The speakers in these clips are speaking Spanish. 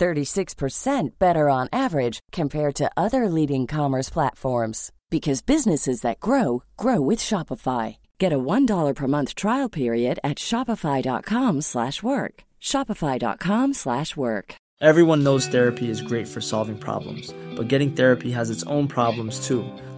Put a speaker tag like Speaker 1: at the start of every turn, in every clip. Speaker 1: 36% better on average compared to other leading commerce platforms because businesses that grow grow with Shopify. Get a $1 per month trial period at shopify.com/work. shopify.com/work.
Speaker 2: Everyone knows therapy is great for solving problems, but getting therapy has its own problems too,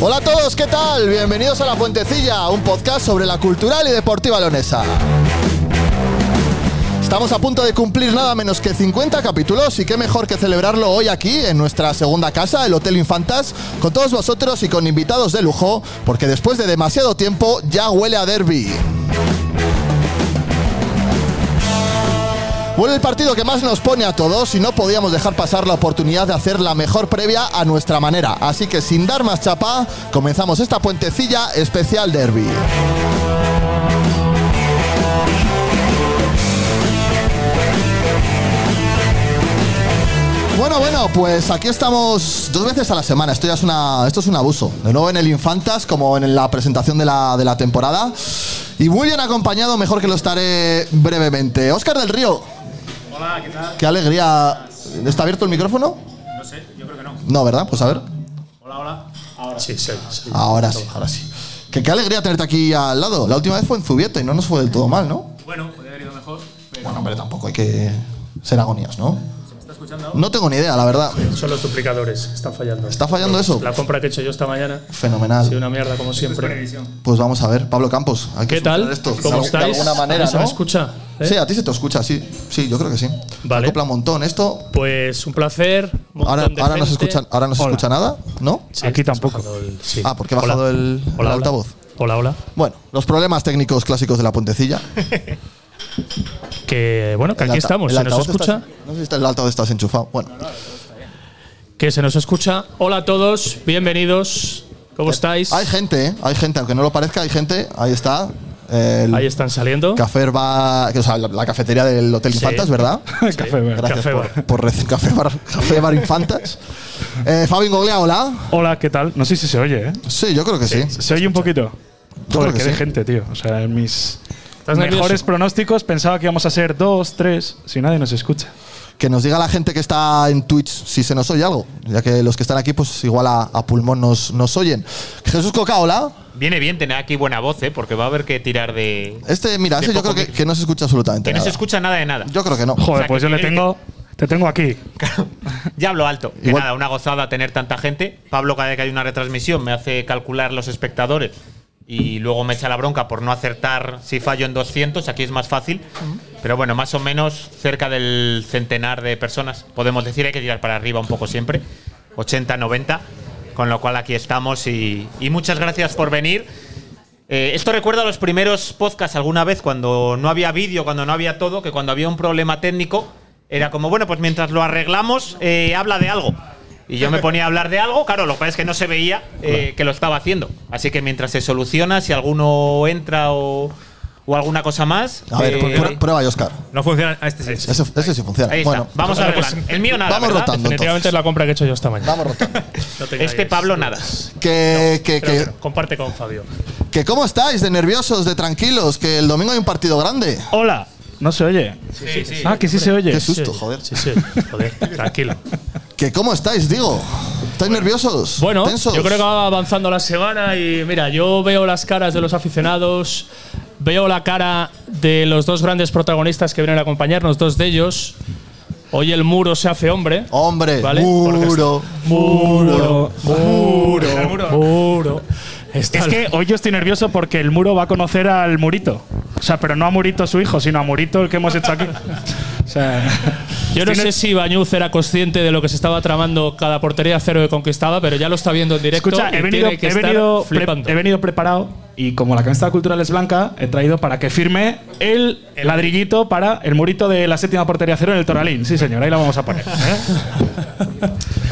Speaker 3: Hola a todos, ¿qué tal? Bienvenidos a La Puentecilla, un podcast sobre la cultural y deportiva leonesa. Estamos a punto de cumplir nada menos que 50 capítulos y qué mejor que celebrarlo hoy aquí en nuestra segunda casa, el Hotel Infantas, con todos vosotros y con invitados de lujo, porque después de demasiado tiempo ya huele a derby. Vuelve el partido que más nos pone a todos y no podíamos dejar pasar la oportunidad de hacer la mejor previa a nuestra manera. Así que sin dar más chapa, comenzamos esta puentecilla especial derby. Bueno, bueno, pues aquí estamos dos veces a la semana. Esto ya es una, esto es un abuso. De nuevo en el Infantas, como en la presentación de la, de la temporada. Y muy bien acompañado, mejor que lo estaré brevemente. Óscar del Río,
Speaker 4: Hola, ¿qué tal?
Speaker 3: Qué alegría. ¿Está abierto el micrófono?
Speaker 4: No sé, yo creo que no.
Speaker 3: No, ¿verdad? Pues a ver.
Speaker 4: Hola, hola. Ahora
Speaker 5: sí. Sí, sí.
Speaker 3: Ahora sí, ahora sí. Que qué alegría tenerte aquí al lado. La última vez fue en Zubieta y no nos fue del todo mal, ¿no?
Speaker 4: Bueno, podría haber ido mejor, pero.
Speaker 3: Bueno, hombre, tampoco hay que ser agonías, ¿no?
Speaker 4: ¿Se me está escuchando ahora?
Speaker 3: No tengo ni idea, la verdad.
Speaker 5: Son los duplicadores, están fallando.
Speaker 3: ¿Está fallando eso?
Speaker 5: La compra que he hecho yo esta mañana.
Speaker 3: Fenomenal.
Speaker 5: Sí, una mierda como
Speaker 4: Esto es
Speaker 5: siempre.
Speaker 4: previsión.
Speaker 3: Pues vamos a ver, Pablo Campos. hay que
Speaker 5: ¿Qué tal?
Speaker 3: solucionar Esto.
Speaker 5: ¿Cómo
Speaker 3: de
Speaker 5: estáis?
Speaker 3: alguna manera,
Speaker 5: ¿Se
Speaker 3: ¿no?
Speaker 5: me escucha? ¿Eh?
Speaker 3: Sí, a ti se te escucha, sí. Sí, yo creo que sí.
Speaker 5: Vale.
Speaker 3: Te acopla un montón esto.
Speaker 5: Pues un placer. un
Speaker 3: Ahora,
Speaker 5: montón de
Speaker 3: ahora no se
Speaker 5: gente.
Speaker 3: escucha, ahora no se
Speaker 5: Hola.
Speaker 3: escucha nada, ¿no?
Speaker 5: Sí,
Speaker 6: Aquí
Speaker 5: estás
Speaker 6: tampoco.
Speaker 5: bajando el- sí.
Speaker 3: Ah, porque he bajado el- el altavoz.
Speaker 5: Hola, hola.
Speaker 3: Bueno, los problemas técnicos clásicos de la puentecilla.
Speaker 5: Que Eh, bueno, que
Speaker 3: El
Speaker 5: aquí
Speaker 3: alta-
Speaker 5: estamos.
Speaker 3: el
Speaker 5: ¿Se nos
Speaker 3: altavoz
Speaker 5: escucha?
Speaker 3: está- no sé si está el altavoz estás enchufado. Bueno,
Speaker 5: Que se nos escucha. Hola a todos, bienvenidos. ¿Cómo estáis?
Speaker 3: hay gente, ¿eh? hay gente, aunque no lo parezca, hay gente. Ahí está. El
Speaker 5: Ahí están saliendo.
Speaker 3: Café Bar- o sea, la, la cafetería del Hotel
Speaker 5: Sí.
Speaker 3: Infantas, ¿verdad?
Speaker 6: Café Bar.
Speaker 3: Gracias
Speaker 5: Café
Speaker 3: por,
Speaker 5: Bar.
Speaker 3: por rec- Café Bar, Café Bar Infantas. Eh, Fabi Ingoglea, hola.
Speaker 6: Hola, ¿qué tal? No sé si se oye, ¿eh?
Speaker 3: Sí, yo creo que sí.
Speaker 6: ¿Se oye un poquito?
Speaker 3: Yo creo
Speaker 6: Joder,
Speaker 3: que
Speaker 6: que de
Speaker 3: sí.
Speaker 6: gente, tío. O sea, en mis
Speaker 5: ¿Estás
Speaker 6: mejores
Speaker 5: nervioso?
Speaker 6: pronósticos pensaba que íbamos a ser dos, tres, si nadie nos escucha.
Speaker 3: Que nos diga la gente que está en Twitch si se nos oye algo. Ya que los que están aquí, pues igual a, a pulmón nos, nos oyen. Jesús Coca, hola.
Speaker 7: Viene bien tener aquí buena voz, ¿eh? porque va a haber que tirar de.
Speaker 3: Este, mira,
Speaker 7: De
Speaker 3: ese yo
Speaker 7: poco
Speaker 3: creo que,
Speaker 7: micro.
Speaker 3: que no se escucha absolutamente
Speaker 7: Que no
Speaker 3: nada.
Speaker 7: se escucha nada de nada.
Speaker 3: Yo creo que no.
Speaker 6: Joder,
Speaker 7: O sea,
Speaker 6: pues
Speaker 7: que
Speaker 6: yo le
Speaker 7: tiene
Speaker 6: tengo. Te tengo aquí.
Speaker 7: Ya hablo alto. Que
Speaker 3: Igual-
Speaker 7: nada, una gozada tener tanta gente. Pablo, cada vez que hay una retransmisión, me hace calcular los espectadores y luego me echa la bronca por no acertar si fallo en 200. Aquí es más fácil. Pero bueno, más o menos cerca del centenar de personas. Podemos decir, hay que tirar para arriba un poco siempre. 80, 90. Con lo cual aquí estamos y, y muchas gracias por venir. Eh, esto recuerda a los primeros podcasts alguna vez cuando no había vídeo, cuando no había todo, que cuando había un problema técnico era como, bueno, pues mientras lo arreglamos, eh, habla de algo. Y yo me ponía a hablar de algo, claro, lo que pasa es que no se veía eh, que lo estaba haciendo. Así que mientras se soluciona, si alguno entra o, o alguna cosa más.
Speaker 3: A ver,
Speaker 7: Eh,
Speaker 3: pr- pr- prueba, y Oscar.
Speaker 8: No funciona. Ah, este sí.
Speaker 3: Ese, ese sí funciona.
Speaker 7: Ahí está.
Speaker 3: bueno, pues,
Speaker 7: Vamos a ver. El mío nada.
Speaker 3: vamos
Speaker 7: ¿verdad?
Speaker 3: rotando
Speaker 5: Definitivamente
Speaker 3: entonces.
Speaker 5: es la compra que he hecho yo esta mañana.
Speaker 3: Vamos rotando.
Speaker 5: No tengáis-
Speaker 7: Este Pablo nada.
Speaker 3: Que, que,
Speaker 5: Creo
Speaker 3: que,
Speaker 5: que no. Comparte con Fabio.
Speaker 3: que cómo estáis, de nerviosos, de tranquilos, que el domingo hay un partido grande.
Speaker 6: Hola. No se oye.
Speaker 7: Sí, sí.
Speaker 6: ah, que sí se oye.
Speaker 3: Qué susto, joder.
Speaker 5: Sí, sí. Joder, tranquilo.
Speaker 3: Que cómo estáis, digo. ¿Estáis nerviosos?
Speaker 5: Bueno,
Speaker 3: ¿Tensos?
Speaker 5: yo creo que va avanzando la semana y mira, yo veo las caras de los aficionados, veo la cara de los dos grandes protagonistas que vienen a acompañarnos, dos de ellos. Hoy el muro se hace hombre.
Speaker 3: Hombre,
Speaker 5: Vale, porque
Speaker 3: muro.
Speaker 5: Muro, muro,
Speaker 8: muro.
Speaker 5: muro. Está
Speaker 6: Es que hoy yo estoy nervioso porque el muro va a conocer al Murito. O sea, pero no a Murito su hijo, sino a Murito el que hemos hecho aquí. O sea,
Speaker 5: Yo no
Speaker 6: Tiene-
Speaker 5: sé si Bañuz era consciente de lo que se estaba tramando cada portería cero que conquistaba, pero ya lo está viendo en directo.
Speaker 6: escucha,
Speaker 5: y
Speaker 6: he venido,
Speaker 5: tiene que
Speaker 6: he
Speaker 5: estar
Speaker 6: venido pre-
Speaker 5: flipando.
Speaker 6: he venido preparado y como la camiseta cultural es blanca, he traído para que firme el ladrillito para el Murito de la séptima portería cero en el Toralín. Sí, señor, ahí la vamos a poner. ¿eh?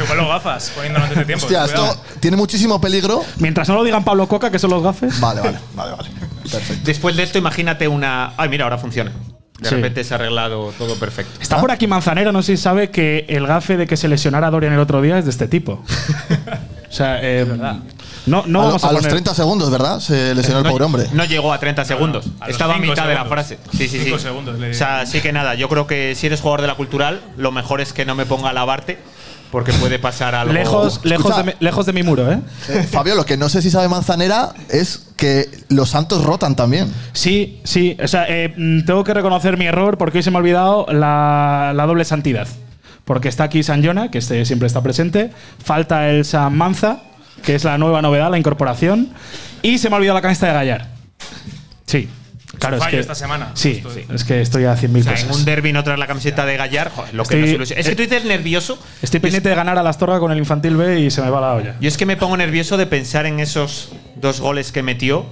Speaker 8: Igual los gafas, poniéndonos de ese tiempo.
Speaker 3: Hostia,
Speaker 8: cuidado.
Speaker 3: esto tiene muchísimo peligro.
Speaker 6: Mientras no lo digan Pablo Coca, que son los gafes.
Speaker 3: Vale, vale, vale, vale. Perfecto.
Speaker 7: Después de esto, imagínate una. Ay, mira, ahora funciona. De
Speaker 6: Sí.
Speaker 7: repente se ha arreglado todo perfecto.
Speaker 3: ¿Ah?
Speaker 6: Está por aquí Manzanero, no sé si sabe que el gafe de que se lesionara Dorian el otro día es de este tipo. o
Speaker 3: Ah,
Speaker 6: sea, eh, no, no
Speaker 3: a, lo-
Speaker 6: vamos a,
Speaker 3: a los
Speaker 6: poner-
Speaker 3: 30 segundos, ¿verdad? Se lesionó el
Speaker 7: no,
Speaker 3: pobre hombre.
Speaker 7: no llegó a 30 segundos.
Speaker 8: a los
Speaker 7: Estaba a
Speaker 8: cinco
Speaker 7: mitad de la
Speaker 8: segundos.
Speaker 7: frase. Sí, sí, sí.
Speaker 8: Cinco segundos le-
Speaker 7: O sea, así que nada, yo creo que si eres jugador de la cultural, lo mejor es que no me ponga a lavarte, porque puede pasar algo.
Speaker 6: Lejos, lejos,
Speaker 3: Escucha.
Speaker 6: de mi, lejos de mi muro, ¿eh?
Speaker 3: Eh, Fabio, lo que no sé si sabe Manzanera es que los Santos rotan también.
Speaker 6: Sí, sí. O sea, eh, mm, tengo que reconocer mi error porque hoy se me ha olvidado la, la doble santidad. Porque está aquí San Jona, que este siempre está presente. Falta el San Manza, que es la nueva novedad, la incorporación. Y se me ha olvidado la camiseta de Gallar. Sí. Claro, es
Speaker 8: fallo
Speaker 6: que.
Speaker 8: esta semana,
Speaker 6: Sí,
Speaker 8: justo.
Speaker 6: sí, es que estoy a 100.000
Speaker 7: O sea, en un
Speaker 6: cosas.
Speaker 7: derby no traer la camiseta de Gallar, joder, lo que
Speaker 6: Estoy-
Speaker 7: nos ilusiona. Es que tú dices nervioso.
Speaker 6: Estoy
Speaker 7: Yo
Speaker 6: pendiente de ganar a las torgas con el infantil B y se me va la olla.
Speaker 7: Yo es que me pongo nervioso de pensar en esos dos goles que metió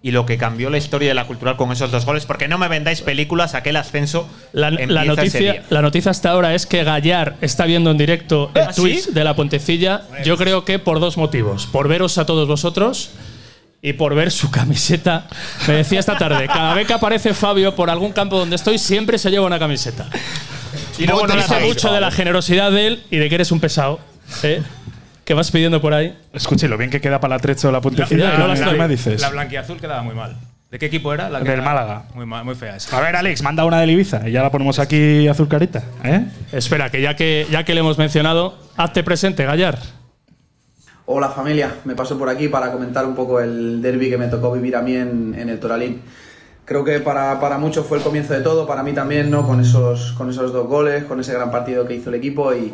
Speaker 7: y lo que cambió la historia de la cultural con esos dos goles, porque no me vendáis películas, aquel ascenso.
Speaker 5: La, la
Speaker 7: empieza ese
Speaker 5: noticia,
Speaker 7: día.
Speaker 5: la noticia hasta ahora es que Gallar está viendo en directo el
Speaker 7: ¿Ah,
Speaker 5: tweet
Speaker 7: sí?
Speaker 5: de la Pontecilla. Yo creo que por dos motivos. Por veros a todos vosotros y por ver su camiseta. Me decía esta tarde, cada vez que aparece Fabio por algún campo donde estoy, siempre se lleva una camiseta.
Speaker 7: Y luego no la
Speaker 5: Dice
Speaker 7: sabéis.
Speaker 5: mucho de la generosidad de él y de que eres un pesado. ¿eh? ¿Qué vas pidiendo por ahí?
Speaker 6: Escuche lo bien que queda para el atrecho de la puntecilla.
Speaker 5: Ya,
Speaker 6: y
Speaker 5: no la
Speaker 6: encima
Speaker 5: estoy.
Speaker 6: dices.
Speaker 8: La blanquiazul quedaba muy mal. ¿De qué equipo era? La que
Speaker 6: Del
Speaker 8: era-
Speaker 6: Málaga.
Speaker 8: Muy, mal, muy fea esa.
Speaker 6: A ver, Alex, manda una de Ibiza y ya la ponemos aquí azulcarita. ¿eh?
Speaker 5: Espera, que ya que, ya que le hemos mencionado, hazte presente, Gallar.
Speaker 9: Hola familia, me paso por aquí para comentar un poco el derby que me tocó vivir a mí en, en el Toralín. Creo que para, para muchos fue el comienzo de todo, para mí también, ¿no? Con esos, con esos dos goles, con ese gran partido que hizo el equipo y,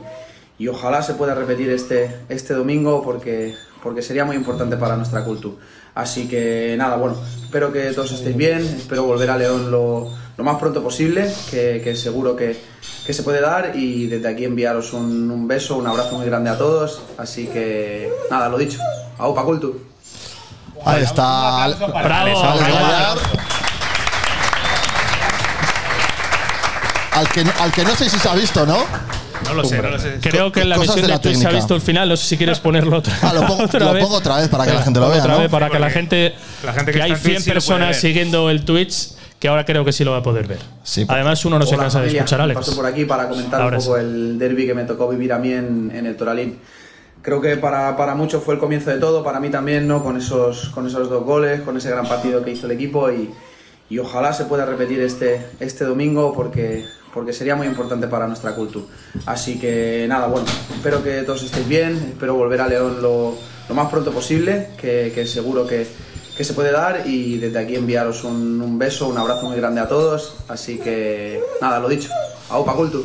Speaker 9: y ojalá se pueda repetir este, este domingo porque, porque sería muy importante para nuestra cultura. Así que nada, bueno, espero que todos estéis bien, espero volver a León lo, lo más pronto posible, que, que seguro que, que se puede dar y desde aquí enviaros un, un beso, un abrazo muy grande a todos. Así que nada, lo dicho, aupa cultu.
Speaker 3: Ahí está. Ale-
Speaker 5: Bravo,
Speaker 3: Ale
Speaker 5: Gallar.
Speaker 3: Gallar. Al que, no- al que no sé si se ha visto, ¿no?
Speaker 8: No lo sé, no lo sé.
Speaker 5: Creo que en la
Speaker 3: Cosas
Speaker 5: misión
Speaker 3: de
Speaker 5: de,
Speaker 3: la
Speaker 5: Twitch se ha
Speaker 3: técnica.
Speaker 5: visto el final. No sé si quieres ponerlo otra,
Speaker 3: Ah, lo pongo- lo pongo otra vez para que la gente lo
Speaker 5: pongo
Speaker 3: vea,
Speaker 5: Otra
Speaker 3: ¿no?
Speaker 5: vez para
Speaker 8: Sí,
Speaker 5: que la
Speaker 8: porque
Speaker 5: gente.
Speaker 8: la gente que
Speaker 5: hay
Speaker 8: está en
Speaker 5: 100
Speaker 8: Twitch sí lo puede
Speaker 5: personas
Speaker 8: ver.
Speaker 5: siguiendo el Twitch que ahora creo que sí lo va a poder ver.
Speaker 3: Sí, porque-
Speaker 5: Además, uno no se
Speaker 9: Hola,
Speaker 5: cansa de
Speaker 9: familia.
Speaker 5: escuchar, Alex.
Speaker 9: Paso por aquí para comentar
Speaker 5: Ahora
Speaker 9: un poco el derby que me tocó vivir a mí en, en el Toralín. Creo que para, para muchos fue el comienzo de todo, para mí también, ¿no? Con esos, con esos dos goles, con ese gran partido que hizo el equipo y, y ojalá se pueda repetir este, este domingo porque, porque sería muy importante para nuestra cultura. Así que nada, bueno, espero que todos estéis bien, espero volver a León lo, lo más pronto posible, que, que seguro que, que se puede dar y desde aquí enviaros un, un beso, un abrazo muy grande a todos. Así que nada, lo dicho, aupa cultu.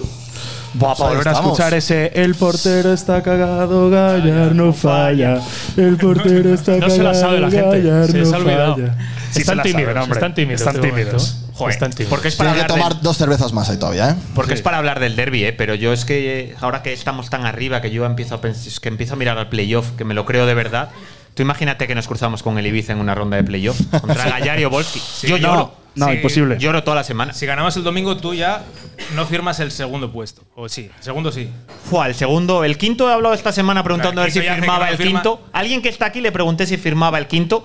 Speaker 6: Buah, para
Speaker 3: Ahí
Speaker 6: volver a
Speaker 3: estamos.
Speaker 6: escuchar ese El portero está cagado, Gallar no falla. El portero está
Speaker 5: No
Speaker 6: cagado.
Speaker 5: se la sabe la gente.
Speaker 6: Gallar
Speaker 5: se les
Speaker 6: no
Speaker 5: ha olvidado.
Speaker 6: falla.
Speaker 8: Sí se
Speaker 5: están,
Speaker 8: la saben,
Speaker 5: tímidos,
Speaker 8: hombre.
Speaker 5: están tímidos.
Speaker 6: Están
Speaker 5: de momento,
Speaker 6: tímidos.
Speaker 5: ¿eh?
Speaker 7: Joder,
Speaker 5: Están tímidos.
Speaker 7: porque es para
Speaker 3: Tiene que
Speaker 7: hablar del-
Speaker 3: tomar dos cervezas más ahí todavía, ¿eh?
Speaker 7: Porque es para hablar del derby, ¿eh? pero yo es que eh, ahora que estamos tan arriba que yo empiezo a pens- es que empiezo a mirar al playoff, que me lo creo de verdad. Tú imagínate que nos cruzamos con el Ibiza en una ronda de playoff contra Gallar y Obolski. Yo
Speaker 6: No,
Speaker 7: lloro.
Speaker 6: no,
Speaker 8: Sí.
Speaker 6: imposible.
Speaker 7: Lloro toda la semana.
Speaker 8: Si ganamos el domingo, tú ya no firmas el segundo puesto. O sí, el segundo sí.
Speaker 7: Fua, el segundo, el quinto he hablado esta semana preguntando
Speaker 8: Claro,
Speaker 7: a ver
Speaker 8: el
Speaker 7: si
Speaker 8: quinto ya hace que
Speaker 7: firmaba
Speaker 8: no
Speaker 7: el
Speaker 8: firma.
Speaker 7: quinto. Alguien que está aquí le pregunté si firmaba el quinto.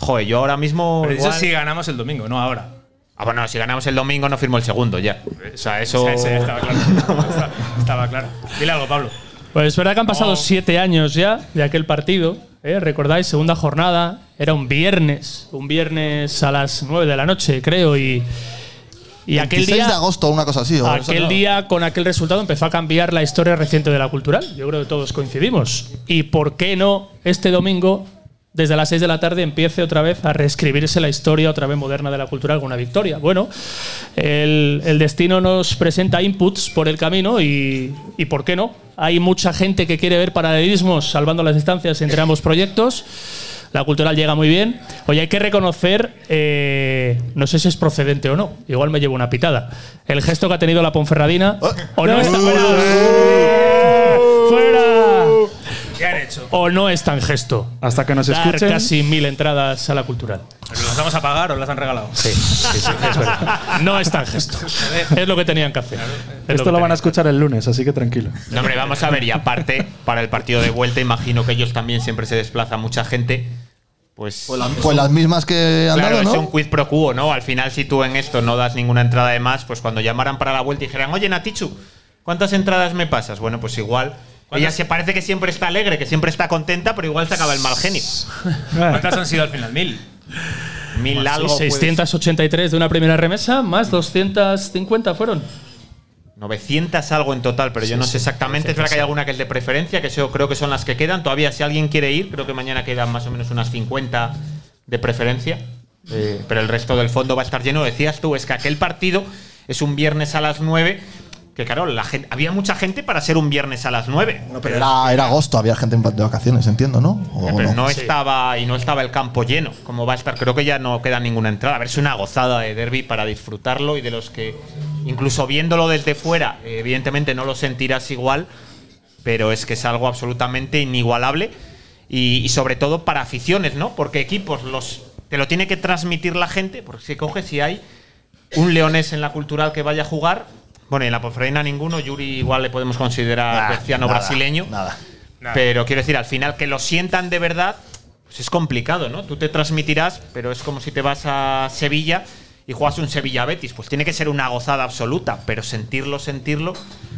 Speaker 7: Joder, yo ahora mismo.
Speaker 8: Pero eso
Speaker 7: igual-
Speaker 8: si ganamos el domingo, no ahora.
Speaker 7: Ah, bueno, si ganamos el domingo no firmo el segundo ya. O sea, eso.
Speaker 8: Sí, sí, estaba claro. Está- estaba Ah, claro. Dile algo, Pablo.
Speaker 5: Pues es verdad que han pasado siete años ya de aquel partido. ¿eh? ¿Recordáis? Segunda jornada. Era un viernes. Un viernes a las nueve de la noche, creo. Y, y aquel
Speaker 3: 26
Speaker 5: día.
Speaker 3: de agosto, una cosa así. o-
Speaker 5: Aquel día, con aquel resultado, empezó a cambiar la historia reciente de la cultural. Yo creo que todos coincidimos. Y por qué no este domingo, desde las 6 de la tarde, empiece otra vez a reescribirse la historia otra vez moderna de la cultural con una victoria. Bueno, el, el destino nos presenta inputs por el camino y, y por qué no. Hay mucha gente que quiere ver paralelismos salvando las distancias entre ambos proyectos. La cultural llega muy bien. Oye, hay que reconocer, eh, no sé si es procedente o no, igual me llevo una pitada. El gesto que ha tenido la Ponferradina,
Speaker 6: Oh.
Speaker 5: o no es tan fuera, fuera,
Speaker 8: ¿Qué han hecho?
Speaker 5: o no es tan gesto.
Speaker 6: Hasta que nos
Speaker 5: Dar
Speaker 6: escuchen.
Speaker 5: casi mil entradas a la cultural.
Speaker 8: ¿Las vamos a pagar o las han regalado?
Speaker 5: Sí, sí, sí, es verdad. No es tan gesto. Es lo que tenían que hacer. Es
Speaker 8: eh.
Speaker 6: Esto
Speaker 5: que
Speaker 6: lo van a
Speaker 5: tenían.
Speaker 6: escuchar el lunes, así que tranquilo.
Speaker 7: No, hombre, vamos a ver. Y aparte, para el partido de vuelta, imagino que ellos también siempre se desplaza mucha gente. Pues.
Speaker 3: Pues las mismas que han
Speaker 7: Claro,
Speaker 3: dado,
Speaker 7: es
Speaker 3: ¿no?
Speaker 7: un quiz pro quo, ¿no? Al final, si tú en esto no das ninguna entrada de más, pues cuando llamaran para la vuelta y dijeran, oye, Natichu, ¿cuántas entradas me pasas? Bueno, pues igual. Ella se parece que siempre está alegre, que siempre está contenta, pero igual se acaba el mal genio.
Speaker 8: ¿Cuántas han sido al final? ¿Mil?
Speaker 7: Mil
Speaker 5: Sí,
Speaker 7: algo. pues,
Speaker 5: 683 de una primera remesa, más 250 fueron.
Speaker 7: 900 algo en total, pero yo no sé exactamente. Es verdad que hay alguna que es de preferencia, que yo creo que son las que quedan. Todavía, si alguien quiere ir, creo que mañana quedan más o menos unas 50 de preferencia. Eh, pero el resto del fondo va a estar lleno. Decías tú, es que aquel partido es un viernes a las 9. Que claro, la gente, había mucha gente para ser un viernes a las 9.
Speaker 3: Bueno, pero era, era agosto, había gente en va- de vacaciones, entiendo, ¿no? O
Speaker 7: Eh, Pero
Speaker 3: no.
Speaker 7: no
Speaker 5: Sí.
Speaker 7: estaba y no estaba el campo lleno, como va a estar. Creo que ya no queda ninguna entrada. A ver, es una gozada de derby para disfrutarlo y de los que, incluso viéndolo desde fuera, eh, evidentemente no lo sentirás igual, pero es que es algo absolutamente inigualable y, y sobre todo para aficiones, ¿no? Porque equipos los te lo tiene que transmitir la gente, porque si coge si hay un leonés en la cultural que vaya a jugar, bueno, y en la Ponferradina ninguno, Yuri igual le podemos considerar terciano
Speaker 3: nada,
Speaker 7: brasileño.
Speaker 3: Nada.
Speaker 8: Nada.
Speaker 7: Pero quiero decir, al final que lo sientan de verdad, pues es complicado, ¿no? Tú te transmitirás, pero es como si te vas a Sevilla y juegas un Sevilla Betis. Pues tiene que ser una gozada absoluta, pero sentirlo, sentirlo,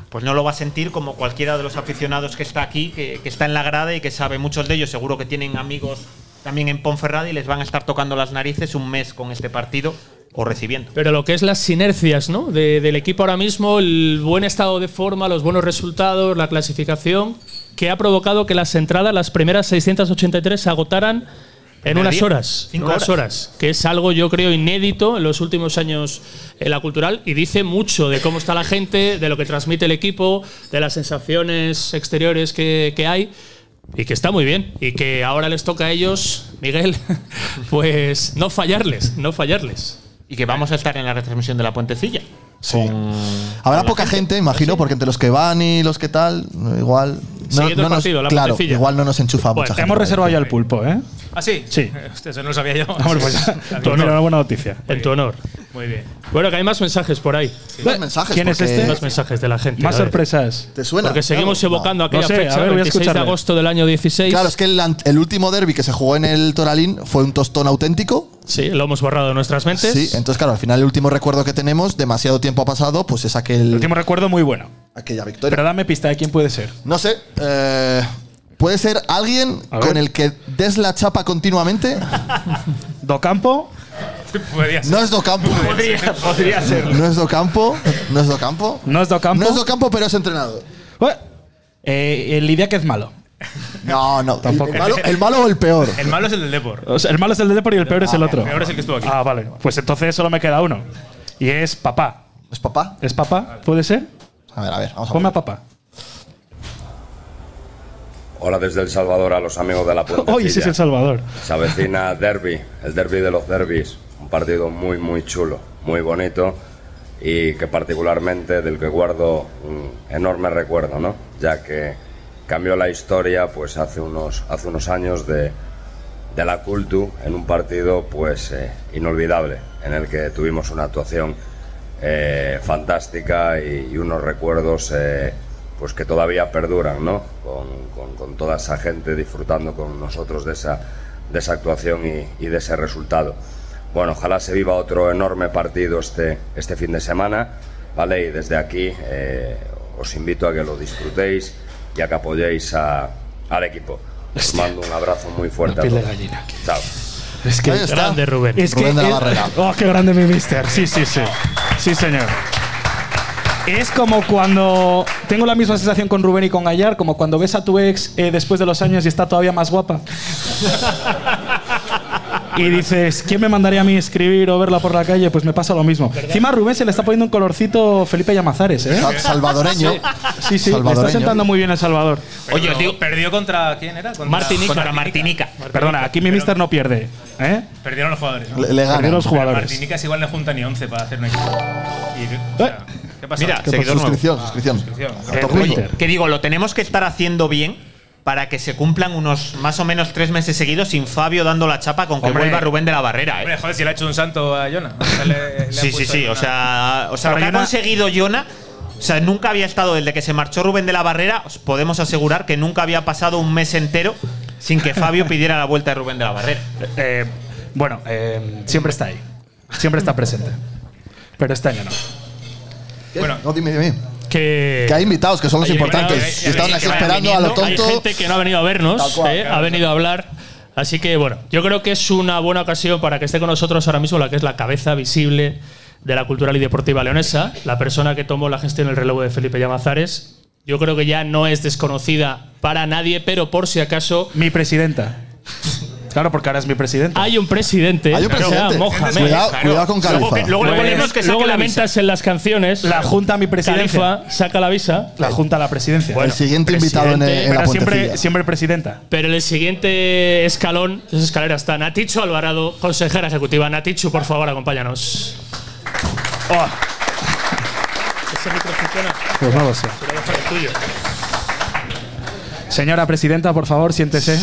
Speaker 7: pues no lo va a sentir como cualquiera de los aficionados que está aquí, que, que está en la grada y que sabe, muchos de ellos seguro que tienen amigos también en Ponferrada y les van a estar tocando las narices un mes con este partido o recibiendo.
Speaker 5: Pero lo que es las sinergias ¿no? de- del equipo ahora mismo, el buen estado de forma, los buenos resultados, la clasificación, que ha provocado que las entradas, las primeras 683, se agotaran en
Speaker 7: Primer
Speaker 5: unas
Speaker 7: día,
Speaker 5: horas.
Speaker 7: cinco
Speaker 5: unas
Speaker 7: horas.
Speaker 5: horas, que es algo yo creo inédito en los últimos años en la cultural y dice mucho de cómo está la gente, de lo que transmite el equipo, de las sensaciones exteriores que, que hay. Y que está muy bien. Y que ahora les toca a ellos, Miguel, pues no fallarles, no fallarles.
Speaker 7: Y que vamos a estar en la retransmisión de la puentecilla.
Speaker 3: Sí. Habrá poca gente, imagino, porque entre los que van y los que tal, igual. No,
Speaker 5: Siguiendo
Speaker 3: no
Speaker 5: el
Speaker 3: nos,
Speaker 5: partido, la
Speaker 3: claro,
Speaker 5: puentecilla.
Speaker 3: igual no nos enchufa
Speaker 5: Bueno,
Speaker 3: mucha gente.
Speaker 6: Hemos reservado ya el pulpo, ¿eh?
Speaker 8: ¿Ah, sí?
Speaker 6: Sí.
Speaker 8: Hostia, eso no lo sabía yo.
Speaker 6: Hombre, pues,
Speaker 8: Está
Speaker 6: pues
Speaker 8: bien.
Speaker 6: mira, una buena noticia.
Speaker 5: En tu honor.
Speaker 8: Muy bien.
Speaker 5: Bueno, que hay más mensajes por ahí.
Speaker 3: Más mensajes,
Speaker 6: ¿Quién es
Speaker 3: porque-
Speaker 5: Más
Speaker 6: este?
Speaker 5: mensajes de la gente.
Speaker 6: Más
Speaker 5: a ver.
Speaker 6: sorpresas.
Speaker 3: ¿Te suena?
Speaker 5: Porque seguimos
Speaker 3: Claro,
Speaker 5: evocando
Speaker 3: no.
Speaker 5: aquella
Speaker 6: No sé,
Speaker 5: fecha,
Speaker 6: a ver, voy a
Speaker 5: 26 de
Speaker 6: escucharle.
Speaker 5: agosto del año 16.
Speaker 3: Claro, es que el, ant- el último derby que se jugó en el Toralín fue un tostón auténtico.
Speaker 5: Sí, lo hemos borrado de nuestras mentes.
Speaker 3: Sí, entonces, claro, al final el último recuerdo que tenemos, demasiado tiempo ha pasado, pues es
Speaker 6: El
Speaker 3: aquel,
Speaker 6: último recuerdo muy bueno.
Speaker 3: aquella victoria.
Speaker 6: Pero dame pista de quién puede ser.
Speaker 3: No sé. eh, ¿Puede ser alguien
Speaker 6: A ver.
Speaker 3: con el que des la chapa continuamente?
Speaker 6: Docampo.
Speaker 8: Podría ser.
Speaker 3: No es Docampo.
Speaker 7: Podría, podría ser.
Speaker 3: No es Docampo. No es Docampo.
Speaker 6: No es Docampo.
Speaker 3: No es Docampo, pero es entrenador.
Speaker 6: Eh, eh, el Lidia que es malo.
Speaker 3: No, no.
Speaker 6: Tampoco.
Speaker 3: El malo, el malo o el peor. Ah,
Speaker 8: El malo es el del Depor.
Speaker 6: O sea, el malo es el del Depor y el peor es el otro.
Speaker 8: El peor es el que estuvo aquí.
Speaker 6: Ah, vale. Pues entonces solo me queda uno. Y es papá.
Speaker 3: ¿Es papá?
Speaker 6: ¿Es papá? ¿Puede ser?
Speaker 3: A ver, a ver. Vamos a
Speaker 6: Ponme
Speaker 3: ver.
Speaker 6: a papá.
Speaker 10: Hola desde El Salvador a los amigos de la puerta.
Speaker 6: Hoy ese es El Salvador.
Speaker 10: Se avecina derby, el derby de los derbis. Un partido muy, muy chulo, muy bonito y que particularmente del que guardo un enorme recuerdo, ¿no? Ya que cambió la historia pues hace unos, hace unos años de, de la Cultu en un partido pues eh, inolvidable en el que tuvimos una actuación eh, fantástica y, y unos recuerdos eh, pues que todavía perduran ¿no? con, con- con toda esa gente disfrutando con nosotros de esa de esa actuación y, y de ese resultado. Bueno, ojalá se viva otro enorme partido este, este fin de semana, ¿vale? Y desde aquí eh, os invito a que lo disfrutéis y a que apoyéis a- al equipo. Os mando un abrazo muy fuerte a
Speaker 6: piel de
Speaker 10: todos.
Speaker 6: gallina.
Speaker 10: Chao.
Speaker 6: Es que
Speaker 10: Ahí está. Grande Rubén.
Speaker 6: Es que
Speaker 10: Rubén de la
Speaker 6: él-
Speaker 10: Barrera.
Speaker 6: Oh, qué grande mi mister. Sí, sí, sí. Sí, señor. Es como cuando tengo la misma sensación con Rubén y con Gallar, como cuando ves a tu ex eh, después de los años y está todavía más guapa. Y dices, ¿quién me mandaría a mí escribir o verla por la calle? Pues me pasa lo mismo. Encima a Rubén se le está poniendo un colorcito Felipe Llamazares, ¿eh?
Speaker 3: Sa- salvadoreño.
Speaker 6: Sí, sí, le está
Speaker 3: Salvadoreño.
Speaker 6: sentando muy bien El Salvador.
Speaker 8: Oye, ¿Perdió contra quién era? Contra
Speaker 7: Martinica.
Speaker 8: Contra Martinica.
Speaker 6: Perdona, aquí mi mister no pierde, ¿eh?
Speaker 8: Perdieron los jugadores. ¿no?
Speaker 6: Le- le ganan. Perdieron los jugadores. Eh.
Speaker 8: Pero Martinica si igual no junta ni 11 para hacer un equipo. Y, o sea, ¿Qué pasa?
Speaker 7: Mira, ¿Qué seguidor pasa? nuevo. Suscripción,
Speaker 3: suscripción.
Speaker 7: Eh, oye, que digo, lo tenemos que estar haciendo bien para que se cumplan unos más o menos tres meses seguidos sin Fabio dando la chapa con que
Speaker 8: Hombre.
Speaker 7: vuelva Rubén de la Barrera. ¿eh?
Speaker 8: Hombre, joder, si le ha hecho un santo a Jonah. O sea, le- le ha
Speaker 7: Sí, sí,
Speaker 8: puesto
Speaker 7: sí.
Speaker 8: ahí
Speaker 7: O
Speaker 8: una-
Speaker 7: sea, o sea lo
Speaker 8: Pero
Speaker 7: que ha
Speaker 8: Jonah-
Speaker 7: conseguido Jonah. O sea, nunca había estado desde que se marchó Rubén de la Barrera. Os podemos asegurar que nunca había pasado un mes entero sin que Fabio pidiera la vuelta de Rubén de la Barrera.
Speaker 6: Eh, bueno, eh, siempre está ahí. Siempre está presente. Pero este año no.
Speaker 3: Bueno, no, dime, dime.
Speaker 5: Que,
Speaker 3: Que hay invitados, que son los importantes. y estaban aquí esperando a lo tonto.
Speaker 5: Hay gente que no ha venido a vernos,
Speaker 3: Tal cual,
Speaker 5: eh,
Speaker 3: claro,
Speaker 5: ha venido a hablar. Así que bueno, yo creo que es una buena ocasión para que esté con nosotros ahora mismo la que es la cabeza visible de la cultural y deportiva leonesa, la persona que tomó la gestión del relevo de Felipe Llamazares. Yo creo que ya no es desconocida para nadie, pero por si acaso
Speaker 6: Mi presidenta. Claro, porque ahora es mi presidente.
Speaker 5: hay un presidente.
Speaker 6: Hay un
Speaker 5: Pero,
Speaker 6: presidente.
Speaker 5: mójame.
Speaker 6: Cuidado- cuidado con Luego Califa. que- luego le
Speaker 5: Pues,
Speaker 6: ponemos que saque
Speaker 5: luego
Speaker 6: la
Speaker 5: lamentas en las canciones.
Speaker 6: La junta a mi presidencia.
Speaker 5: Califa saca la visa.
Speaker 6: La junta a la presidencia.
Speaker 5: Bueno, El siguiente invitado en- presidente. en la
Speaker 6: Pero siempre,
Speaker 5: puentecilla.
Speaker 6: siempre presidenta.
Speaker 5: Pero en el siguiente escalón, esa escalera está Natichu Alvarado, consejera ejecutiva. Natichu, por favor, acompáñanos. Ese micro funciona.
Speaker 6: Oh. Pues no lo sé.
Speaker 5: Pero mejor el tuyo.
Speaker 6: Señora presidenta, por favor, siéntese.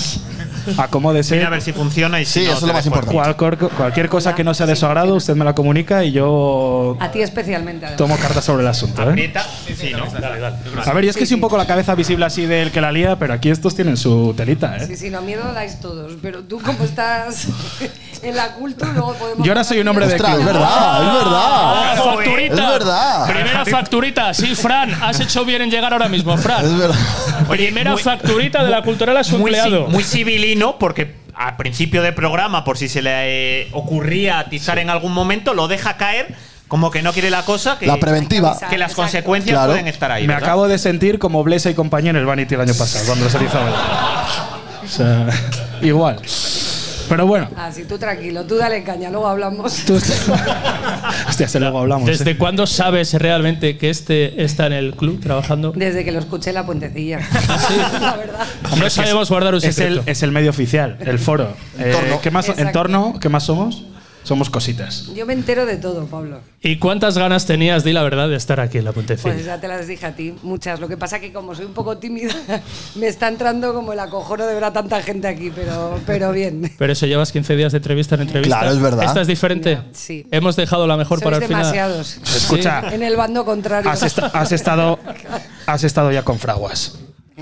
Speaker 6: Acomódese.
Speaker 7: Mira a ver si funciona y si no, te dejo.
Speaker 6: Cualcor- cualquier cosa que no sea de su agrado, usted me la comunica y yo
Speaker 11: A ti especialmente, además.
Speaker 6: tomo cartas sobre el asunto. ¿eh?
Speaker 7: Aprieta. Sí, ¿no? Dale, dale.
Speaker 6: A ver, yo es que soy un poco la cabeza visible así del que la lía, pero aquí estos tienen su telita, ¿eh?
Speaker 11: Sí, sí, no, miedo dais todos, pero tú como estás en la cultura, luego podemos...
Speaker 6: Yo ahora soy un hombre de
Speaker 3: Ostras,
Speaker 6: club.
Speaker 3: es verdad, es
Speaker 5: Ah,
Speaker 3: verdad.
Speaker 5: facturita.
Speaker 3: Es verdad.
Speaker 5: Primera facturita. Sí, Fran, has hecho bien en llegar ahora mismo, Fran. Primera
Speaker 7: muy-
Speaker 5: facturita de la cultural a su
Speaker 7: muy,
Speaker 5: empleado.
Speaker 7: ci- muy civilino porque al principio del programa, por si se le eh, ocurría atizar en algún momento, lo deja caer como que no quiere la cosa. Que,
Speaker 3: La preventiva.
Speaker 7: Que las consecuencias
Speaker 6: Claro.
Speaker 7: pueden estar ahí.
Speaker 6: Me
Speaker 7: ¿verdad?
Speaker 6: acabo de sentir como Blesa y compañía en el Vanity el año pasado, cuando los Elizabeth. O sea, igual. Pero bueno,
Speaker 11: Así, Ah, tú tranquilo, tú dale caña, luego hablamos.
Speaker 6: hostia, se luego hablamos. eh.
Speaker 5: ¿Desde cuándo sabes realmente que este está en el club trabajando?
Speaker 11: Desde que lo escuché en la puentecilla. la verdad.
Speaker 5: no sabemos guardar un
Speaker 6: Es el,
Speaker 5: secreto.
Speaker 6: es el medio oficial, el foro. Eh,
Speaker 5: Entorno.
Speaker 6: ¿qué más,
Speaker 11: Exacto.
Speaker 6: entorno, ¿Qué más somos? Somos cositas.
Speaker 11: Yo me entero de todo, Pablo.
Speaker 5: ¿Y cuántas ganas tenías, di la verdad, de estar aquí en la Pontecilla?
Speaker 11: Pues ya te las dije a ti, muchas. Lo que pasa que como soy un poco tímida, me está entrando como el acojono de ver a tanta gente aquí, pero, pero bien.
Speaker 5: Pero eso llevas 15 días de entrevista en entrevista.
Speaker 3: Claro, es verdad.
Speaker 5: ¿Esta es diferente?
Speaker 11: sí.
Speaker 5: Hemos dejado la mejor
Speaker 11: Sois
Speaker 5: para el final.
Speaker 11: demasiados.
Speaker 6: Escucha.
Speaker 11: En el bando contrario.
Speaker 6: Has, esta- has estado, has estado ya con fraguas.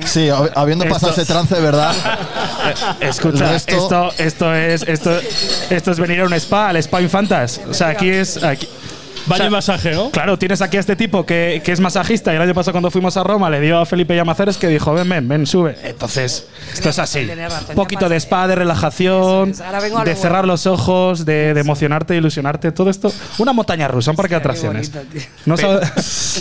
Speaker 3: Sí, hab- habiendo pasado
Speaker 6: Esto- Eh,
Speaker 3: ese trance, ¿verdad?
Speaker 6: Escucha,
Speaker 3: El resto-
Speaker 6: esto, esto es esto, esto es venir a un spa, al spa infantas. O sea, aquí es aquí. o
Speaker 5: Vaya
Speaker 6: sea,
Speaker 5: masaje, ¿no?
Speaker 6: Claro, tienes aquí a este tipo que, que es masajista y el año pasado cuando fuimos a Roma le dio a Felipe Llamazares que dijo, ven, ven, ven, sube. Entonces, esto es así.
Speaker 11: Tenés razón, ya
Speaker 6: poquito de
Speaker 11: pasé.
Speaker 6: spa, de relajación,
Speaker 11: es. Ahora vengo a lo
Speaker 6: de
Speaker 11: bueno.
Speaker 6: cerrar los ojos, de, de emocionarte, ilusionarte, todo esto. Una montaña rusa, un parque de atracciones. No sabe,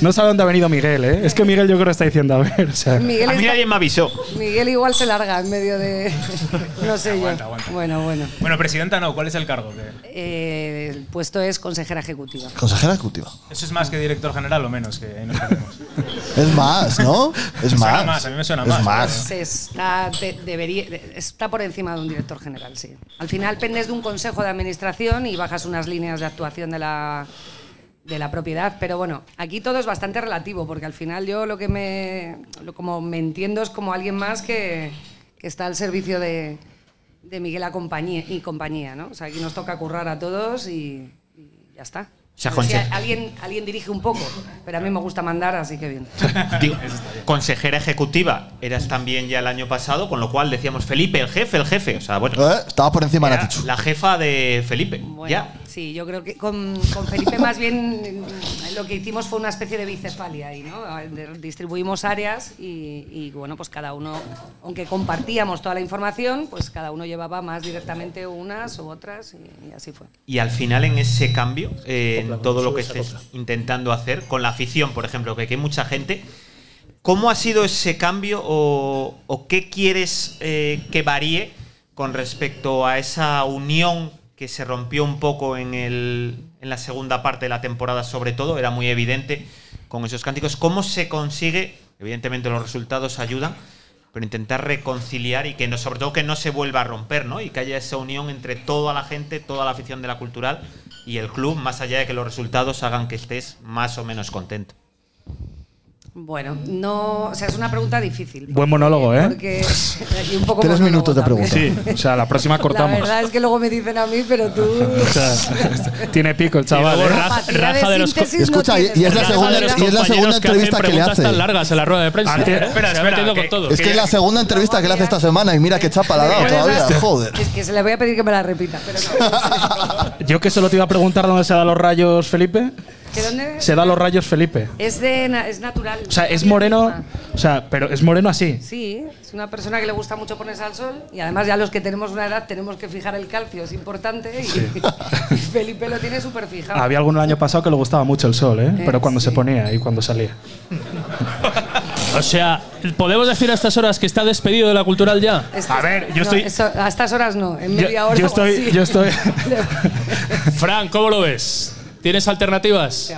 Speaker 6: no sabe dónde ha venido Miguel, ¿eh? Es que Miguel yo creo que está diciendo, a ver, o sea,
Speaker 11: Miguel,
Speaker 7: A mí
Speaker 11: está-
Speaker 7: nadie me avisó.
Speaker 11: Miguel igual se larga en medio de... No sé yo. Bueno, bueno.
Speaker 8: Bueno, presidenta no, ¿cuál es el cargo? Que-
Speaker 11: Eh, el puesto es consejera ejecutiva.
Speaker 3: Consejera ejecutiva.
Speaker 8: Eso es más que director general o menos, que ahí nos perdemos.
Speaker 3: Es más, ¿no? Es
Speaker 8: Me suena
Speaker 3: más.
Speaker 8: más, a mí me suena
Speaker 3: Es
Speaker 8: más.
Speaker 3: más.
Speaker 11: Se está, de- debería, de- está por encima de un director general, sí. Al final pendes de un consejo de administración y bajas unas líneas de actuación de la, de la propiedad, pero bueno, aquí todo es bastante relativo, porque al final yo lo que me, lo- como me entiendo es como alguien más que, que está al servicio de, de Miguel a compañía, y compañía, ¿no? O sea, aquí nos toca currar a todos y, y ya está.
Speaker 7: sea,
Speaker 11: O sea,
Speaker 7: conse-
Speaker 11: alguien, alguien dirige un poco, pero a mí me gusta mandar, así que bien.
Speaker 7: digo, consejera ejecutiva eras también ya el año pasado, con lo cual decíamos Felipe, el jefe, el jefe. O sea, bueno,
Speaker 3: Eh, Estaba por encima de
Speaker 7: era la jefa de Felipe. ya.
Speaker 11: Sí, yo creo que con, con Felipe más bien mm, lo que hicimos fue una especie de bicefalia ahí, ¿no? De- Distribuimos áreas y, y, bueno, pues cada uno, aunque compartíamos toda la información, pues cada uno llevaba más directamente unas u otras y, y así fue.
Speaker 7: Y al final en ese cambio, eh, en todo lo que
Speaker 8: sube esa
Speaker 7: estés intentando hacer, con la afición, por ejemplo, que aquí hay mucha gente, ¿cómo ha sido ese cambio o, o qué quieres eh, que varíe con respecto a esa unión que se rompió un poco en, el- en la segunda parte de la temporada, sobre todo? Era muy evidente con esos cánticos. ¿Cómo se consigue? Evidentemente los resultados ayudan, pero intentar reconciliar y que no, sobre todo que no se vuelva a romper, ¿no? Y que haya esa unión entre toda la gente, toda la afición de la cultural y el club, más allá de que los resultados hagan que estés más o menos contento.
Speaker 11: Bueno, no, o sea, es una pregunta difícil.
Speaker 6: Buen monólogo, ¿eh?
Speaker 11: Porque y un poco
Speaker 6: Tres
Speaker 11: monólogo
Speaker 6: minutos de
Speaker 11: también.
Speaker 6: pregunta. Sí, o sea, la próxima
Speaker 11: La
Speaker 6: cortamos.
Speaker 11: verdad es que luego me dicen a mí, pero tú.
Speaker 6: O sea, tiene pico el chaval.
Speaker 5: luego
Speaker 6: ¿eh?
Speaker 5: raja-
Speaker 11: Capacidad de raja de los co- síntesis no
Speaker 3: Escucha, y- y es la
Speaker 5: Raja
Speaker 3: segunda,
Speaker 5: de los
Speaker 3: y es la
Speaker 5: compañeros
Speaker 3: segunda
Speaker 5: hacen
Speaker 3: entrevista que le
Speaker 5: preguntas
Speaker 3: hace.
Speaker 5: tan largas en la rueda de prensa.
Speaker 3: Antes-
Speaker 5: ¿eh?
Speaker 3: espera,
Speaker 5: Se
Speaker 3: espera,
Speaker 5: metiendo
Speaker 3: que-
Speaker 5: con todo.
Speaker 3: Es que es la segunda entrevista que le hace esta semana y mira qué chapa la ha dado
Speaker 11: Bueno,
Speaker 3: todavía.
Speaker 11: es-
Speaker 3: Joder.
Speaker 11: Es que se le voy a pedir que me la repita, pero
Speaker 6: Yo que solo te iba a preguntar dónde se dan los rayos, Felipe.
Speaker 11: ¿Que dónde?
Speaker 6: Se dan los rayos, Felipe.
Speaker 11: Es, de, na- es natural.
Speaker 6: O sea, es moreno. O sea, pero es moreno así.
Speaker 11: Sí, es una persona que le gusta mucho ponerse al sol y además ya los que tenemos una edad tenemos que fijar el calcio, es importante y, y Felipe lo tiene súper fijado.
Speaker 6: Había alguno el año pasado que le gustaba mucho el sol, ¿eh?
Speaker 11: Eh,
Speaker 6: Pero cuando se ponía y cuando salía.
Speaker 5: O sea, ¿podemos decir a estas horas que está despedido de la cultural ya?
Speaker 11: Estas- no, eso- a estas horas no, en
Speaker 5: Yo-
Speaker 11: media hora.
Speaker 5: yo
Speaker 11: o
Speaker 5: estoy-
Speaker 11: así.
Speaker 5: yo estoy- Fran, ¿cómo lo ves? ¿Tienes alternativas?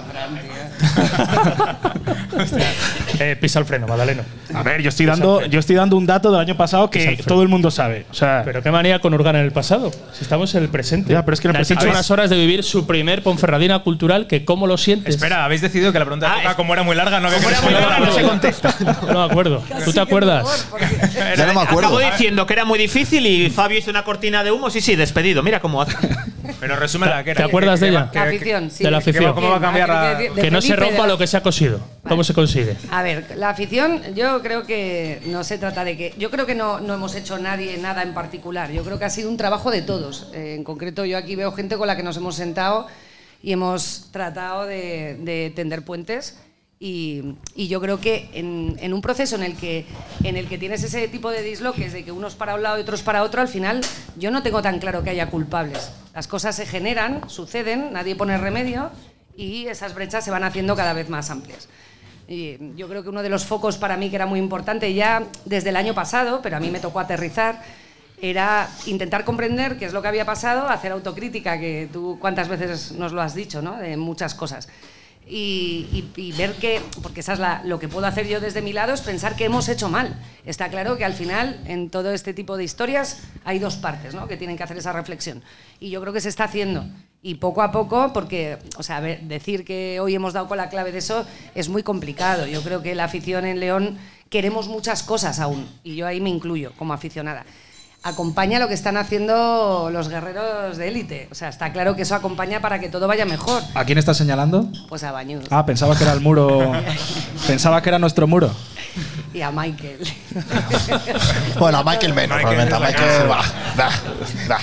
Speaker 5: Eh, pisa el freno, Madaleno.
Speaker 6: A ver, yo estoy dando, yo estoy dando un dato del año pasado que todo el mundo sabe. O sea,
Speaker 5: Pero qué manía con Urgana en el pasado. Si estamos en el presente.
Speaker 6: Ya, pero es que en el
Speaker 5: Le has
Speaker 6: presente-
Speaker 5: dicho unas horas de vivir su primer Ponferradina cultural, que cómo lo sientes. Ah,
Speaker 8: Espera, habéis decidido que la pregunta de Coca, como era muy larga, no había que
Speaker 5: no se contesta. No me acuerdo. ¿Tú te acuerdas?
Speaker 3: Ya no me acuerdo.
Speaker 7: Acabo diciendo que era muy difícil y Fabio hizo una cortina de humo. Sí, sí, despedido. Mira cómo hace.
Speaker 8: Pero resume la que
Speaker 5: ¿Te acuerdas de ella?
Speaker 11: La afición, sí.
Speaker 5: De la afición.
Speaker 8: ¿Cómo va a cambiar la-
Speaker 11: De
Speaker 5: Ah. Que no se
Speaker 11: Felipe, de
Speaker 5: rompa
Speaker 11: la-
Speaker 5: lo que se ha cosido. ¿Cómo se consigue?
Speaker 11: A ver, la afición, yo creo que no se trata de que. Yo creo que no, no hemos hecho nadie nada en particular. Yo creo que ha sido un trabajo de todos. Eh, en concreto, yo aquí veo gente con la que nos hemos sentado y hemos tratado de, de tender puentes. Y, y yo creo que en, en un proceso en el que, en el que tienes ese tipo de disloques de que unos para un lado y otros para otro, al final yo no tengo tan claro que haya culpables. Las cosas se generan, suceden, nadie pone remedio y esas brechas se van haciendo cada vez más amplias. Y yo creo que uno de los focos para mí que era muy importante ya desde el año pasado, pero a mí me tocó aterrizar, era intentar comprender qué es lo que había pasado, hacer autocrítica, que tú cuántas veces nos lo has dicho, ¿no? De muchas cosas. Y, y- y ver que, porque esa es la- lo que puedo hacer yo desde mi lado, es pensar que hemos hecho mal. Está claro que al final, en todo este tipo de historias, hay dos partes, ¿no? Que tienen que hacer esa reflexión. Y yo creo que se está haciendo. Y poco a poco, porque, o sea, a ver, decir que hoy hemos dado con la clave de eso es muy complicado. Yo creo que la afición en León queremos muchas cosas aún, y yo ahí me incluyo como aficionada. Acompaña lo que están haciendo los guerreros de élite. O sea, está claro que eso acompaña para que todo vaya mejor.
Speaker 6: ¿a quién estás señalando?
Speaker 11: Pues a Bañudos
Speaker 6: Ah, pensaba que era el muro. pensaba que era nuestro muro.
Speaker 11: y a Michael.
Speaker 3: Bueno, a Michael menos, realmente. A Michael, va, va, va.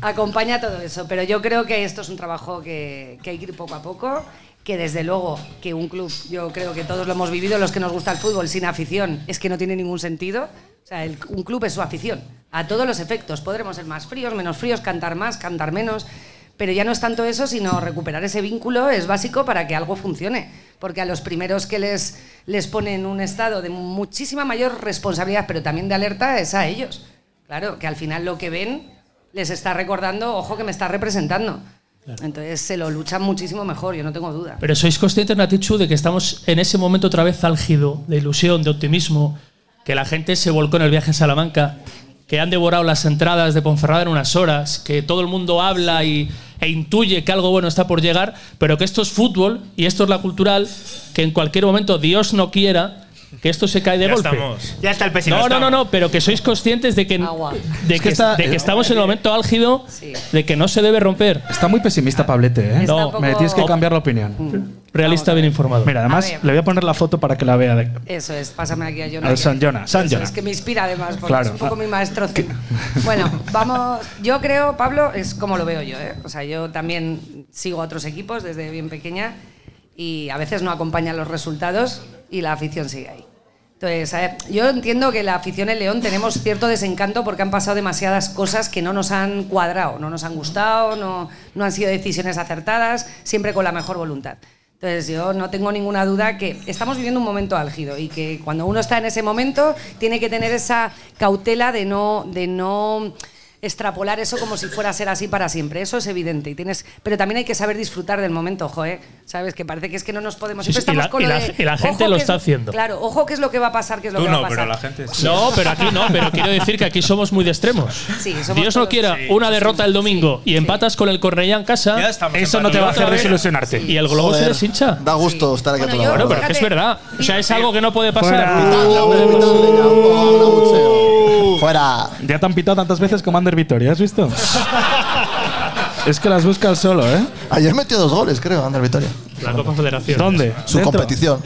Speaker 11: acompaña todo eso. Pero yo creo que esto es un trabajo que, que hay que ir poco a poco, que desde luego que un club, yo creo que todos lo hemos vivido, los que nos gusta el fútbol sin afición, es que no tiene ningún sentido. O sea, el- un club es su afición, a todos los efectos. Podremos ser más fríos, menos fríos, cantar más, cantar menos. Pero ya no es tanto eso, sino recuperar ese vínculo es básico para que algo funcione. Porque a los primeros que les, les ponen un estado de muchísima mayor responsabilidad, pero también de alerta, es a ellos. Claro, que al final lo que ven les está recordando, ojo que me está representando. Entonces se lo luchan muchísimo mejor, yo no tengo duda.
Speaker 5: Pero sois conscientes, Natichu, de que estamos en ese momento otra vez álgido, de ilusión, de optimismo, que la gente se volcó en el viaje a Salamanca, que han devorado las entradas de Ponferrada en unas horas, que todo el mundo habla y, e intuye que algo bueno está por llegar, pero que esto es fútbol y esto es la cultural, que en cualquier momento, Dios no quiera, que esto se cae de
Speaker 8: Ya
Speaker 5: golpe.
Speaker 8: estamos.
Speaker 7: Ya está el
Speaker 5: No,
Speaker 8: pesimismo.
Speaker 5: no, no, no, pero que sois conscientes de que, de
Speaker 6: Es
Speaker 5: que,
Speaker 6: que está-
Speaker 5: de que estamos en el momento álgido de que no se debe romper.
Speaker 6: Está muy pesimista Pablete, ¿eh?
Speaker 5: Está un poco-
Speaker 6: me tienes que cambiar la opinión.
Speaker 5: Realista bien informado.
Speaker 6: Mira,
Speaker 11: A
Speaker 6: además
Speaker 11: ver.
Speaker 6: le voy a poner la foto para que la vea. de-
Speaker 11: Eso es, pásame aquí a Jonah.
Speaker 6: Al San Jonah, San
Speaker 11: Eso
Speaker 6: Jonah.
Speaker 11: Es que me inspira además, porque
Speaker 6: Claro.
Speaker 11: es un poco mi maestro. Bueno, vamos, yo creo, Pablo, es como lo veo yo, ¿eh? O sea, yo también sigo a otros equipos desde bien pequeña y a veces no acompañan los resultados y la afición sigue ahí. Entonces, a ver, yo entiendo que la afición en León tenemos cierto desencanto porque han pasado demasiadas cosas que no nos han cuadrado, no nos han gustado, no, no han sido decisiones acertadas, siempre con la mejor voluntad. Entonces, yo no tengo ninguna duda que estamos viviendo un momento álgido y que cuando uno está en ese momento tiene que tener esa cautela de no, de no extrapolar eso como si fuera a ser así para siempre. Eso es evidente. Y tienes, pero también hay que saber disfrutar del momento, ojo, ¿eh? ¿Sabes? Que parece que es que no nos podemos.
Speaker 5: Sí,
Speaker 11: Siempre
Speaker 5: sí, y
Speaker 11: estamos
Speaker 5: la-
Speaker 11: con
Speaker 5: y
Speaker 11: lo
Speaker 5: la-
Speaker 11: de,
Speaker 5: y la
Speaker 11: ojo,
Speaker 5: gente lo
Speaker 11: qué es-
Speaker 5: está haciendo.
Speaker 11: Claro, ojo, ¿qué es lo que va a pasar? ¿Qué es lo
Speaker 8: Tú
Speaker 11: que va
Speaker 8: no,
Speaker 11: a pasar?
Speaker 8: pero la gente sí.
Speaker 5: No, pero aquí no, pero quiero decir que aquí somos muy de extremos.
Speaker 11: Sí, somos
Speaker 5: Dios no
Speaker 11: todos-
Speaker 5: quiera
Speaker 11: Sí,
Speaker 5: una derrota el domingo y empatas con el Cornellá en casa,
Speaker 6: Eso no te va a hacer desilusionarte.
Speaker 5: Y el globo se
Speaker 3: Joder,
Speaker 5: deshincha.
Speaker 3: Da gusto estar aquí a tu lado.
Speaker 5: Bueno, pero que es verdad. O sea, es algo que no puede pasar.
Speaker 3: Fuera.
Speaker 6: Ya te han pitado tantas veces Commander Victoria, ¿has visto? es que las busca el solo, ¿eh?
Speaker 3: Ayer metió dos goles, creo, Ander Vitoria.
Speaker 5: La Copa Federación.
Speaker 6: ¿Dónde?
Speaker 3: Su
Speaker 6: ¿Dentro?
Speaker 3: competición.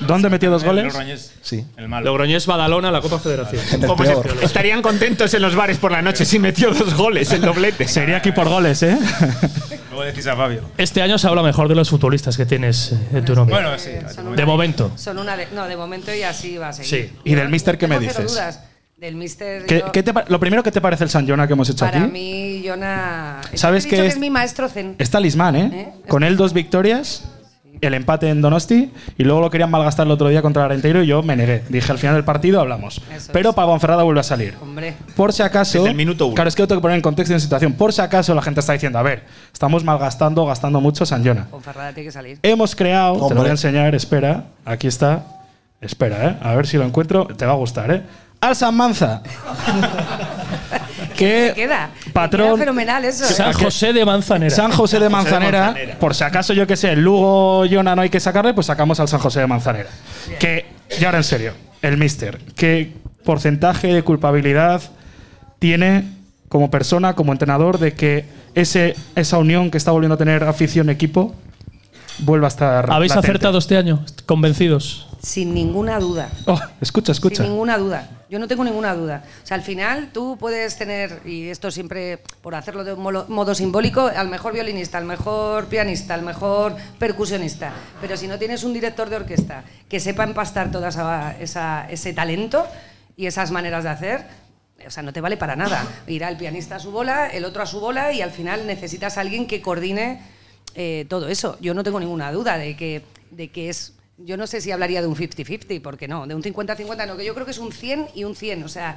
Speaker 6: ¿Dónde metió dos goles?
Speaker 8: Logroñés.
Speaker 3: Sí.
Speaker 8: El malo.
Speaker 5: Logroñés Badalona, la Copa Federación.
Speaker 7: ¿Cómo se- estarían contentos en los bares por la noche si metió dos goles el doblete.
Speaker 6: Sería aquí por goles, ¿eh?
Speaker 8: Luego decís a Fabio.
Speaker 5: Este año se habla mejor de los futbolistas que tienes eh, en tu nombre.
Speaker 8: Bueno, sí.
Speaker 5: De momento.
Speaker 11: Son una de, no, de momento y así va a seguir.
Speaker 5: Sí.
Speaker 6: ¿Y del mister qué me
Speaker 11: Tengo cero
Speaker 6: dices?
Speaker 11: dudas. Del mister.
Speaker 6: ¿Qué,
Speaker 11: yo-
Speaker 6: qué te pa- lo primero que te parece el San Jona que hemos hecho
Speaker 11: para
Speaker 6: aquí
Speaker 11: mí, Jonah. yo te he
Speaker 6: ¿Sabes
Speaker 11: dicho
Speaker 6: qué
Speaker 11: que
Speaker 6: es?
Speaker 11: es mi maestro zen.
Speaker 6: es talismán, ¿eh? Con él dos victorias, el empate en Donosti y luego lo querían malgastar el otro día contra el Arenteiro y yo me negué. Dije al final del partido hablamos. Pero Pavón Ferrada vuelve a salir.
Speaker 11: Hombre.
Speaker 6: Por si acaso.
Speaker 7: Desde el minuto uno.
Speaker 6: Claro, es que lo tengo que poner en contexto y en situación. Por si acaso la gente está diciendo, a ver, estamos malgastando, gastando mucho San Jona.
Speaker 11: Con Ferrada tiene que salir.
Speaker 6: Hemos creado, te
Speaker 3: Hombre.
Speaker 6: lo voy a enseñar, espera, aquí está. Espera, ¿eh? A ver si lo encuentro, te va a gustar, ¿eh? Al San Manza.
Speaker 11: Me
Speaker 6: que
Speaker 11: queda.
Speaker 6: patrón-
Speaker 11: Me queda fenomenal eso. ¿eh?
Speaker 5: San José de Manzanera.
Speaker 6: San José
Speaker 7: San José
Speaker 6: de
Speaker 7: de
Speaker 6: Manzanera,
Speaker 7: Manzanera.
Speaker 6: por si acaso yo que sé, el Lugo Yona no hay que sacarle, pues sacamos al San José de Manzanera. Que, y ahora en serio, el mister, ¿qué porcentaje de culpabilidad tiene como persona, como entrenador, de que ese, esa unión que está volviendo a tener afición-equipo vuelva a estar.
Speaker 5: ¿Habéis
Speaker 6: latente?
Speaker 5: acertado este año? Convencidos.
Speaker 11: Sin ninguna duda.
Speaker 6: Oh, escucha, escucha.
Speaker 11: Sin ninguna duda. Yo no tengo ninguna duda. O sea, al final tú puedes tener, y esto siempre por hacerlo de un molo- modo simbólico, al mejor violinista, al mejor pianista, al mejor percusionista. Pero si no tienes un director de orquesta que sepa empastar todo ese talento y esas maneras de hacer, o sea, no te vale para nada. Irá el pianista a su bola, el otro a su bola y al final necesitas a alguien que coordine eh, todo eso. Yo no tengo ninguna duda de que, de que es... Yo no sé si hablaría de un 50-50, porque no, de un 50-50 no, que yo creo que es un 100 y un 100. O sea,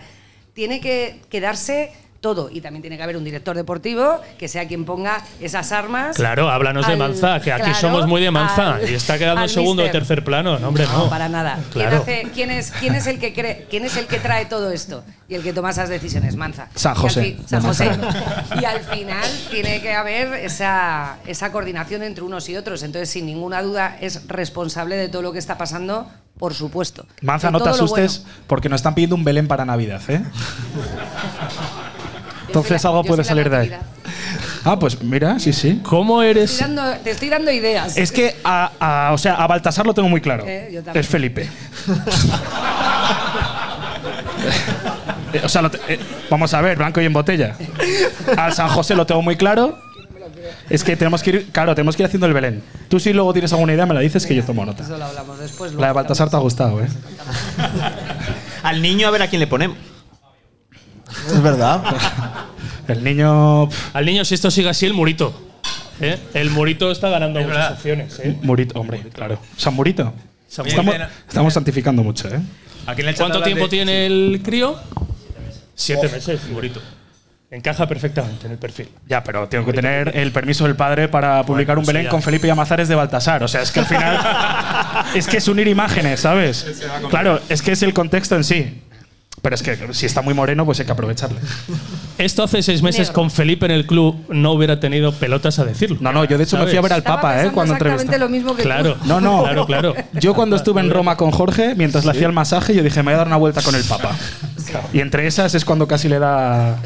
Speaker 11: tiene que quedarse todo y también tiene que haber un director deportivo que sea quien ponga esas armas.
Speaker 5: Claro, háblanos de
Speaker 11: al-
Speaker 5: Manza, que aquí
Speaker 11: claro,
Speaker 5: somos muy de Manza.
Speaker 11: al-
Speaker 5: y está quedando
Speaker 11: al
Speaker 5: en segundo o
Speaker 11: míster.
Speaker 5: tercer plano. No, hombre, no.
Speaker 11: No, para nada. ¿Quién,
Speaker 5: Claro.
Speaker 11: hace- quién es, quién es el que cree, quién es el que trae todo esto y el que toma esas decisiones? Manza.
Speaker 6: San
Speaker 11: Y al
Speaker 6: José,
Speaker 11: fin-
Speaker 6: de
Speaker 11: San José.
Speaker 6: Manzana.
Speaker 11: Y al final tiene que haber esa, esa coordinación entre unos y otros. Entonces, sin ninguna duda, es responsable de todo lo que está pasando, por supuesto.
Speaker 6: Manza,
Speaker 11: De
Speaker 6: no te
Speaker 11: todo lo
Speaker 6: asustes
Speaker 11: bueno.
Speaker 6: porque nos están pidiendo un Belén para Navidad, ¿eh?
Speaker 11: Yo
Speaker 6: Entonces
Speaker 11: soy la-
Speaker 6: algo
Speaker 11: yo
Speaker 6: puede
Speaker 11: soy la
Speaker 6: salir de ahí.
Speaker 11: creatividad.
Speaker 6: Ah, pues mira, sí, sí.
Speaker 5: ¿Cómo
Speaker 11: Te
Speaker 5: eres?
Speaker 11: estoy dando- te estoy dando ideas.
Speaker 6: Es que a, a- o sea, a Baltasar lo tengo muy claro.
Speaker 11: Eh, yo también.
Speaker 6: es Felipe. Eh, o sea, lo te- eh, vamos a ver, blanco y en botella. Al San José lo tengo muy claro. Es que tenemos que ir, claro, tenemos que ir haciendo el Belén. Tú si luego tienes alguna idea me la dices que yo tomo nota.
Speaker 11: Eso lo hablamos después.
Speaker 6: La de Baltasar te ha gustado, ¿eh?
Speaker 7: Al niño a ver a quién le ponemos.
Speaker 3: Es verdad.
Speaker 6: El niño pf,
Speaker 5: Al niño, si esto sigue así, el murito. ¿Eh? El murito está ganando muchas opciones. ¿eh?
Speaker 6: Murito, hombre, claro. San Murito.
Speaker 5: San
Speaker 6: Estamos,
Speaker 5: Murito.
Speaker 6: estamos santificando mucho, ¿eh?
Speaker 8: Aquí en el chat
Speaker 5: ¿Cuánto
Speaker 8: hablan de-
Speaker 5: tiempo tiene el crío? Siete meses, murito. Encaja perfectamente en el perfil.
Speaker 6: Ya, pero tengo que tener el permiso del padre para publicar un
Speaker 5: pues
Speaker 6: Belén
Speaker 5: ya.
Speaker 6: con Felipe Llamazares de Baltasar. O sea, es que al final. es que es unir imágenes, ¿sabes? Claro, es que es el contexto en sí. Pero es que si está muy moreno, pues hay que aprovecharle.
Speaker 5: Esto hace seis meses con Felipe en el club no hubiera tenido pelotas a decirlo. No, no,
Speaker 6: yo de hecho me fui a ver al Estaba Papa, ¿eh? pensando cuando exactamente entrevistó. lo mismo que
Speaker 5: Claro,
Speaker 6: tú. No, no.
Speaker 5: claro, claro.
Speaker 6: Yo cuando estuve en Roma con Jorge, mientras le
Speaker 5: Sí.
Speaker 6: hacía el masaje, yo dije, me voy a dar una vuelta con el Papa. Y entre esas es cuando casi le da.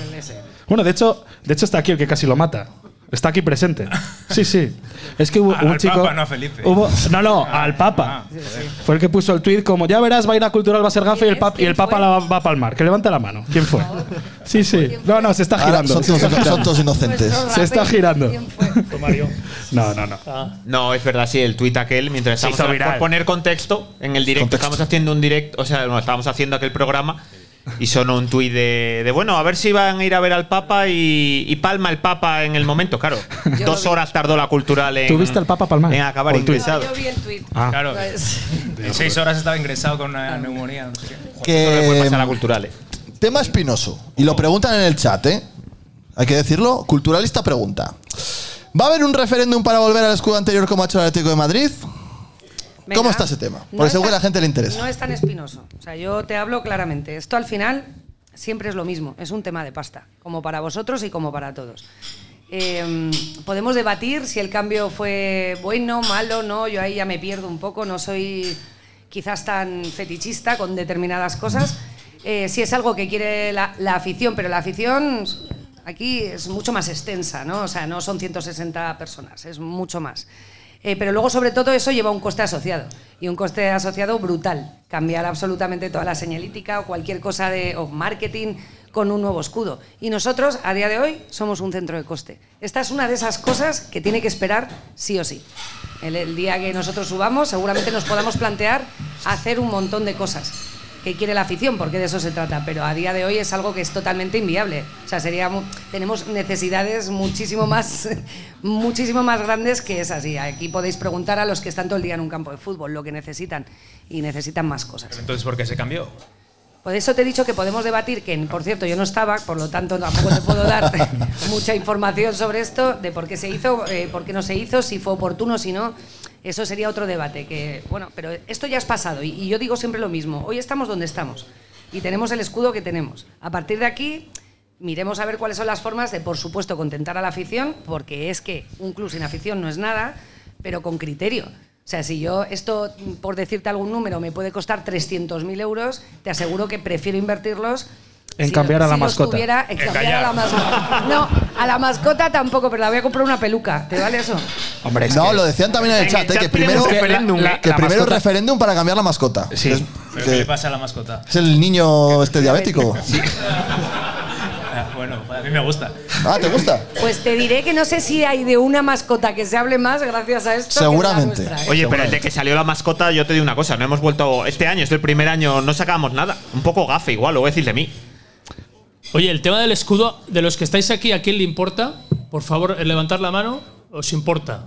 Speaker 6: Bueno, de hecho, de hecho está aquí el que casi lo mata. Está aquí presente. Sí, sí. Es que hubo
Speaker 8: Al
Speaker 6: un chico.
Speaker 8: Papa, no a Felipe. Ah,
Speaker 6: hubo- no, no, al Papa. Fue el que puso el tuit como: Ya verás, vaina cultural va a ser gafe y el, pap- y el Papa la va, va a palmar. Que levante la mano. ¿Quién fue? Sí, sí. No, no, se está
Speaker 3: Ahora
Speaker 6: girando.
Speaker 3: Ah, son
Speaker 6: se está
Speaker 3: todos-
Speaker 6: girando.
Speaker 3: son todos inocentes.
Speaker 6: Se está girando. No, no, no.
Speaker 11: Ah.
Speaker 7: No, es verdad, sí, el tuit aquel, mientras
Speaker 6: Se
Speaker 7: estábamos
Speaker 6: hizo viral.
Speaker 7: por poner contexto en el directo, estábamos haciendo un directo, o sea, no, estábamos haciendo aquel programa y sonó un tuit de, de, bueno, a ver si van a ir a ver al Papa y, y palma el Papa en el momento, claro. dos horas tardó la cultural en,
Speaker 6: ¿Tú viste al Papa palmar?
Speaker 7: en acabar
Speaker 6: ¿O el tuit?
Speaker 7: ingresado.
Speaker 11: Yo vi el tuit.
Speaker 6: Ah.
Speaker 8: Claro.
Speaker 11: Pues-
Speaker 8: En seis horas estaba ingresado con
Speaker 11: Ah,
Speaker 8: una neumonía. No sé qué.
Speaker 3: Que,
Speaker 7: a cultural,
Speaker 3: Tema espinoso. Y lo preguntan en el chat, ¿eh? Hay que decirlo. Culturalista pregunta. ¿Va a haber un referéndum para volver al escudo anterior como ha hecho el Atlético de Madrid? ¿Cómo
Speaker 11: Venga.
Speaker 3: está ese tema? Porque
Speaker 11: No es
Speaker 3: seguro que a
Speaker 11: tan-
Speaker 3: la gente le interesa.
Speaker 11: No es tan espinoso. O sea, yo te hablo claramente. Esto al final siempre es lo mismo. Es un tema de pasta, como para vosotros y como para todos. Eh, podemos debatir si el cambio fue bueno, malo, no. Yo ahí ya me pierdo un poco. No soy quizás tan fetichista con determinadas cosas. Eh, si es algo que quiere la, la afición, pero la afición aquí es mucho más extensa, ¿no? O sea, no son 160 personas, es mucho más. Eh, pero luego, sobre todo, eso lleva un coste asociado. Y un coste asociado brutal. Cambiar absolutamente toda la señalítica o cualquier cosa de o marketing con un nuevo escudo. Y nosotros, a día de hoy, somos un centro de coste. Esta es una de esas cosas que tiene que esperar sí o sí. El, el día que nosotros subamos, seguramente nos podamos plantear hacer un montón de cosas que quiere la afición, porque de eso se trata. Pero a día de hoy es algo que es totalmente inviable. O sea, sería, mu- tenemos necesidades muchísimo más, muchísimo más grandes que esas. Y aquí podéis preguntar a los que están todo el día en un campo de fútbol lo que necesitan. Y necesitan más cosas.
Speaker 8: Entonces, ¿por qué se cambió?
Speaker 11: Por eso te he dicho que podemos debatir, que por cierto yo no estaba, por lo tanto tampoco te puedo dar mucha información sobre esto, de por qué se hizo, eh, por qué no se hizo, si fue oportuno, si no. Eso sería otro debate, que bueno, pero esto ya es pasado y, y yo digo siempre lo mismo. Hoy estamos donde estamos y tenemos el escudo que tenemos. A partir de aquí miremos a ver cuáles son las formas de, por supuesto, contentar a la afición, porque es que un club sin afición no es nada, pero con criterio. O sea, si yo esto, por decirte algún número, me puede costar 300.000 euros, te aseguro que prefiero invertirlos.
Speaker 6: En
Speaker 11: si
Speaker 6: cambiar
Speaker 11: lo-
Speaker 6: a la
Speaker 11: si los
Speaker 6: mascota.
Speaker 11: tuviera- en
Speaker 6: En
Speaker 11: cambiar a la mascota. No, a la mascota tampoco, pero la voy a comprar una peluca. ¿Te vale eso?
Speaker 3: Hombre, no, lo decían también en el chat, ¿eh? que
Speaker 6: piden
Speaker 3: primero,
Speaker 6: un referéndum,
Speaker 3: que-
Speaker 6: ¿eh?
Speaker 3: que
Speaker 6: La
Speaker 3: primero
Speaker 6: mascota.
Speaker 3: referéndum para cambiar la mascota. Que es-
Speaker 8: ¿Pero
Speaker 3: que
Speaker 8: qué le pasa a la mascota?
Speaker 3: es el niño este diabético.
Speaker 8: Ah, Bueno, a mí me gusta.
Speaker 3: Ah, ¿te gusta?
Speaker 11: Pues te diré que no sé si hay de una mascota que se hable más gracias a esto. que de la nuestra, ¿eh?
Speaker 7: Oye, pero desde que salió la mascota, yo te digo una cosa, no hemos vuelto. Este año, es el primer año, no sacábamos nada. Un poco gafe igual, lo voy a decir de mí.
Speaker 5: Oye, el tema del escudo, de los que estáis aquí, ¿a quién le importa? Por favor, eh, levantar la mano, ¿os importa?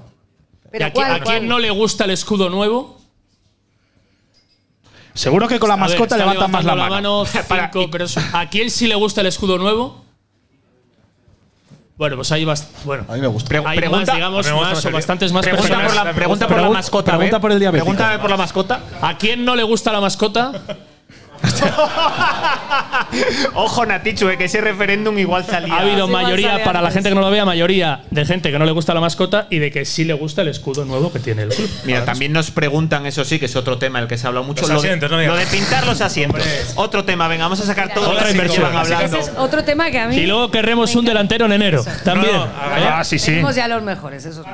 Speaker 11: Pero
Speaker 5: ¿Y a, qui-
Speaker 11: ¿cuál,
Speaker 5: a quién
Speaker 11: cuál?
Speaker 5: no le gusta el escudo nuevo?
Speaker 6: Seguro que con la
Speaker 5: A ver,
Speaker 6: mascota
Speaker 5: está
Speaker 6: levantan más la mano.
Speaker 5: levantando cinco personas. ¿A quién sí le gusta el escudo nuevo? Bueno, pues ahí vas. Bueno,
Speaker 3: a mí me gusta.
Speaker 5: hay más, digamos, más o bastantes más
Speaker 7: pregunta
Speaker 5: personas.
Speaker 7: Por la, pregunta por la mascota. ¿eh?
Speaker 6: pregunta
Speaker 7: ¿ve?
Speaker 6: por el diabético.
Speaker 7: Pregunta por la mascota.
Speaker 5: ¿A quién no le gusta la mascota?
Speaker 7: Ojo, Natichu, eh, que ese referéndum igual salía.
Speaker 5: Ha habido mayoría, para la gente que no lo vea, mayoría de gente que no le gusta la mascota y de que sí le gusta el escudo nuevo que tiene el club.
Speaker 7: Mira, también nos preguntan, eso sí, que es otro tema el que se ha hablado mucho.
Speaker 8: Los
Speaker 7: lo,
Speaker 8: asientos,
Speaker 7: de,
Speaker 8: no digas.
Speaker 7: lo de pintar los asientos. Otro tema, venga, vamos a sacar todo
Speaker 5: Otra
Speaker 7: lo que
Speaker 5: inversión.
Speaker 7: van hablando.
Speaker 11: Ese es otro tema que a mí.
Speaker 5: Y luego querremos un delantero en enero. También.
Speaker 6: Ah, sí, sí.
Speaker 11: Tenemos ya los mejores, esos.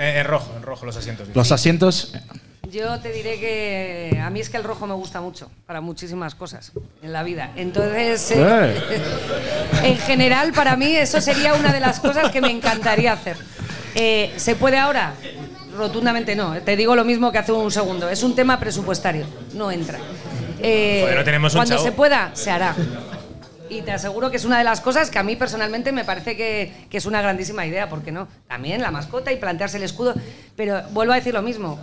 Speaker 8: Eh, en rojo, en rojo los asientos.
Speaker 6: Los asientos.
Speaker 11: Yo te diré que eh, a mí es que el rojo me gusta mucho, para muchísimas cosas en la vida. Entonces, eh, en general, para mí eso sería una de las cosas que me encantaría hacer. Eh, ¿Se puede ahora? Rotundamente no. eh, Te digo lo mismo que hace un segundo. Es un tema presupuestario. No entra. Eh,
Speaker 8: Joder, no tenemos un
Speaker 11: cuando
Speaker 8: chao.
Speaker 11: se pueda, se hará. Y te aseguro que es una de las cosas que a mí personalmente me parece que, que es una grandísima idea, ¿por qué no? También la mascota y plantearse el escudo. Pero vuelvo a decir lo mismo.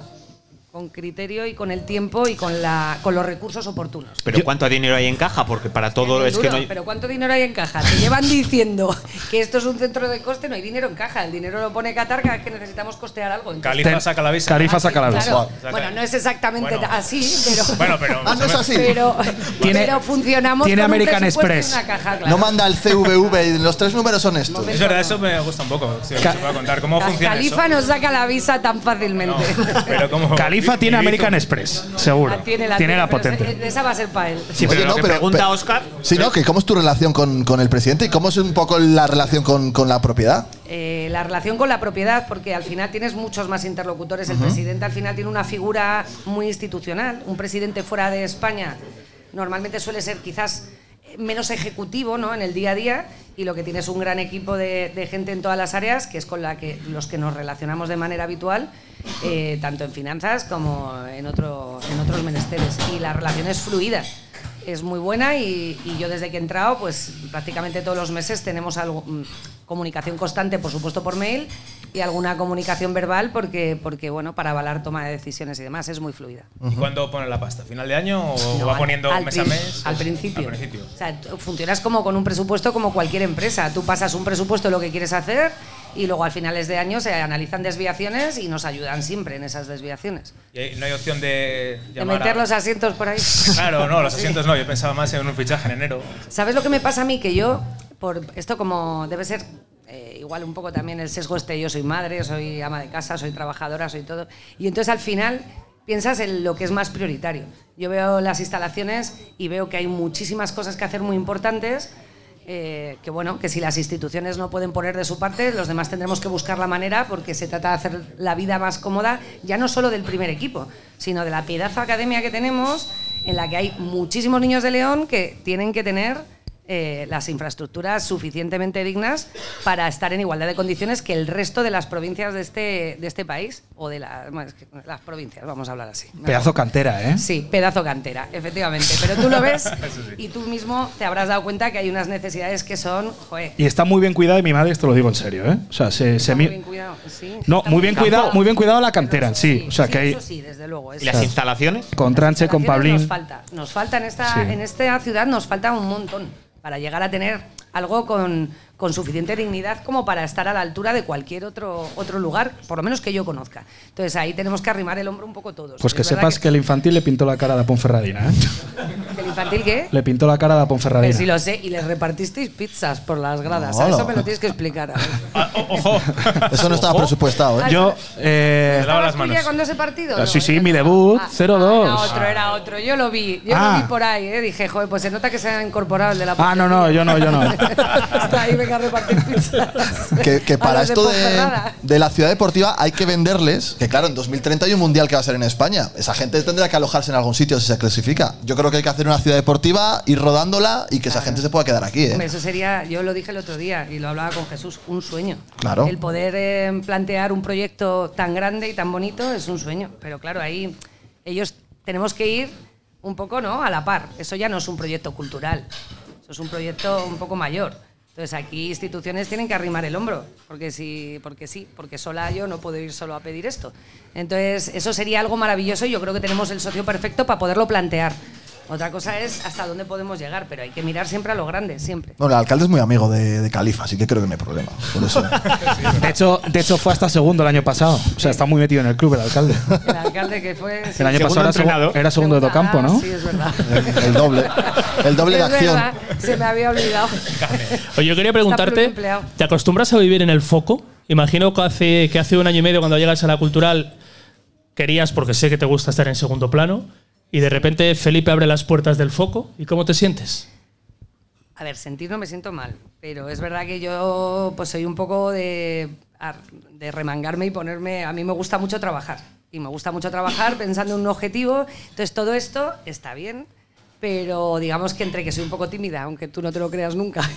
Speaker 11: con criterio y con el tiempo y con, la, con los recursos oportunos.
Speaker 7: Pero ¿cuánto dinero hay en caja? Porque para todo es que
Speaker 11: Duro,
Speaker 7: no hay.
Speaker 11: Pero ¿cuánto dinero hay en caja? Te llevan diciendo que esto es un centro de coste, no hay dinero en caja. El dinero lo pone Qatar cada vez que necesitamos costear algo. Entonces-
Speaker 8: Califa saca la visa.
Speaker 6: Califa saca la visa.
Speaker 11: Claro. Bueno, no es exactamente así, pero.
Speaker 8: Bueno, pero- Ah, no es así.
Speaker 11: Pero,
Speaker 3: Tiene-
Speaker 11: pero funcionamos.
Speaker 3: tiene
Speaker 11: con un
Speaker 3: American
Speaker 11: presupuesto y
Speaker 3: Express.
Speaker 11: una caja, claro.
Speaker 3: No manda el CVV, los tres números son estos.
Speaker 8: Es verdad, eso me gusta un poco. Si se puede contar cómo
Speaker 11: Ca-
Speaker 8: funciona eso.
Speaker 11: Califa no saca la visa tan fácilmente.
Speaker 8: Pero cómo-
Speaker 6: Califa tiene American Express, seguro.
Speaker 11: La Ah, tiene la,
Speaker 6: Tiene la
Speaker 11: pero
Speaker 6: potente.
Speaker 11: se- Esa va a ser para él.
Speaker 3: Oye, no, pero- pero-
Speaker 7: Oscar.
Speaker 3: Sí, ¿no? Que ¿Cómo es tu relación con, con el presidente y cómo es un poco la relación con, con la propiedad?
Speaker 11: eh, la relación con la propiedad, porque al final tienes muchos más interlocutores. El
Speaker 3: Ujú.
Speaker 11: presidente al final tiene una figura muy institucional. Un presidente fuera de España normalmente suele ser quizás menos ejecutivo ¿no? en el día a día y lo que tiene es un gran equipo de, de gente en todas las áreas, que es con la que los que nos relacionamos de manera habitual, eh, tanto en finanzas como en, otro, en otros menesteres. Y la relación es fluida. Es muy buena y, y yo desde que he entrado, pues prácticamente todos los meses tenemos algo, mm, comunicación constante, por supuesto por mail, y alguna comunicación verbal porque, porque bueno, para avalar toma de decisiones y demás, es muy fluida.
Speaker 8: ¿Y cuándo pone la pasta? ¿Final de año o
Speaker 11: No,
Speaker 8: va
Speaker 11: al-
Speaker 8: poniendo
Speaker 11: al
Speaker 8: mes a
Speaker 11: prin-
Speaker 8: mes?
Speaker 11: al principio.
Speaker 8: Al principio.
Speaker 11: O sea, tú funcionas como con un presupuesto como cualquier empresa. Tú pasas un presupuesto de lo que quieres hacer y luego a finales de año se analizan desviaciones y nos ayudan siempre en esas desviaciones.
Speaker 8: Y ahí no hay opción de
Speaker 11: De
Speaker 8: llamar a-
Speaker 11: meter los asientos por ahí.
Speaker 8: Claro, no, los
Speaker 11: Sí.
Speaker 8: asientos no. Yo pensaba más en un fichaje en enero.
Speaker 11: ¿Sabes lo que me pasa a mí? Que yo, por esto como debe ser eh, igual un poco también el sesgo este, yo soy madre, soy ama de casa, soy trabajadora, soy todo. Y entonces al final piensas en lo que es más prioritario. Yo veo las instalaciones y veo que hay muchísimas cosas que hacer muy importantes. eh, que bueno, que si las instituciones no pueden poner de su parte, los demás tendremos que buscar la manera porque se trata de hacer la vida más cómoda, ya no solo del primer equipo, sino de la pedazo academia que tenemos, en la que hay muchísimos niños de León que tienen que tener eh, las infraestructuras suficientemente dignas para estar en igualdad de condiciones que el resto de las provincias de este, de este país, o de la- bueno, es que las provincias, vamos a hablar así.
Speaker 6: Pedazo cantera, ¿eh?
Speaker 11: Sí, pedazo cantera, efectivamente. Pero tú lo ves y tú mismo te habrás dado cuenta que hay unas necesidades que son, joder,
Speaker 6: Y está muy bien cuidada y mi madre, esto lo digo en serio, ¿eh? O sea, se, se mi-
Speaker 11: muy bien cuidado. Sí,
Speaker 6: No,
Speaker 11: está
Speaker 6: muy bien cuidado, muy bien cuidado la cantera en sí. O sea,
Speaker 11: Sí,
Speaker 6: que hay
Speaker 11: eso sí, desde luego. eso
Speaker 7: ¿Y las
Speaker 11: sí.
Speaker 7: instalaciones?
Speaker 6: con Tranche, con
Speaker 11: Nos
Speaker 6: Pablín.
Speaker 11: falta, nos falta en esta,
Speaker 6: Sí.
Speaker 11: en esta ciudad nos falta un montón para llegar a tener algo con, con suficiente dignidad como para estar a la altura de cualquier otro, otro lugar, por lo menos que yo conozca. Entonces ahí tenemos que arrimar el hombro un poco todos.
Speaker 6: Pues que
Speaker 11: Es verdad
Speaker 6: sepas que el infantil le pintó la cara a la Ponferradina, ¿eh?
Speaker 11: que el infantil qué?
Speaker 6: Le pintó la cara a la
Speaker 11: Pero
Speaker 6: Ponferradina.
Speaker 11: sí lo sé, y les repartisteis pizzas por las gradas.
Speaker 6: Hola.
Speaker 11: Eso me lo tienes que explicar. ahora.
Speaker 3: Eso no estaba presupuestado, ¿eh?
Speaker 6: Yo, eh,
Speaker 11: ¿Tú ya con ese partido?
Speaker 6: Ah,
Speaker 11: No,
Speaker 6: Sí, sí, mi debut,
Speaker 11: Ah,
Speaker 6: 0-2.
Speaker 11: Era otro, era otro. Yo lo vi, yo
Speaker 6: Ah.
Speaker 11: lo vi por ahí, ¿eh? dije, joder, pues se nota que se ha incorporado el de la
Speaker 6: Ah, no, no, yo no, yo no.
Speaker 11: Está ahí, venga a repartir pizzas.
Speaker 3: Que, que
Speaker 11: A
Speaker 3: para
Speaker 11: los de
Speaker 3: esto de,
Speaker 11: Ponferrada.
Speaker 3: de la ciudad deportiva hay que venderles, que claro, en 2030 hay un mundial que va a ser en España. Esa gente tendrá que alojarse en algún sitio si se clasifica. Yo creo que hay que hacer una ciudad deportiva, ir rodándola y que esa gente se pueda quedar aquí,
Speaker 11: Ah. Hombre,
Speaker 3: ¿eh?
Speaker 11: Eso sería, yo lo dije el otro día y lo hablaba con Jesús, un sueño.
Speaker 3: Claro.
Speaker 11: El poder eh, plantear un proyecto tan grande y tan bonito es un sueño. Pero claro, ahí ellos tenemos que ir un poco ¿no? a la par. Eso ya no es un proyecto cultural, eso es un proyecto un poco mayor. Entonces aquí instituciones tienen que arrimar el hombro, porque sí, porque sí, porque sola yo no puedo ir solo a pedir esto. Entonces eso sería algo maravilloso y yo creo que tenemos el socio perfecto para poderlo plantear. Otra cosa es hasta dónde podemos llegar, pero hay que mirar siempre a lo grande, siempre.
Speaker 3: Bueno, el alcalde es muy amigo de, de Califa, así que creo que no hay problema. Por eso.
Speaker 6: De hecho, de hecho, fue hasta segundo el año pasado. O sea, está muy metido en el club el alcalde.
Speaker 11: El alcalde que fue. sí.
Speaker 6: El año pasado era, segu- era segundo de Docampo, ¿no?
Speaker 11: Ah, Sí, es verdad.
Speaker 3: El, el doble. El doble de
Speaker 11: Es
Speaker 3: acción.
Speaker 11: verdad, se me había olvidado.
Speaker 5: Oye, yo quería
Speaker 11: Está
Speaker 5: preguntarte,
Speaker 11: pluriempleado.
Speaker 5: ¿te acostumbras a vivir en el foco? Imagino que hace, que hace un año y medio cuando llegas a la cultural querías, porque sé que te gusta estar en segundo plano, y de repente Felipe abre las puertas del foco. ¿Y cómo te sientes?
Speaker 11: A ver, sentir no me siento mal, pero es verdad que yo pues soy un poco de, ar- de remangarme y ponerme... A mí me gusta mucho trabajar, y me gusta mucho trabajar pensando en un objetivo. Entonces todo esto está bien, pero digamos que entre que soy un poco tímida, aunque tú no te lo creas nunca,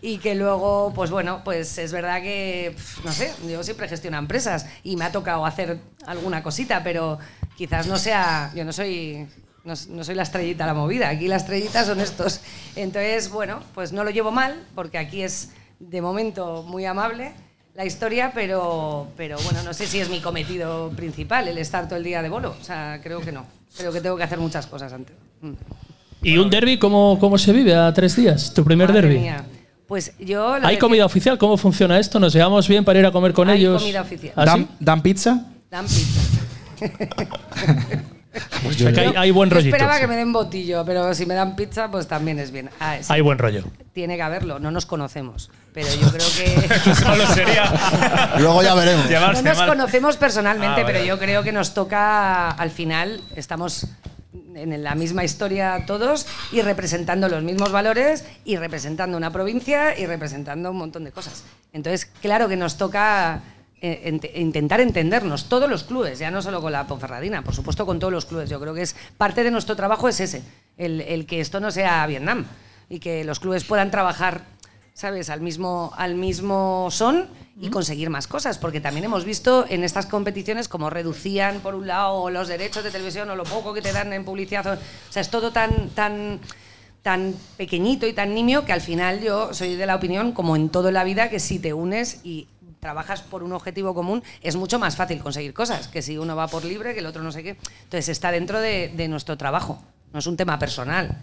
Speaker 11: y que luego, pues bueno, pues es verdad que, pf, no sé, yo siempre gestiono empresas y me ha tocado hacer alguna cosita, pero quizás no sea, yo no soy, no, s- no soy la estrellita de la movida, aquí las estrellitas son estos. Entonces, bueno, pues no lo llevo mal, porque aquí es de momento muy amable, la historia, pero, pero bueno, no sé si es mi cometido principal el estar todo el día de bolo. O sea, creo que no. Creo que tengo que hacer muchas cosas antes.
Speaker 5: ¿Y un derby cómo, cómo se vive a tres días? ¿Tu primer
Speaker 11: Madre
Speaker 5: derby?
Speaker 11: mía. Pues yo. lo
Speaker 5: ¿Hay
Speaker 11: decía-
Speaker 5: comida oficial? ¿Cómo funciona esto? ¿Nos llevamos bien para ir a comer con
Speaker 11: Hay
Speaker 5: ellos?
Speaker 11: comida oficial.
Speaker 5: ¿Ah, sí?
Speaker 6: ¿Dan, dan pizza?
Speaker 11: Dan pizza.
Speaker 3: Pues
Speaker 5: O sea que hay, hay buen
Speaker 11: Yo
Speaker 5: rollito.
Speaker 11: Esperaba que me den botillo, pero si me dan pizza, pues también es bien. Ah, sí.
Speaker 5: Hay buen rollo.
Speaker 11: Tiene que haberlo, no nos conocemos. Pero yo creo que.
Speaker 5: Solo sería
Speaker 3: Luego ya veremos.
Speaker 11: no nos conocemos personalmente,
Speaker 3: Ah, vale.
Speaker 11: pero yo creo que nos toca al final, estamos en la misma historia todos y representando los mismos valores y representando una provincia y representando un montón de cosas. Entonces, claro que nos toca eh, ent- intentar entendernos, todos los clubes, ya no solo con la Ponferradina, por supuesto con todos los clubes. Yo creo que es parte de nuestro trabajo es ese, el, el que esto no sea Vietnam y que los clubes puedan trabajar ¿sabes? Al mismo, al mismo son y conseguir más cosas, porque también hemos visto en estas competiciones cómo reducían, por un lado, los derechos de televisión o lo poco que te dan en publicidad. O o sea, es todo tan, tan, tan pequeñito y tan nimio que al final yo soy de la opinión, como en todo en la vida, que si te unes y trabajas por un objetivo común, es mucho más fácil conseguir cosas que si uno va por libre, que el otro no sé qué. Entonces está dentro de, de nuestro trabajo, no es un tema personal.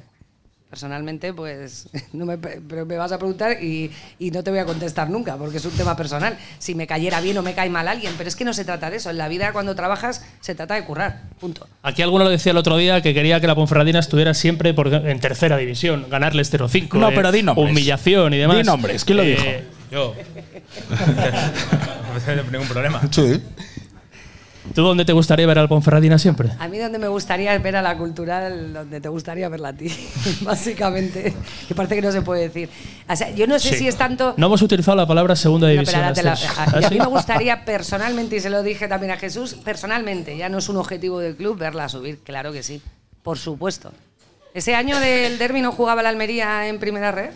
Speaker 11: Personalmente, pues, no me, pero me vas a preguntar y, y no te voy a contestar nunca, porque es un tema personal. Si me cayera bien o me cae mal alguien, pero es que no se trata de eso. En la vida, cuando trabajas, se trata de currar, punto.
Speaker 5: Aquí alguno lo decía el otro día que quería que la Ponferradina estuviera siempre por- en tercera división, ganarles 0-5.
Speaker 6: No,
Speaker 5: eh,
Speaker 6: pero di nombres.
Speaker 5: Humillación y demás. Eh,
Speaker 6: Di nombres, ¿quién lo dijo?
Speaker 8: Yo. no tengo ningún problema.
Speaker 5: ¿Tú dónde te gustaría ver a la Ponferradina siempre?
Speaker 11: A mí donde me gustaría es ver a la cultural, donde te gustaría verla a ti, básicamente. Que parece que no se puede decir. O sea, yo no sé
Speaker 5: Sí.
Speaker 11: si es tanto...
Speaker 5: No hemos utilizado la palabra segunda
Speaker 11: No, pero
Speaker 5: división.
Speaker 11: ahora te la-
Speaker 5: Astor.
Speaker 11: a, y a
Speaker 5: ¿Ah,
Speaker 11: mí
Speaker 5: sí?
Speaker 11: me gustaría personalmente, y se lo dije también a Jesús, personalmente, ya no es un objetivo del club verla subir, claro que sí, por supuesto. Ese año del derby no jugaba la Almería en primera red,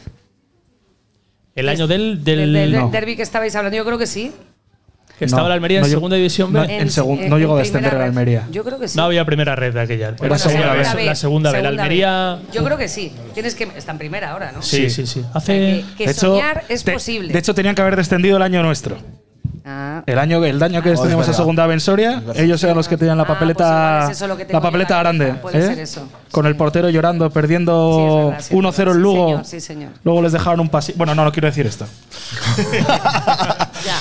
Speaker 5: El año del, del,
Speaker 11: del, del derby que estabais hablando, yo creo que sí.
Speaker 5: que estaba
Speaker 6: No,
Speaker 5: la Almería
Speaker 6: no
Speaker 5: en
Speaker 6: llegó-
Speaker 5: segunda división B.
Speaker 6: no, en segun- no llegó a descender a la Almería.
Speaker 11: Yo creo que sí.
Speaker 5: No había primera red de aquella. Era
Speaker 11: Bueno,
Speaker 5: segunda
Speaker 11: segunda
Speaker 5: vez.
Speaker 11: B,
Speaker 5: La segunda vez. La
Speaker 11: segunda
Speaker 5: Almería.
Speaker 11: B. Yo creo que sí. Tienes que está en primera ahora, ¿no?
Speaker 5: Sí, sí, sí.
Speaker 11: Hace que
Speaker 6: De hecho,
Speaker 11: soñar es
Speaker 6: te-
Speaker 11: posible.
Speaker 6: De hecho, tenían que haber descendido el año nuestro.
Speaker 11: Ah.
Speaker 6: El año, el daño que
Speaker 11: Ah,
Speaker 6: les
Speaker 11: es
Speaker 6: teníamos a
Speaker 11: verdad.
Speaker 6: segunda Bensoria, ellos eran los que tenían la
Speaker 11: Ah, pues
Speaker 6: papeleta,
Speaker 11: igual es eso lo que tengo
Speaker 6: la
Speaker 11: yo en
Speaker 6: papeleta
Speaker 11: la cabeza,
Speaker 6: grande,
Speaker 11: puede
Speaker 6: ¿eh?
Speaker 11: ser eso.
Speaker 6: con el portero llorando,
Speaker 11: Sí,
Speaker 6: perdiendo
Speaker 11: es verdad, sí,
Speaker 6: 1-0
Speaker 11: es
Speaker 6: en
Speaker 11: verdad, sí,
Speaker 6: Lugo.
Speaker 11: señor, sí, señor.
Speaker 6: Luego les dejaron un pasillo. Bueno, no, no quiero decir esto.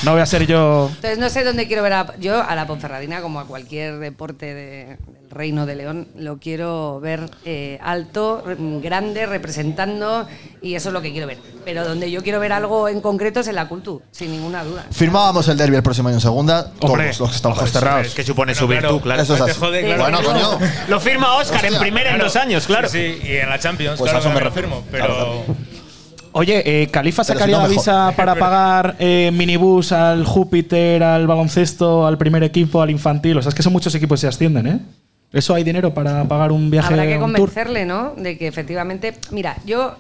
Speaker 6: no voy a ser yo.
Speaker 11: Entonces no sé dónde quiero ver a, yo a la Ponferradina como a cualquier deporte de- del Reino de León lo quiero ver eh, alto, re- grande, representando y eso es lo que quiero ver. Pero donde yo quiero ver algo en concreto es en la cultura, sin ninguna duda.
Speaker 3: Firmábamos el derby el próximo año en segunda.
Speaker 7: Hombre.
Speaker 3: todos los que estamos
Speaker 7: Hombre,
Speaker 3: cerrados.
Speaker 7: es que supone subir tú, claro.
Speaker 3: Eso es
Speaker 7: No te
Speaker 3: así.
Speaker 7: jode, claro.
Speaker 3: Bueno, coño.
Speaker 7: Lo firma Oscar en primera en dos años, claro.
Speaker 8: Sí, sí, y en la Champions,
Speaker 7: Pues a
Speaker 8: claro, eh,
Speaker 7: eso me
Speaker 8: también lo
Speaker 7: refiero.
Speaker 8: firmo, pero
Speaker 6: Oye, eh, Califa
Speaker 8: Pero
Speaker 6: sacaría
Speaker 8: si no,
Speaker 6: la
Speaker 8: mejor.
Speaker 6: visa para
Speaker 8: Pero-
Speaker 6: pagar eh, minibús al Júpiter, al baloncesto, al primer equipo, al infantil. O sea, es que son muchos equipos que se ascienden, ¿eh? Eso hay dinero para pagar un viaje.
Speaker 11: Habrá que
Speaker 6: un tour.
Speaker 11: convencerle, ¿no? De que efectivamente, mira, yo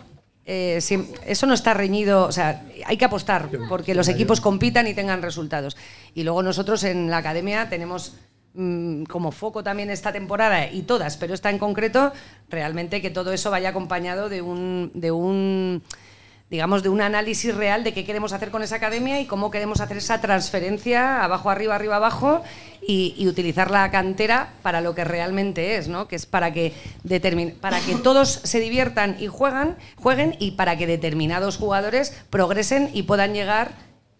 Speaker 11: eh, si- eso no está reñido, o sea, hay que apostar porque los equipos compitan y tengan resultados. Y luego nosotros en la academia tenemos mm, como foco también esta temporada y todas, pero esta en concreto, realmente que todo eso vaya acompañado de un, de un digamos, de un análisis real de qué queremos hacer con esa academia y cómo queremos hacer esa transferencia abajo, arriba, arriba, abajo y, y utilizar la cantera para lo que realmente es, ¿no? Que es para que, determin- para que todos se diviertan y juegan, jueguen y para que determinados jugadores progresen y puedan llegar,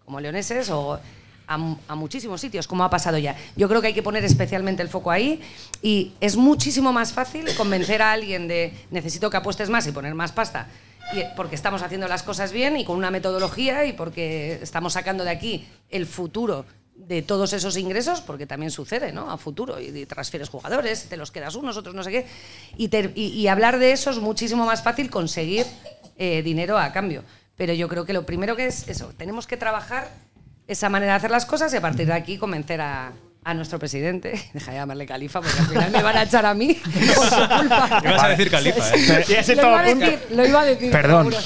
Speaker 11: como leoneses o a, mu- a muchísimos sitios, como ha pasado ya. Yo creo que hay que poner especialmente el foco ahí y es muchísimo más fácil convencer a alguien de necesito que apuestes más y poner más pasta, y- porque estamos haciendo las cosas bien y con una metodología y porque estamos sacando de aquí el futuro de todos esos ingresos, porque también sucede, ¿no? A futuro, y, y transfieres jugadores, te los quedas unos, otros no sé qué, y, ter- y- y hablar de eso es muchísimo más fácil conseguir eh, dinero a cambio. Pero yo creo que lo primero que es eso, tenemos que trabajar esa manera de hacer las cosas y a partir de aquí convencer a, a nuestro presidente. Deja de llamarle califa porque al final me van a echar a mí por su culpa.
Speaker 8: ibas a decir Califa, ¿eh?
Speaker 6: Ya se
Speaker 11: lo,
Speaker 6: estaba
Speaker 11: iba a decir, lo iba a decir.
Speaker 6: Perdón.
Speaker 11: seguro.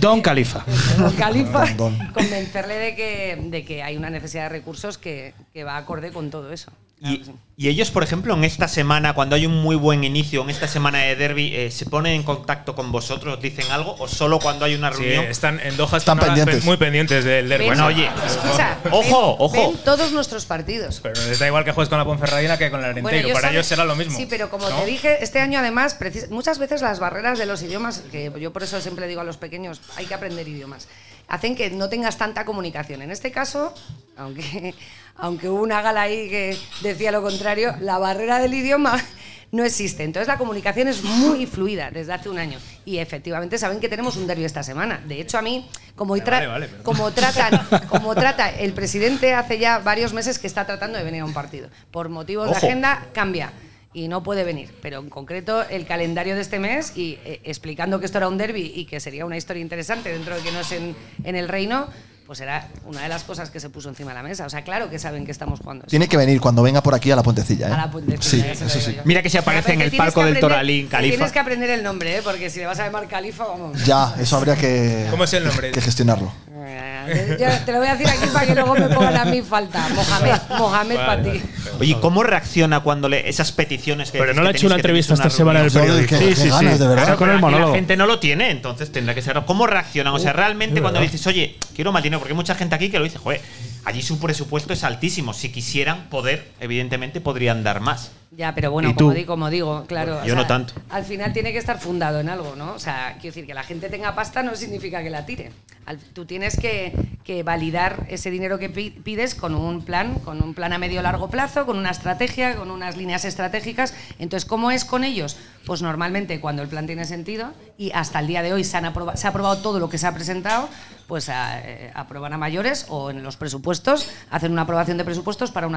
Speaker 6: Don Califa.
Speaker 11: Don Califa, convencerle de que, de que hay una necesidad de recursos que, que va acorde con todo eso.
Speaker 7: Y, y ellos, por ejemplo, en esta semana, cuando hay un muy buen inicio, en esta semana de derby, eh, ¿se ponen en contacto con vosotros, dicen algo? ¿O solo cuando hay una
Speaker 8: Sí,
Speaker 7: reunión?
Speaker 8: están en Doha, están ahora
Speaker 7: pendientes.
Speaker 8: pe- muy pendientes del derbi.
Speaker 7: Bueno, oye,
Speaker 11: Escucha,
Speaker 8: ojo,
Speaker 11: ven-
Speaker 8: ojo.
Speaker 11: ven todos nuestros partidos.
Speaker 8: Pero les da igual que juegues con la Ponferradina que con el Arenteiro.
Speaker 11: yo
Speaker 8: Para
Speaker 11: sabe-
Speaker 8: ellos será lo mismo.
Speaker 11: Sí, pero como
Speaker 8: ¿no?
Speaker 11: te dije, este año además, precis- muchas veces las barreras de los idiomas, que yo por eso siempre digo a los pequeños, hay que aprender idiomas, hacen que no tengas tanta comunicación. En este caso, aunque, aunque hubo una gala ahí que decía lo contrario, la barrera del idioma no existe. Entonces la comunicación es muy fluida desde hace un año. Y efectivamente saben que tenemos un derbi esta semana. De hecho, a mí, como, hoy
Speaker 12: Vale,
Speaker 11: tra-
Speaker 12: vale, vale, perdón.
Speaker 11: como tratan, como trata el presidente hace ya varios meses que está tratando de venir a un partido. Por motivos de
Speaker 12: Ojo.
Speaker 11: agenda, cambia. Y no puede venir, pero en concreto el calendario de este mes y eh, explicando que esto era un derby y que sería una historia interesante dentro de que no es en, en el reino, pues era una de las cosas que se puso encima de la mesa. O sea, claro que saben que estamos jugando.
Speaker 3: Tiene que venir cuando venga por aquí a la puentecilla. ¿eh?
Speaker 11: A la Puentecilla,
Speaker 3: Sí,
Speaker 11: ya se lo
Speaker 3: eso
Speaker 11: digo
Speaker 3: sí.
Speaker 11: yo.
Speaker 7: Mira que se
Speaker 11: Te
Speaker 7: aparece en el
Speaker 11: tienes que
Speaker 7: palco del
Speaker 11: aprender-
Speaker 7: Toralín,
Speaker 11: te
Speaker 7: Califa.
Speaker 11: Tienes que aprender el nombre, ¿eh? porque si le vas a llamar Califa, vamos.
Speaker 3: Ya, eso habría que,
Speaker 8: ¿Cómo es el nombre?
Speaker 3: que gestionarlo.
Speaker 11: Yo te lo voy a decir aquí para que luego me pongan a mí falta. Mohamed, Mohamed
Speaker 7: Vale,
Speaker 11: para ti.
Speaker 7: Oye, ¿cómo reacciona cuando le esas peticiones que
Speaker 5: Pero
Speaker 7: dices
Speaker 5: no le
Speaker 7: que
Speaker 5: ha hecho una
Speaker 7: tenéis
Speaker 5: entrevista
Speaker 7: que tenéis
Speaker 5: esta semana
Speaker 7: una
Speaker 5: en el
Speaker 7: reunión?
Speaker 5: periódico. Sí, sí, Qué ganas, sí. de ¿eh? verdad.
Speaker 7: Claro,
Speaker 5: Con
Speaker 7: pero
Speaker 5: el
Speaker 7: aquí
Speaker 5: monólogo.
Speaker 7: La gente no lo tiene, entonces tendrá que ser. ¿Cómo reaccionan? O sea,
Speaker 5: Uh,
Speaker 7: realmente
Speaker 5: es
Speaker 7: cuando
Speaker 5: verdad.
Speaker 7: dices, oye, quiero más dinero, porque hay mucha gente aquí que lo dice, joder, allí su presupuesto es altísimo. Si quisieran poder, evidentemente podrían dar más.
Speaker 11: Ya, pero bueno,
Speaker 7: ¿Y tú?
Speaker 11: como digo, como digo, claro.
Speaker 7: Yo no tanto.
Speaker 11: Al final tiene que estar fundado en algo, ¿no? O sea, quiero decir, que la gente tenga pasta no significa que la tire. Al- tú tienes que, que validar ese dinero que pi- pides con un plan, con un plan a medio largo plazo, con una estrategia, con unas líneas estratégicas. Entonces, ¿cómo es con ellos? Pues normalmente cuando el plan tiene sentido y hasta el día de hoy se, han aproba- se ha aprobado todo lo que se ha presentado, pues a- eh, aprueban a mayores o en los presupuestos, hacen una aprobación de presupuestos para una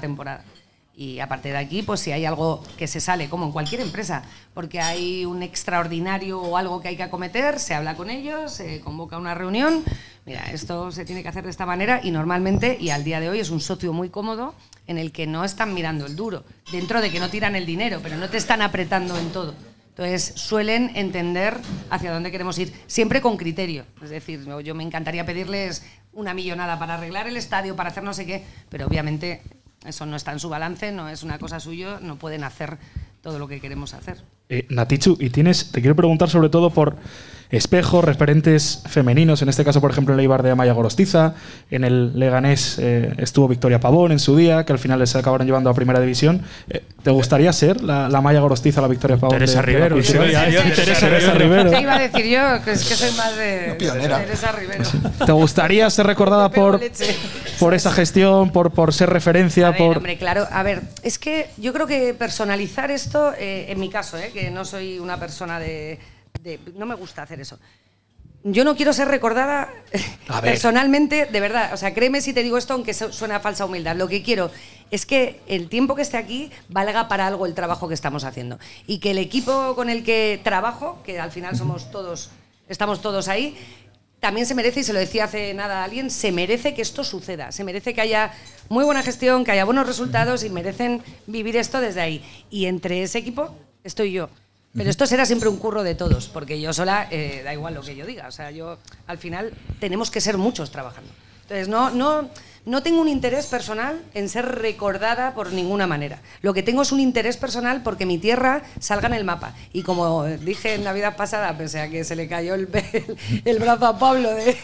Speaker 11: temporada. Y a partir de aquí, pues si hay algo que se sale, como en cualquier empresa, porque hay un extraordinario o algo que hay que acometer, se habla con ellos, se convoca una reunión, mira, esto se tiene que hacer de esta manera y normalmente, y al día de hoy es un socio muy cómodo en el que no están mirando el duro, dentro de que no tiran el dinero, pero no te están apretando en todo. Entonces suelen entender hacia dónde queremos ir, siempre con criterio. Es decir, yo yo me encantaría pedirles una millonada para arreglar el estadio, para hacer no sé qué, pero obviamente eso no está en su balance, no es una cosa suyo, no pueden hacer todo lo que queremos hacer.
Speaker 6: Eh, Natichu, y tienes, te quiero preguntar sobre todo por espejos, referentes femeninos, en este caso, por ejemplo, en el Eibar de Amaya Gorostiza, en el Leganés eh, estuvo Victoria Pavón en su día, que al final les acabaron llevando a Primera División. Eh, ¿Te gustaría ser la, la Amaya Gorostiza, la Victoria Pavón?
Speaker 5: Teresa
Speaker 6: de- de
Speaker 5: Rivero,
Speaker 6: Eibar?
Speaker 5: sí,
Speaker 6: Teresa
Speaker 5: sí, sí, Teresa
Speaker 6: Teresa Rivero.
Speaker 11: ¿Qué iba a decir yo? Que es que soy más de
Speaker 3: pionera.
Speaker 11: de Teresa Rivero.
Speaker 6: ¿Te gustaría ser recordada por,
Speaker 11: leche.
Speaker 6: por esa gestión, por, por ser referencia,
Speaker 11: A ver,
Speaker 6: por
Speaker 11: hombre, claro. A ver, es que yo creo que personalizar esto, eh, en mi caso, eh, que no soy una persona de, de- No me gusta hacer eso. Yo no quiero ser recordada
Speaker 12: A ver.
Speaker 11: personalmente, de verdad. O sea, créeme si te digo esto, aunque su- suena a falsa humildad. Lo que quiero es que el tiempo que esté aquí valga para algo el trabajo que estamos haciendo. Y que el equipo con el que trabajo, que al final somos todos, estamos todos ahí, también se merece, y se lo decía hace nada a alguien, se merece que esto suceda, se merece que haya muy buena gestión, que haya buenos resultados y merecen vivir esto desde ahí. Y entre ese equipo estoy yo. Pero esto será siempre un curro de todos, porque yo sola eh, da igual lo que yo diga. O sea, yo al final tenemos que ser muchos trabajando. Entonces, no, no, No tengo un interés personal en ser recordada por ninguna manera. Lo que tengo es un interés personal porque mi tierra salga en el mapa. Y como dije en Navidad pasada, pese a que se le cayó el, el- el brazo a Pablo de,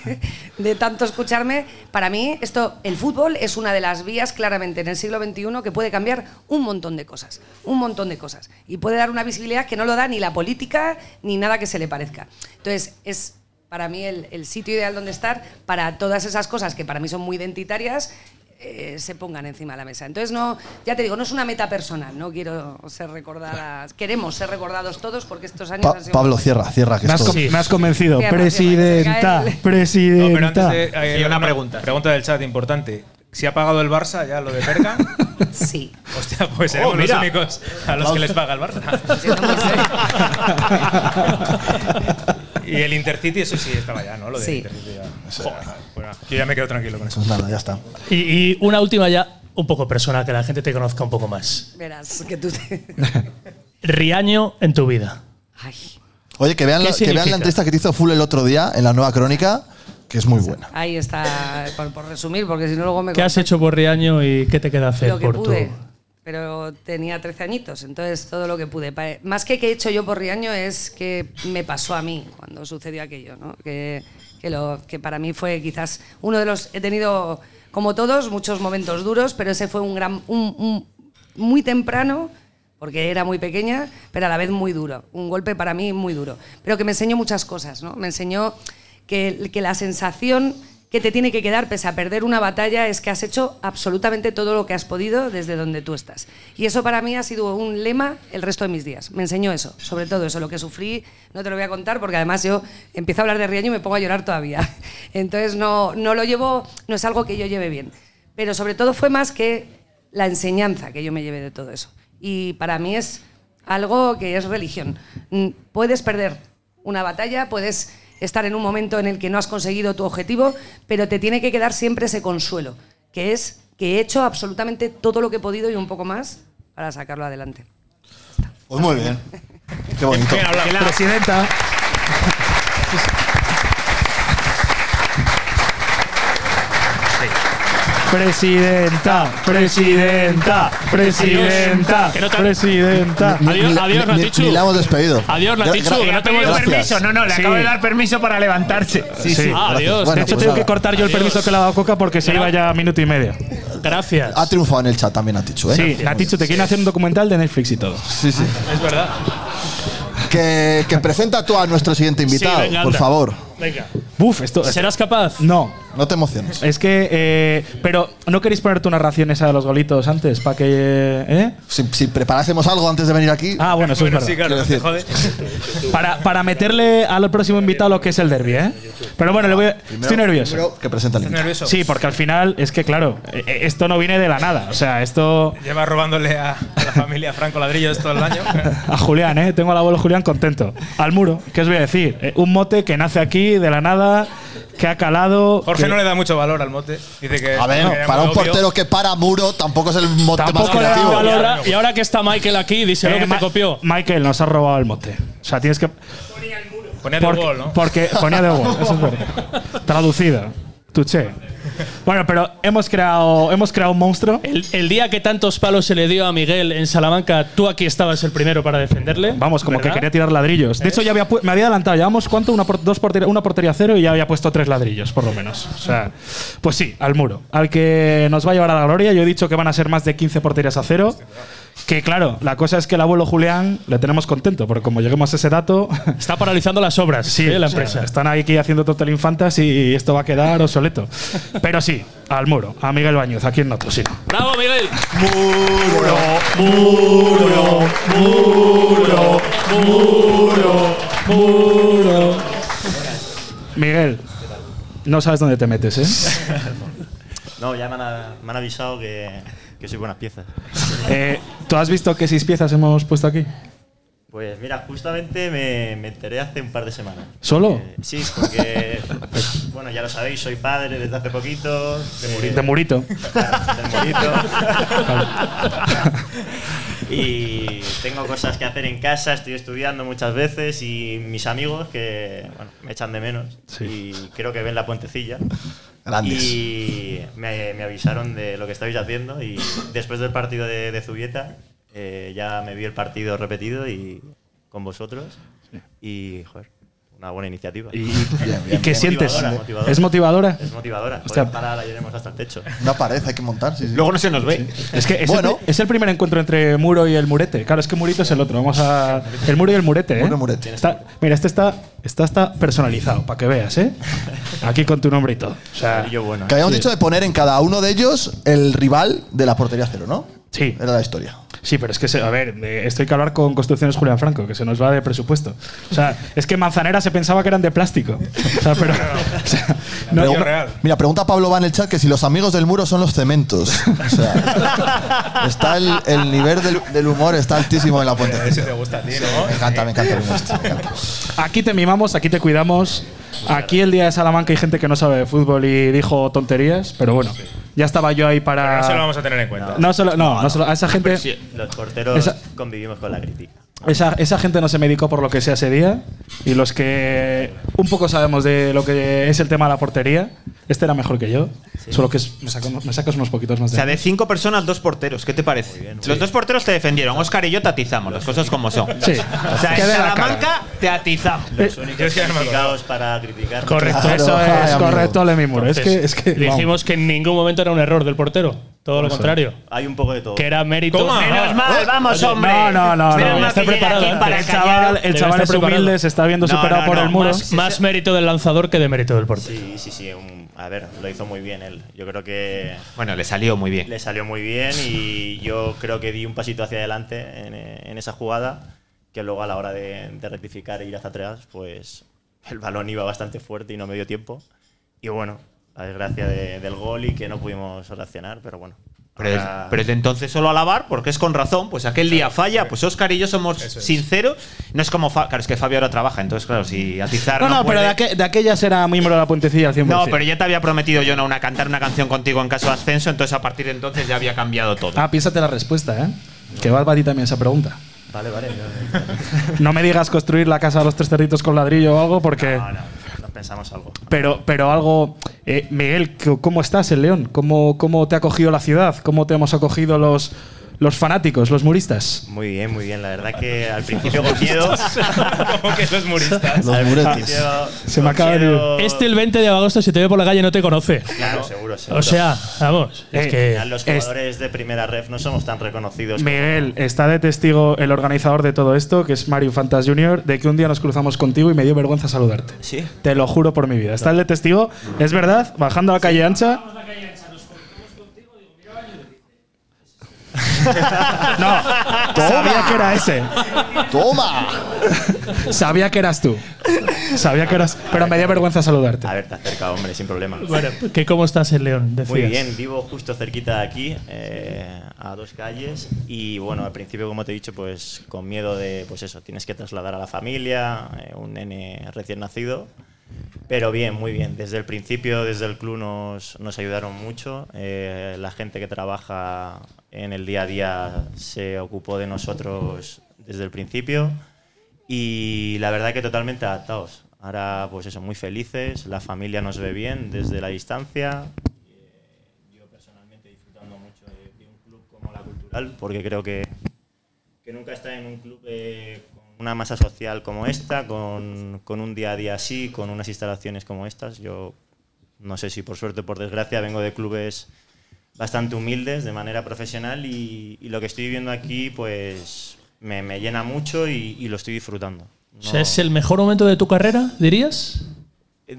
Speaker 11: de tanto escucharme, para mí esto, el fútbol es una de las vías claramente en el siglo XXI que puede cambiar un montón de cosas, un montón de cosas. Y puede dar una visibilidad que no lo da ni la política ni nada que se le parezca. Entonces, es para mí el, el sitio ideal donde estar para todas esas cosas que para mí son muy identitarias eh, se pongan encima de la mesa. Entonces no, ya te digo, no es una meta personal, no quiero ser recordada, queremos ser recordados todos porque estos años
Speaker 3: Pa-
Speaker 11: han sido
Speaker 3: Pablo,
Speaker 11: muy
Speaker 3: cierra, cierra. Que
Speaker 6: Me has,
Speaker 3: esto-
Speaker 6: con- me has convencido.
Speaker 11: Cierra,
Speaker 6: Presidenta,
Speaker 11: cierra,
Speaker 6: presidenta.
Speaker 8: Pero antes de, eh,
Speaker 7: una
Speaker 8: pregunta. Pregunta del chat importante. ¿Se ha pagado el Barça ya lo de Perca?
Speaker 11: sí.
Speaker 8: Hostia, pues seremos
Speaker 7: Oh,
Speaker 8: los
Speaker 7: mira.
Speaker 8: únicos a los que les paga el Barça. y el Intercity, eso sí, estaba ya, ¿no? Lo de
Speaker 5: Sí.
Speaker 8: Intercity ya. Joder, bueno, yo ya me quedo tranquilo con eso.
Speaker 3: Nada, ya está.
Speaker 5: Y, y una última ya, un poco personal, que la gente te conozca un poco más.
Speaker 11: Verás, que tú te-
Speaker 5: Riaño en tu vida. ¿Qué
Speaker 3: Oye, que vean, la, que vean la
Speaker 5: significa?
Speaker 3: entrevista que te hizo Full el otro día en la nueva crónica, que es muy buena.
Speaker 11: Ahí está, por, por resumir, porque si no luego me
Speaker 5: ¿Qué has hecho por Riaño y qué te queda hacer
Speaker 11: lo que
Speaker 5: por
Speaker 11: pude.
Speaker 5: tu
Speaker 11: Pero tenía 13 añitos, entonces todo lo que pude. Pa- Más que que he hecho yo por Riaño es que me pasó a mí cuando sucedió aquello, ¿no? Que, que lo, que para mí fue quizás uno de los... He tenido, como todos, muchos momentos duros, pero ese fue un gran... un- un- muy temprano, porque era muy pequeña, pero a la vez muy duro. Un golpe para mí muy duro. Pero que me enseñó muchas cosas, ¿no? Me enseñó que, que la sensación que te tiene que quedar pese a perder una batalla es que has hecho absolutamente todo lo que has podido desde donde tú estás. Y eso para mí ha sido un lema el resto de mis días. Me enseñó eso, sobre todo eso, lo que sufrí, no te lo voy a contar porque además yo empiezo a hablar de Riaño y me pongo a llorar todavía. Entonces no, no lo llevo, no es algo que yo lleve bien. Pero sobre todo fue más que la enseñanza que yo me llevé de todo eso. Y para mí es algo que es religión. Mm, Puedes perder una batalla, puedes estar en un momento en el que no has conseguido tu objetivo, pero te tiene que quedar siempre ese consuelo, que es que he hecho absolutamente todo lo que he podido y un poco más para sacarlo adelante.
Speaker 3: Pues muy bien. Qué bonito.
Speaker 8: Bien hablado.
Speaker 6: Presidenta. Presidenta, presidenta, presidenta,
Speaker 5: Que no te-
Speaker 6: presidenta.
Speaker 5: Ni- Adiós, ni- adiós, ni- Natichu. ni la hemos despedido. Adiós, Natichu,
Speaker 6: Natichu,
Speaker 5: que no te voy a-
Speaker 7: permiso. No, no, le
Speaker 6: Sí.
Speaker 7: acabo de dar permiso para levantarse. Sí, sí.
Speaker 5: Ah,
Speaker 6: de
Speaker 5: pues
Speaker 3: pues
Speaker 6: hecho, tengo que cortar yo el permiso que le ha dado Coca porque se iba ya minuto y medio.
Speaker 5: Gracias.
Speaker 3: Ha triunfado en el chat también, Natichu. ¿eh?
Speaker 6: Sí, Natichu, te quieren hacer un documental de Netflix y todo.
Speaker 3: Sí, sí.
Speaker 8: Es verdad.
Speaker 3: Que, que presenta tú a nuestro siguiente invitado,
Speaker 6: venga,
Speaker 3: por
Speaker 6: anda.
Speaker 3: favor.
Speaker 5: Venga.
Speaker 6: Buf, esto.
Speaker 5: ¿Serás capaz?
Speaker 6: No.
Speaker 3: No te emociones.
Speaker 6: Es que. eh, pero, ¿no queréis poner tu narración esa de los golitos antes? Para que. eh?
Speaker 3: Si, si preparásemos algo antes de venir aquí.
Speaker 6: Ah, bueno, eso es verdad.
Speaker 3: Quiero decir,
Speaker 6: Para, para meterle al próximo invitado lo que es el derby, ¿eh? Pero bueno, le voy a- estoy nervioso.
Speaker 3: primero que presenta el invitado.
Speaker 8: nervioso?
Speaker 6: Sí, porque al final es que, claro, eh, eh, esto no viene de la nada. O sea, esto.
Speaker 8: Lleva robándole a, a la familia Franco Ladrillos todo el año.
Speaker 6: A Julián, ¿eh? Tengo al abuelo Julián contento. Al muro, ¿qué os voy a decir? Eh, un mote que nace aquí, de la nada, que ha calado.
Speaker 8: Jorge
Speaker 6: que-
Speaker 8: no le da mucho valor al mote. Dice que
Speaker 3: A ver,
Speaker 8: que era
Speaker 3: para
Speaker 8: muy
Speaker 3: un
Speaker 8: obvio.
Speaker 3: portero que para muro tampoco es el mote más
Speaker 6: Tampoco le da
Speaker 3: creativo.
Speaker 5: Y ahora, y ahora que está Michael aquí, díselo
Speaker 6: Eh,
Speaker 5: que
Speaker 6: Ma-
Speaker 5: te copió.
Speaker 6: Michael, nos ha robado el mote. O sea, tienes que.
Speaker 8: Ponía de
Speaker 6: porque,
Speaker 8: gol, ¿no?
Speaker 6: porque ponía de gol, eso es verdad. Traducido. Tuché. Bueno, pero hemos creado, hemos creado un monstruo.
Speaker 5: El, el día que tantos palos se le dio a Miguel en Salamanca, tú aquí estabas el primero para defenderle.
Speaker 6: Vamos, como
Speaker 5: ¿verdad?
Speaker 6: que quería tirar ladrillos. De hecho, ya había pu- me había adelantado. Llevamos cuánto? Una, por- dos portería, una portería cero y ya había puesto tres ladrillos, por lo menos. O sea, pues sí, al muro. Al que nos va a llevar a la gloria. Yo he dicho que van a ser más de 15 porterías a cero. Que claro, la cosa es que el abuelo Julián le tenemos contento, porque como lleguemos a ese dato.
Speaker 5: Está paralizando las obras, sí, la
Speaker 6: o sea,
Speaker 5: empresa.
Speaker 6: están aquí haciendo Total Infantas y esto va a quedar obsoleto. Pero sí, al muro, a Miguel Bañuz, aquí en Noto, sí.
Speaker 5: ¡Bravo, Miguel!
Speaker 3: Muro,
Speaker 6: muro, muro, muro, muro. Miguel, no sabes dónde te metes, ¿eh?
Speaker 12: No, ya me han, a- me han avisado que, que soy buenas piezas.
Speaker 6: Eh, ¿Tú has visto qué seis piezas hemos puesto aquí?
Speaker 12: Pues mira, justamente me, me enteré hace un par de semanas.
Speaker 6: ¿Solo?
Speaker 12: Eh, sí, porque, pues, bueno, ya lo sabéis, soy padre desde hace poquito. De
Speaker 6: De murito.
Speaker 12: Del murito. y tengo cosas que hacer en casa, estoy estudiando muchas veces y mis amigos que bueno, me echan de menos y creo que ven la puentecilla.
Speaker 3: Grandes.
Speaker 12: Y me, me avisaron de lo que estabais haciendo y después del partido de, de Zubieta eh, ya me vi el partido repetido y con vosotros y, joder, una buena iniciativa.
Speaker 6: ¿Y, y qué sientes?
Speaker 12: Motivadora,
Speaker 6: ¿Es motivadora?
Speaker 12: Es motivadora.
Speaker 6: Hostia.
Speaker 12: Joder, para la llevaremos hasta el techo.
Speaker 3: No aparece, hay que montar. sí, sí.
Speaker 7: Luego no se nos ve.
Speaker 6: Es que es,
Speaker 3: Bueno.
Speaker 6: el, es el primer encuentro entre Muro y el Murete. Claro, es que Murito es el otro. Vamos a. El Muro y el Murete, ¿eh?
Speaker 3: Muro y Murete.
Speaker 6: Está- mira, este está, está, está personalizado, para que veas, ¿eh? Aquí con tu nombre y todo. O sea,
Speaker 3: Que habíamos
Speaker 6: Sí.
Speaker 3: dicho de poner en cada uno de ellos el rival de la portería cero, ¿no?
Speaker 6: Sí.
Speaker 3: Era la historia.
Speaker 6: Sí, pero es que, se- a ver, eh, esto hay que hablar con Construcciones Julián Franco, que se nos va de presupuesto. O sea, es que Manzanera se pensaba que eran de plástico. O sea, pero. o sea, no-
Speaker 3: Pregun- Mira, pregunta Pablo va en el chat que si los amigos del muro son los cementos. O sea, está el, el nivel del, del humor está altísimo en la puente.
Speaker 8: te gusta a ti,
Speaker 3: Me encanta, me encanta. este, me encanta.
Speaker 6: Aquí te mimamos, aquí te cuidamos. Aquí el día de Salamanca hay gente que no sabe de fútbol y dijo tonterías, pero bueno, ya estaba yo ahí para.
Speaker 8: Pero no se lo vamos a tener en cuenta.
Speaker 6: No, solo, no, no solo- a esa gente.
Speaker 12: Los porteros
Speaker 6: Esa-
Speaker 12: convivimos con la crítica.
Speaker 6: Esa, esa gente no se medicó por lo que sea ese día. Y los que un poco sabemos de lo que es el tema de la portería, este era mejor que yo. Solo que es- me, saco- me sacas unos poquitos más
Speaker 7: O sea,
Speaker 6: de.
Speaker 7: de cinco personas, dos porteros. ¿Qué te parece? Los dos porteros te defendieron. Oscar y yo te atizamos, las cosas como son.
Speaker 6: Sí.
Speaker 7: O sea, en
Speaker 6: Queda la cara. Eh,
Speaker 7: Salamanca te atizamos.
Speaker 12: Los únicos criticados para criticar.
Speaker 5: Correcto.
Speaker 6: Eso
Speaker 5: Claro,
Speaker 6: es
Speaker 5: ay, amigo.
Speaker 6: correcto, Lemi Muro. Es que. Es que vamos.
Speaker 5: dijimos que en ningún momento era un error del portero. Todo lo
Speaker 6: Eso.
Speaker 5: contrario.
Speaker 12: Hay un poco de todo.
Speaker 5: Que era mérito.
Speaker 12: Toma. Menos mal, vamos, hombre.
Speaker 6: No, no, no.
Speaker 12: Menos
Speaker 6: no.
Speaker 12: mal que llega aquí para
Speaker 6: el chaval, el
Speaker 5: Debe
Speaker 6: chaval
Speaker 5: estar
Speaker 6: es
Speaker 5: preparado.
Speaker 6: humilde, se está viendo
Speaker 12: No,
Speaker 6: superado
Speaker 12: no,
Speaker 6: por
Speaker 12: no,
Speaker 6: el muro.
Speaker 12: más-
Speaker 5: Más mérito del lanzador que de mérito del portero.
Speaker 12: Sí, sí, sí. un- a ver, lo hizo muy bien él. Yo creo que
Speaker 7: Bueno, le salió muy bien.
Speaker 12: le salió muy bien y yo creo que di un pasito hacia adelante en, eh, en esa jugada, que luego a la hora de, de rectificar e ir hacia atrás, pues el balón iba bastante fuerte y no me dio tiempo. Y bueno, la desgracia de- del gol y que no pudimos reaccionar, pero bueno.
Speaker 7: Pero, es-
Speaker 12: ahora-
Speaker 7: pero es de entonces solo alabar, porque es con razón. Pues aquel día falla, pues Oscar y yo somos sinceros. No es como. Fa- claro, es que Fabio ahora trabaja, entonces, claro, si atizar.
Speaker 6: No,
Speaker 7: No,
Speaker 6: no, pero de,
Speaker 7: puede-
Speaker 6: aqu- de aquellas era miembro de la puentecilla al 100%.
Speaker 7: No, pero ya te había prometido yo no, una, cantar una canción contigo en caso de ascenso, entonces a partir de entonces ya había cambiado todo.
Speaker 6: Ah, piénsate la respuesta, ¿eh? Que va para ti también esa pregunta.
Speaker 12: Vale, vale.
Speaker 6: No me digas construir la casa de los tres cerditos con ladrillo o algo, porque.
Speaker 12: No, no, nos pensamos algo.
Speaker 6: Pero, pero algo. eh, Miguel, c- ¿cómo estás en León? ¿Cómo, ¿Cómo te ha acogido la ciudad? ¿Cómo te hemos acogido los, los fanáticos, los muristas?
Speaker 12: Muy bien, muy bien. La verdad que al principio con miedo.
Speaker 8: Como que los muristas.
Speaker 3: Los
Speaker 12: al
Speaker 3: muretes.
Speaker 12: principio
Speaker 6: Se me
Speaker 12: con
Speaker 6: acaba de
Speaker 12: miedo-
Speaker 5: Este el 20 de agosto, si te ve por la calle, no te conoce.
Speaker 12: Claro, seguro, seguro.
Speaker 5: O sea, vamos.
Speaker 6: Eh,
Speaker 5: Es que.
Speaker 12: Al final los
Speaker 6: es-
Speaker 12: jugadores de primera ref no somos tan reconocidos.
Speaker 6: Miguel, está de testigo el organizador de todo esto, que es Mario Fantas Jr., de que un día nos cruzamos contigo y me dio vergüenza saludarte.
Speaker 12: Sí.
Speaker 6: Te lo juro por mi vida. Está el de testigo, es verdad, bajando a la calle ancha. No, sabía que era ese.
Speaker 3: ¡Toma!
Speaker 6: Sabía que eras tú. Sabía que eras. Pero me dio vergüenza saludarte.
Speaker 12: A ver, te acerca, hombre, sin problema.
Speaker 5: Bueno, pues ¿qué, ¿cómo estás en León?
Speaker 12: Muy
Speaker 5: Decías.
Speaker 12: bien, vivo justo cerquita de aquí, eh, a dos calles. Y bueno, al principio, como te he dicho, pues con miedo de, pues eso, tienes que trasladar a la familia, eh, un nene recién nacido. Pero bien, muy bien. Desde el principio, desde el club nos, nos ayudaron mucho. Eh, la gente que trabaja en el día a día se ocupó de nosotros desde el principio. Y la verdad que totalmente adaptados. Ahora, pues eso, muy felices. La familia nos ve bien desde la distancia. cultural, porque creo que, que nunca está en un club eh, con una masa social como esta, con, con un día a día así, con unas instalaciones como estas. Yo no sé si por suerte o por desgracia vengo de clubes bastante humildes de manera profesional y, y lo que estoy viviendo aquí pues me, me llena mucho y, y lo estoy disfrutando.
Speaker 5: O sea, ¿Es el mejor momento de tu carrera, dirías?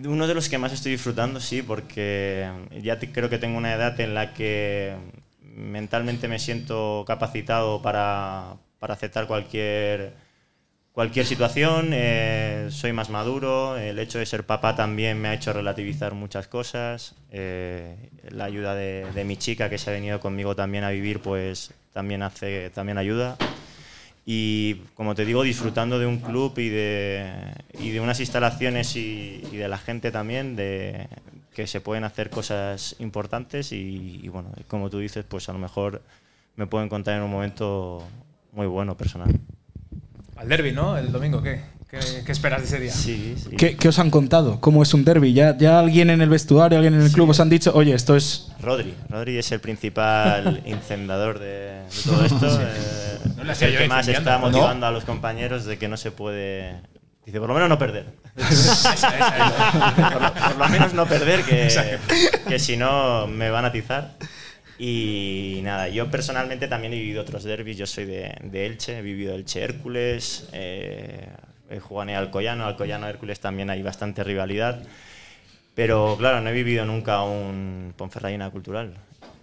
Speaker 12: Uno de los que más estoy disfrutando, sí, porque ya te- creo que tengo una edad en la que mentalmente me siento capacitado para, para aceptar cualquier, cualquier situación. eh, soy más maduro. El hecho de ser papá también me ha hecho relativizar muchas cosas. eh, la ayuda de, de mi chica que se ha venido conmigo también a vivir, pues también, hace, también ayuda y como te digo, disfrutando de un club y de, y de unas instalaciones y, y de la gente también, de que se pueden hacer cosas importantes y, y bueno, como tú dices, pues a lo mejor me puedo encontrar en un momento muy bueno personal.
Speaker 8: Al derby, ¿no? El domingo, ¿qué? ¿Qué, qué esperas de ese día?
Speaker 12: Sí, sí.
Speaker 6: ¿Qué, qué os han contado? ¿Cómo es un derby? ¿Ya, ¿Ya alguien en el vestuario, alguien en el club os han dicho, oye, esto es.
Speaker 12: Rodri. Rodri es el principal incendador de, de todo esto.
Speaker 6: Sí.
Speaker 12: eh,
Speaker 8: No le
Speaker 12: es
Speaker 8: hacía
Speaker 12: el
Speaker 8: yo
Speaker 12: que más
Speaker 8: incendiando,
Speaker 12: está
Speaker 8: ¿no?
Speaker 12: motivando a los compañeros de que no se puede. Dice, por lo menos no perder. por, lo, por lo menos no perder, que,
Speaker 8: Exacto.
Speaker 12: que si no me van a atizar. Y nada, yo personalmente también he vivido otros derbis. Yo soy de, de Elche, he vivido Elche Hércules, eh, he jugado en Alcoyano, Alcoyano Hércules también hay bastante rivalidad. Pero claro, no he vivido nunca un Ponferradina cultural.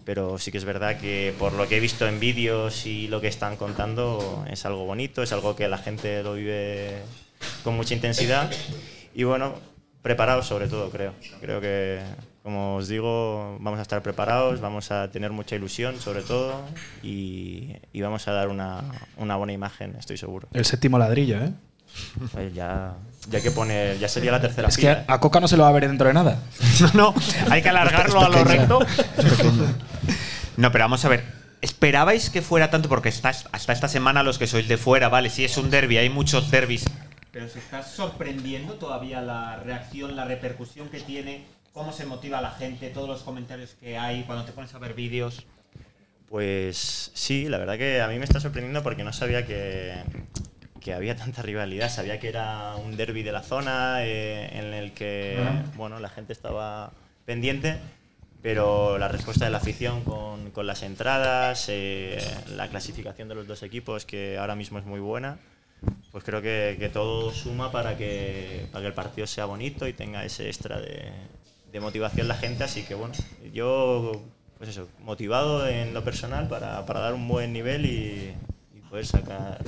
Speaker 12: Pero sí que es verdad que por lo que he visto en vídeos y lo que están contando es algo bonito, es algo que la gente lo vive con mucha intensidad. Y bueno, preparados sobre todo, creo. Creo que, como os digo, vamos a estar preparados, vamos a tener mucha ilusión sobre todo y, y vamos a dar una, una buena imagen, estoy seguro.
Speaker 6: El séptimo ladrillo, ¿eh?
Speaker 12: Pues ya, ya hay que poner, ya sería la tercera
Speaker 6: Es que
Speaker 12: fila,
Speaker 6: a, a Coca no se lo va a ver dentro de nada.
Speaker 7: No, no, hay que alargarlo
Speaker 6: Es
Speaker 7: a lo
Speaker 6: pequeña.
Speaker 7: recto. No, pero vamos a ver. ¿Esperabais que fuera tanto? Porque hasta, hasta esta semana los que sois de fuera, vale, sí es un derby, hay muchos derbis.
Speaker 13: Pero se está sorprendiendo todavía la reacción, la repercusión que tiene, cómo se motiva a la gente, todos los comentarios que hay cuando te pones a ver vídeos.
Speaker 12: Pues sí, la verdad que a mí me está sorprendiendo porque no sabía que, que había tanta rivalidad. Sabía que era un derby de la zona eh, en el que
Speaker 8: Ujú.
Speaker 12: bueno, la gente estaba pendiente, pero la respuesta de la afición con, con las entradas, eh, la clasificación de los dos equipos, que ahora mismo es muy buena, pues creo que, que todo suma para que, para que el partido sea bonito y tenga ese extra de, de motivación la gente. Así que bueno, yo, pues eso, motivado en lo personal para, para dar un buen nivel y, y poder sacar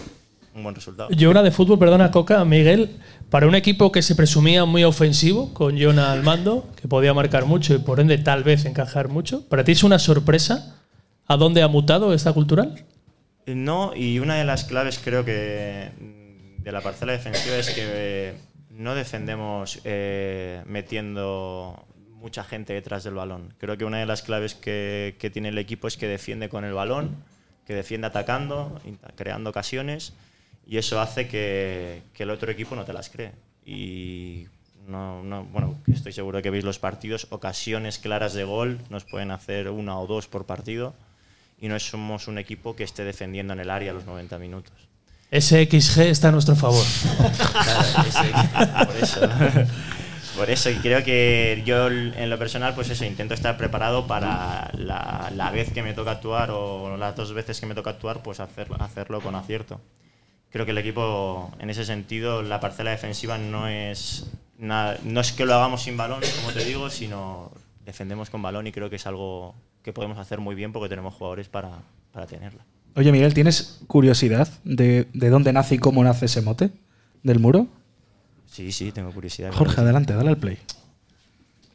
Speaker 12: un buen resultado.
Speaker 5: Yo una de fútbol, perdona Coca, Miguel, para un equipo que se presumía muy ofensivo, con Jonah al mando, que podía marcar mucho y por ende tal vez encajar mucho, ¿para ti es una sorpresa a dónde ha mutado esta cultural?
Speaker 12: No, y una de las claves creo que mm, de la parcela defensiva es que eh, no defendemos eh, metiendo mucha gente detrás del balón. Creo que una de las claves que, que tiene el equipo es que defiende con el balón, que defiende atacando, int- creando ocasiones, y eso hace que, que el otro equipo no te las cree. Y no, no, bueno, estoy seguro que veis los partidos, ocasiones claras de gol, nos pueden hacer una o dos por partido y no somos un equipo que esté defendiendo en el área los 90 minutos.
Speaker 5: SXG está a nuestro favor.
Speaker 12: Claro, ese- por eso. Por eso, y creo que yo en lo personal, pues eso, intento estar preparado para la, la vez que me toca actuar o las dos veces que me toca actuar, pues hacer- hacerlo con acierto. Creo que el equipo, en ese sentido, la parcela defensiva no es, nada- no es que lo hagamos sin balón, como te digo, sino defendemos con balón y creo que es algo que podemos hacer muy bien porque tenemos jugadores para, para tenerla.
Speaker 6: Oye, Miguel, ¿tienes curiosidad de, de dónde nace y cómo nace ese mote del muro?
Speaker 12: Sí, sí, tengo curiosidad.
Speaker 6: Jorge, adelante, dale al play.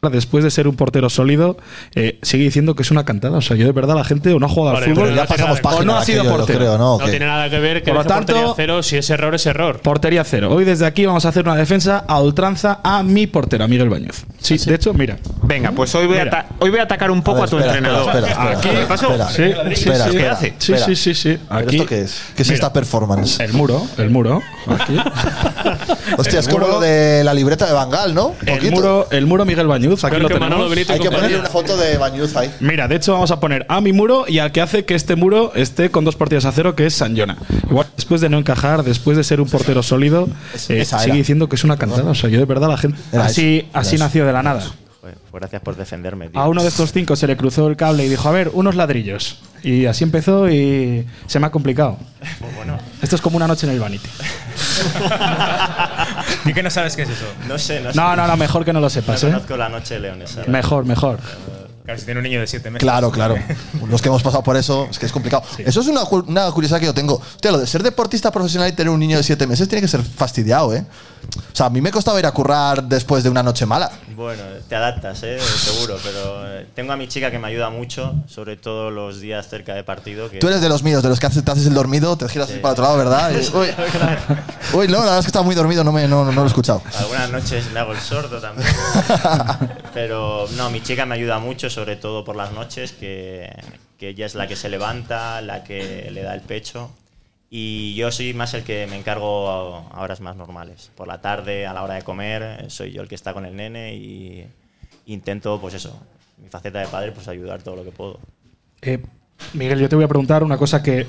Speaker 6: Ahora, Después de ser un portero sólido, eh, sigue diciendo que es una cantada. O sea, yo de verdad la gente o no ha jugado
Speaker 5: Vale,
Speaker 6: al fútbol
Speaker 5: pero no tiene nada que
Speaker 6: o
Speaker 5: ver.
Speaker 6: no ha sido portero.
Speaker 5: No tiene nada que ver que
Speaker 6: Por lo
Speaker 5: deje portería
Speaker 6: tanto-
Speaker 5: cero, si es error es error.
Speaker 6: Portería cero. Hoy desde aquí vamos a hacer una defensa a ultranza a mi portero, a Miguel Bañez. Sí, de hecho, mira.
Speaker 7: Venga, pues hoy voy, a, ata- hoy voy a atacar un poco a,
Speaker 6: A ver,
Speaker 7: tu
Speaker 6: espera,
Speaker 7: entrenador.
Speaker 6: espera, espera,
Speaker 7: Aquí,
Speaker 6: espera,
Speaker 7: pasó?
Speaker 6: espera, Sí, espera, sí, espera, sí.
Speaker 7: ¿Qué
Speaker 6: espera.
Speaker 7: hace?
Speaker 6: Sí, sí, sí, sí. Aquí.
Speaker 3: ¿Esto qué es? ¿Qué es esta performance?
Speaker 6: El muro, el muro. Aquí.
Speaker 3: Hostia, es como
Speaker 6: muro-
Speaker 3: lo de la libreta de Bangal, ¿no?
Speaker 6: El muro, el muro Miguel Bañuz, aquí
Speaker 5: Creo
Speaker 6: lo
Speaker 5: que
Speaker 6: tenemos.
Speaker 5: Manolo Benito y
Speaker 3: Hay que ponerle una foto de Bañuz ahí.
Speaker 6: Mira, de hecho vamos a poner a mi muro y al que hace que este muro esté con dos partidas a cero, que es San Jona. Igual, después de no encajar, después de ser un portero sólido, eh,
Speaker 3: esa
Speaker 6: sigue
Speaker 3: era.
Speaker 6: diciendo que es una cantada. O sea, yo de verdad la gente...
Speaker 3: Era
Speaker 6: Así,
Speaker 3: esa, era
Speaker 6: así
Speaker 3: esa.
Speaker 6: nació de la nada.
Speaker 12: Joder, pues gracias por defenderme, tío.
Speaker 6: A uno de estos cinco se le cruzó el cable y dijo, a ver, unos ladrillos. Y así empezó y se me ha complicado.
Speaker 12: Pues
Speaker 6: Esto es como una noche en el Vanity.
Speaker 8: ¿Y que no sabes qué es eso?
Speaker 12: No sé, no sé.
Speaker 6: No, no, no, mejor que no lo sepas,
Speaker 12: No
Speaker 6: ¿eh?
Speaker 12: conozco la noche de leones. ¿sabes?
Speaker 6: Mejor, mejor.
Speaker 8: Claro, si tiene un niño de 7 meses.
Speaker 3: Claro, claro. Los que hemos pasado por eso, es que es complicado. Eso es una, cu- una curiosidad que yo tengo. Hostia, lo de ser deportista profesional y tener un niño de 7 meses tiene que ser fastidiado, ¿eh? O sea, a mí me costaba ir a currar después de una noche mala.
Speaker 12: Bueno, te adaptas, ¿eh? seguro, pero eh, tengo a mi chica que me ayuda mucho, sobre todo los días cerca de partido. Que
Speaker 3: Tú eres de los míos, de los que haces- te haces el dormido, te giras así para otro lado, ¿verdad? Y- uy, uy, no, la verdad es que estaba muy dormido, no, me, no, no lo he escuchado.
Speaker 12: Algunas noches me hago el sordo también. Pero no, mi chica me ayuda mucho, sobre todo por las noches, que, que ella es la que se levanta, la que le da el pecho. Y yo soy más el que me encargo a, a horas más normales. Por la tarde, a la hora de comer, eh, soy yo el que está con el nene y intento, pues eso, mi faceta de padre, pues ayudar todo lo que puedo.
Speaker 6: Eh, Miguel, yo te voy a preguntar una cosa que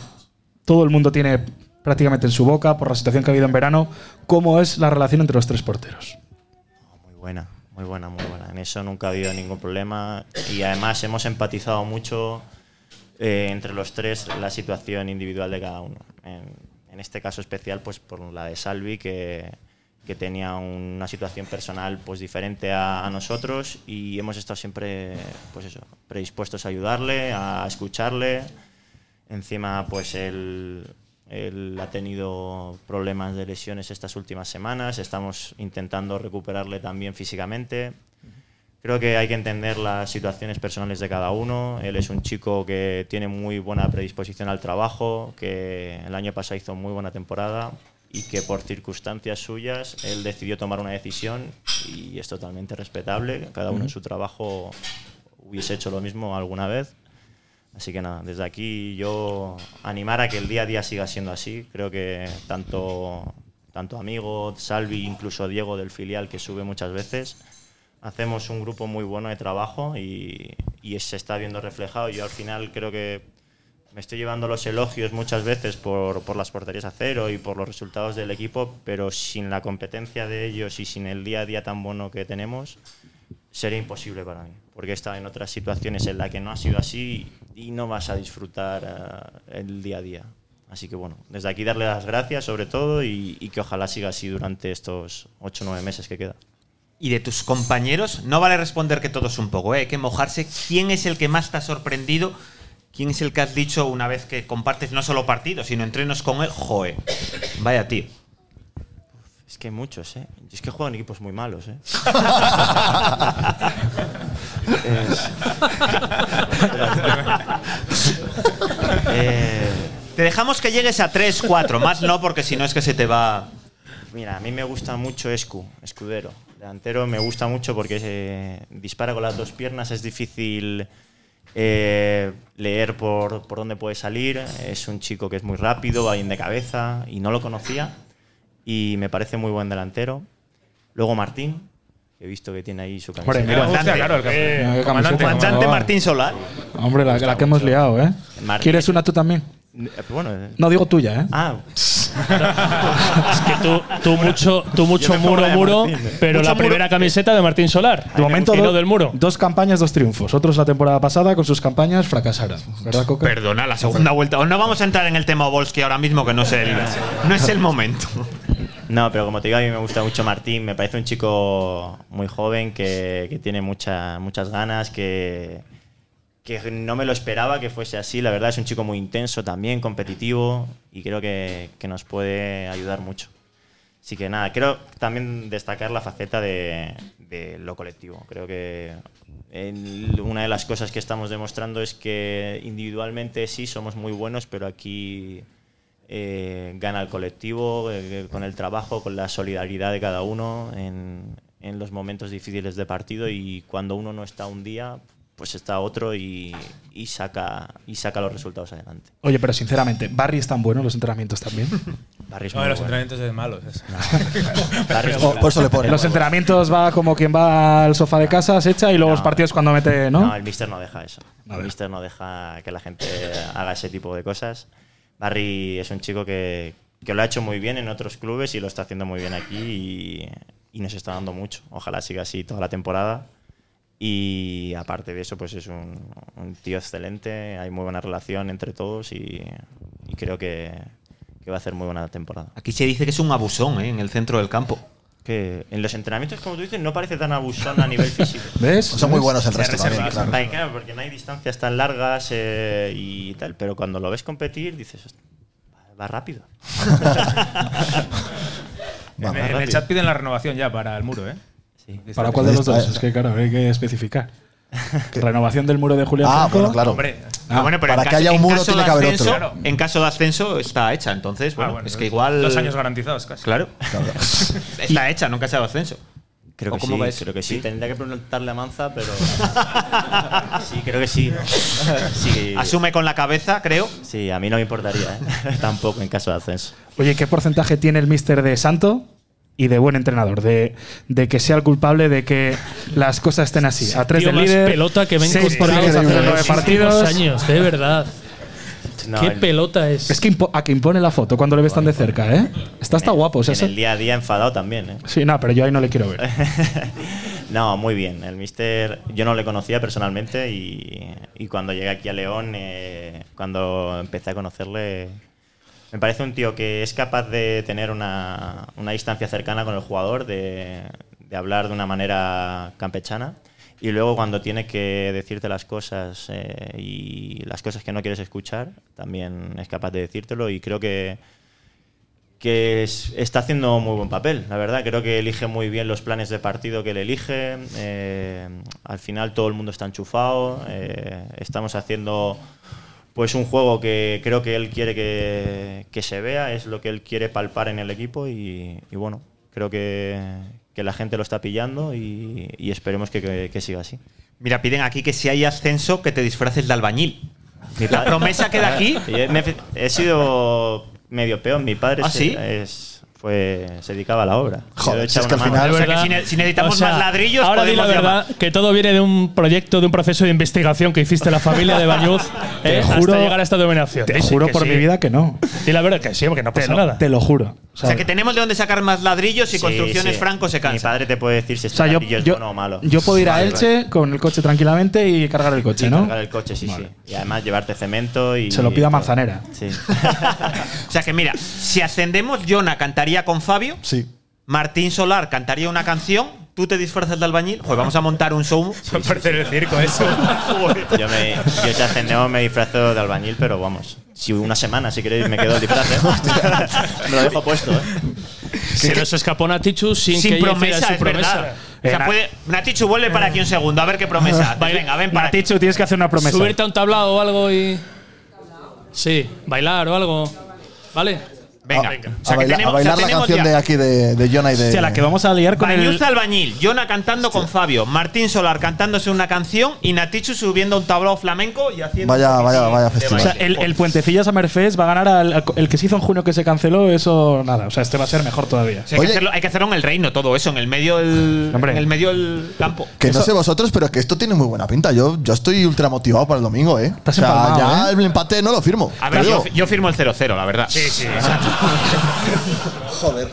Speaker 6: todo el mundo tiene prácticamente en su boca por la situación que ha habido en verano. ¿Cómo es la relación entre los tres porteros?
Speaker 12: Muy buena, muy buena, muy buena. En eso nunca ha habido ningún problema y además hemos empatizado mucho eh, entre los tres la situación individual de cada uno. En, en este caso especial, pues por la de Salvi, que, que tenía una situación personal pues diferente a, a nosotros y hemos estado siempre pues eso, predispuestos a ayudarle, a escucharle. Encima, pues él, él ha tenido problemas de lesiones estas últimas semanas. Estamos intentando recuperarle también físicamente. Creo que hay que entender las situaciones personales de cada uno. Él es un chico que tiene muy buena predisposición al trabajo, que el año pasado hizo muy buena temporada y que por circunstancias suyas él decidió tomar una decisión y es totalmente respetable. Cada uno en su trabajo hubiese hecho lo mismo alguna vez. Así que nada, desde aquí yo animar a que el día a día siga siendo así. Creo que tanto, tanto Amigo, Salvi, incluso Diego del filial que sube muchas veces, hacemos un grupo muy bueno de trabajo y, y se está viendo reflejado. Yo al final creo que me estoy llevando los elogios muchas veces por, por las porterías a cero y por los resultados del equipo, pero sin la competencia de ellos y sin el día a día tan bueno que tenemos, sería imposible para mí, porque he estado en otras situaciones en las que no ha sido así y no vas a disfrutar eh, el día a día. Así que bueno, desde aquí darle las gracias sobre todo y, y que ojalá siga así durante estos 8 o 9 meses que queda.
Speaker 7: Y de tus compañeros, no vale responder que todos un poco, ¿eh? hay que mojarse. ¿Quién es el que más te ha sorprendido? ¿Quién es el que has dicho una vez que compartes no solo partidos, sino entrenos con él? Joe, vaya tío.
Speaker 12: Es que hay muchos, ¿eh? Es que juegan equipos muy malos, ¿eh? Es- Eh,
Speaker 7: Te dejamos que llegues a 3, 4, más no, porque si no es que se te va.
Speaker 12: Mira, a mí me gusta mucho Escu, escudero. Delantero me gusta mucho porque eh, dispara con las dos piernas, es difícil eh, leer por, por dónde puede salir. Es un chico que es muy rápido, va bien de cabeza y no lo conocía. Y me parece muy buen delantero. Luego Martín, que he visto que tiene ahí su camiseta.
Speaker 6: Hombre, mira,
Speaker 7: Comandante. claro, el
Speaker 6: Eh, comandante. comandante.
Speaker 7: Comandante
Speaker 6: Cómo va.
Speaker 7: Martín Solar.
Speaker 6: Hombre, la, la que hemos liado, ¿eh?
Speaker 12: Martín.
Speaker 6: ¿Quieres una tú también?
Speaker 12: Eh, Bueno, eh,
Speaker 6: No digo tuya, ¿eh?
Speaker 12: Ah.
Speaker 5: Es que tú, tú mucho, tú mucho
Speaker 6: me pongo
Speaker 5: muro,
Speaker 6: la de
Speaker 5: muro,
Speaker 6: Martín, ¿eh?
Speaker 5: pero
Speaker 6: Mucho
Speaker 5: la
Speaker 6: muro.
Speaker 5: primera camiseta de Martín Solar.
Speaker 6: De momento,
Speaker 5: Tiro
Speaker 6: do-
Speaker 5: del muro.
Speaker 6: dos campañas, dos triunfos. Otros la temporada pasada con sus campañas fracasaron. ¿Verdad, Coca?
Speaker 7: Perdona, la segunda vuelta. O No vamos a entrar en el tema Volsky ahora mismo, que no es el, no es el momento.
Speaker 12: No, pero como te digo, a mí me gusta mucho Martín. Me parece un chico muy joven que, que tiene mucha- muchas ganas, que, que no me lo esperaba que fuese así. La verdad es un chico muy intenso también, competitivo y creo que, que nos puede ayudar mucho. Así que nada, quiero también destacar la faceta de, de lo colectivo. Creo que el- una de las cosas que estamos demostrando es que individualmente sí somos muy buenos, pero aquí eh, gana el colectivo, eh, con el trabajo, con la solidaridad de cada uno en, en los momentos difíciles de partido y cuando uno no está un día, pues está otro y, y saca, y saca los resultados adelante.
Speaker 6: Oye, pero sinceramente, ¿Barry es tan bueno los entrenamientos también?
Speaker 12: Barry es
Speaker 8: No,
Speaker 12: muy
Speaker 8: los
Speaker 12: bueno.
Speaker 8: entrenamientos es malos. es-
Speaker 12: Barry es
Speaker 6: O-
Speaker 12: muy bueno.
Speaker 6: Los entrenamientos va como quien va al sofá de casa, se echa y luego los partidos cuando mete, ¿no?
Speaker 12: el mister no deja eso. El mister no deja que la gente haga ese tipo de cosas. Barry es un chico que, que lo ha hecho muy bien en otros clubes y lo está haciendo muy bien aquí y, y nos está dando mucho. Ojalá siga así toda la temporada. Y aparte de eso, pues es un, un tío excelente, hay muy buena relación entre todos y, y creo que, que va a hacer muy buena temporada.
Speaker 7: Aquí se dice que es un abusón, ¿eh? En el centro del campo.
Speaker 12: Que en los entrenamientos, como tú dices, no parece tan abusón a nivel físico.
Speaker 6: ¿Ves? Son muy buenos el
Speaker 12: Se
Speaker 6: resto
Speaker 12: reserva,
Speaker 6: también, claro.
Speaker 12: Ay, claro, porque no hay distancias tan largas eh, y tal, pero cuando lo ves competir dices, "Host- va rápido.
Speaker 8: En, en el
Speaker 12: rápido.
Speaker 8: chat piden la renovación ya para el muro, ¿eh?
Speaker 6: ¿Para cuál de los dos? Es que claro, hay que especificar. Renovación del muro de Julián
Speaker 7: Ah,
Speaker 6: Franco.
Speaker 7: bueno, claro. Hombre,
Speaker 6: Ah,
Speaker 7: bueno, pero en caso- en caso de ascenso- En caso de ascenso está hecha, entonces, bueno, es que igual.
Speaker 8: Dos años garantizados casi.
Speaker 7: Claro. está hecha, nunca se ha dado ascenso.
Speaker 12: Creo
Speaker 13: ¿O
Speaker 12: que
Speaker 13: cómo
Speaker 12: sí,
Speaker 13: va eso?
Speaker 12: creo que sí.
Speaker 13: ¿Sí?
Speaker 12: Tendría que preguntarle a Manza, pero.
Speaker 7: Ah,
Speaker 12: sí, creo que sí. sí.
Speaker 7: Asume con la cabeza, creo.
Speaker 12: Sí, a mí no me importaría, ¿eh? tampoco en caso de ascenso.
Speaker 6: Oye, ¿qué porcentaje tiene el mister de santo y de buen entrenador? De, de que sea el culpable de que las cosas estén así. A tres
Speaker 5: Tío
Speaker 6: del
Speaker 5: más
Speaker 6: líder.
Speaker 5: pelota que ven
Speaker 6: seis por
Speaker 5: encontrados
Speaker 6: hace
Speaker 5: hace
Speaker 6: nueve
Speaker 5: muchísimos
Speaker 6: partidos.
Speaker 5: años, de verdad. Qué
Speaker 12: el-
Speaker 5: pelota es.
Speaker 6: Es que impo- a que impone la foto cuando le ves tan de cerca, ¿eh? Está hasta guapo, o sea,
Speaker 12: En
Speaker 6: se-
Speaker 12: el día a día enfadado también, ¿eh?
Speaker 6: Sí, no, pero yo ahí no le quiero ver.
Speaker 12: No, muy bien. El mister yo no le conocía personalmente y, y cuando llegué aquí a León, eh, cuando empecé a conocerle, me parece un tío que es capaz de tener una, una distancia cercana con el jugador, de, de hablar de una manera campechana. Y luego cuando tiene que decirte las cosas eh, y las cosas que no quieres escuchar, también es capaz de decírtelo y creo que que es- está haciendo muy buen papel, la verdad. Creo que elige muy bien los planes de partido que le elige. eh, al final todo el mundo está enchufado. eh, estamos haciendo pues un juego que creo que él quiere que, que se vea, es lo que él quiere palpar en el equipo y, y bueno, creo que, que la gente lo está pillando y, y esperemos que, que- que siga así.
Speaker 7: Mira, piden aquí que si hay ascenso, que te disfraces de albañil. La
Speaker 12: padre-
Speaker 7: promesa queda aquí.
Speaker 12: Y he- me- he sido medio peón. Mi padre
Speaker 7: ¿Ah,
Speaker 12: se-
Speaker 7: sí?
Speaker 12: es- fue, se dedicaba a la obra.
Speaker 7: Joder,
Speaker 12: Yo he
Speaker 7: si es
Speaker 12: echado
Speaker 7: que al
Speaker 12: una mano.
Speaker 7: final- O sea, que si ne- si necesitamos más ladrillos,
Speaker 5: Ahora di la
Speaker 7: podemos
Speaker 5: verdad, que todo viene de un proyecto, de un proceso de investigación que hiciste la familia de Bañuz
Speaker 6: Te
Speaker 5: eh,
Speaker 6: juro-
Speaker 5: hasta llegar a esta dominación.
Speaker 6: Te juro por mi vida que no.
Speaker 5: Y la verdad que sí, porque no
Speaker 6: Te
Speaker 5: pasa
Speaker 6: lo,
Speaker 5: nada.
Speaker 6: te lo juro.
Speaker 7: O sea, que tenemos de dónde sacar más ladrillos y construcciones
Speaker 12: sí.
Speaker 7: franco se cansa.
Speaker 12: Mi padre te puede decir si este
Speaker 6: sea, yo-
Speaker 12: ladrillo es
Speaker 6: yo-
Speaker 12: bueno o malo.
Speaker 6: Yo puedo ir a
Speaker 12: Vale,
Speaker 6: Elche con el coche tranquilamente y cargar el
Speaker 12: vale.
Speaker 6: coche,
Speaker 12: Sí,
Speaker 6: ¿no?
Speaker 12: cargar el coche, sí, sí. Y además llevarte cemento y.
Speaker 6: Se lo pido a Manzanera.
Speaker 12: Sí.
Speaker 7: O sea que mira, si ascendemos, Jonah cantaría con Fabio.
Speaker 3: Sí.
Speaker 7: Martín Solar cantaría una canción. Tú te disfrazas de albañil. Joder, vamos a montar un show.
Speaker 5: el circo eso.
Speaker 12: Yo, me, yo si ascendemos me disfrazo de albañil, pero vamos. Si una semana, si queréis, me quedo el disfraz. ¿eh? me lo dejo puesto, ¿eh?
Speaker 5: Se nos escapó Natichu sin,
Speaker 7: Sin
Speaker 5: que ella hiciera
Speaker 7: promesa,
Speaker 5: su
Speaker 7: es
Speaker 5: promesa. Eh,
Speaker 7: verdad. O sea, puede- Natichu, vuelve para aquí un segundo, a ver qué promesa. haces. Venga, ven para
Speaker 6: Natichu, tienes que hacer una promesa.
Speaker 5: Subirte a un tablado o algo y. Sí, bailar o algo. ¿Vale? Ah,
Speaker 7: Venga.
Speaker 3: A bailar, a bailar la canción de aquí de, de Jonah y de.
Speaker 6: vamos a liar
Speaker 3: con el-
Speaker 7: Bañuz Albañil, Jonah cantando con Fabio, Martín Solar cantándose una canción y Natichu subiendo a un tablao flamenco y haciendo.
Speaker 3: Vaya,
Speaker 7: un
Speaker 3: vaya, vaya
Speaker 7: de
Speaker 3: festival.
Speaker 6: O sea,
Speaker 7: baile.
Speaker 6: el, el Puentecillas Summerfest va a ganar al, al- el que se hizo en junio que se canceló, eso nada. O sea, este va a ser mejor todavía.
Speaker 7: O sea, hay, que hacerlo, hay que hacerlo en el reino, todo eso, en el medio del, en el medio del campo.
Speaker 3: Que no sé vosotros, pero que esto tiene muy buena pinta. Yo, yo estoy ultra motivado para el domingo, ¿eh? O sea,
Speaker 7: empalmado,
Speaker 3: ya el empate no lo firmo.
Speaker 7: A ver,
Speaker 3: Te
Speaker 7: yo,
Speaker 3: digo.
Speaker 7: yo firmo el 0-0, la verdad. Sí, sí, exacto.
Speaker 3: Joder.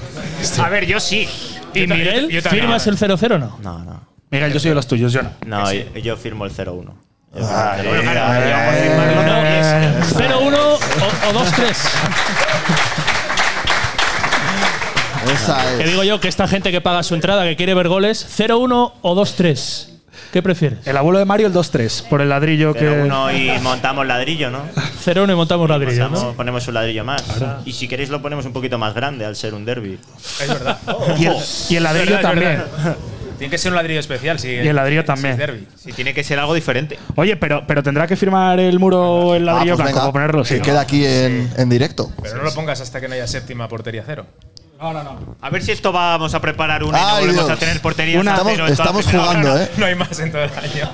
Speaker 7: A ver, yo sí.
Speaker 5: ¿Y Miguel? ¿Firmas el 0-0 o no?
Speaker 12: No, no.
Speaker 6: Miguel, yo soy de los tuyos, yo no.
Speaker 12: No, yo, yo firmo el 0-1. Yo firmo el 0-1.
Speaker 5: Eh, 0-1 o, o 2-3.
Speaker 3: Esa
Speaker 5: Que digo yo que esta gente que paga su entrada, que quiere ver goles, 0-1 o 2-3. ¿Qué prefieres?
Speaker 6: El abuelo de Mario, el 2-3, por el ladrillo que.
Speaker 12: 0-1 y montamos ladrillo, ¿no?
Speaker 5: 0-1 y montamos ladrillo,
Speaker 12: Montamos-
Speaker 5: ¿no?
Speaker 12: Ponemos un ladrillo más. Y si queréis lo ponemos un poquito más grande al ser un derby.
Speaker 8: Es verdad. Oh.
Speaker 6: Y el-
Speaker 8: Ojo.
Speaker 6: y el ladrillo
Speaker 8: Es verdad, es
Speaker 6: también.
Speaker 8: verdad. Tiene que ser un ladrillo especial. Si,
Speaker 6: Y el ladrillo
Speaker 8: si es
Speaker 6: también.
Speaker 8: derbi.
Speaker 7: Si tiene que ser algo diferente.
Speaker 6: Oye, pero, pero tendrá que firmar el muro o el
Speaker 3: Ah,
Speaker 6: ladrillo
Speaker 3: pues
Speaker 6: blanco
Speaker 3: venga,
Speaker 6: para ponerlo, sí.
Speaker 3: que
Speaker 6: ¿no?
Speaker 3: queda aquí en, en directo.
Speaker 8: Pero no lo pongas hasta que no haya séptima portería cero.
Speaker 6: No, no, no.
Speaker 7: A ver si esto vamos a preparar una y no
Speaker 3: Ay,
Speaker 7: volvemos
Speaker 3: Dios.
Speaker 7: a tener porterías
Speaker 3: Una-
Speaker 7: a cero
Speaker 3: Estamos-
Speaker 7: en toda
Speaker 3: estamos
Speaker 7: la primera
Speaker 3: jugando,
Speaker 7: hora.
Speaker 3: ¿eh?
Speaker 8: No hay más en todo el año.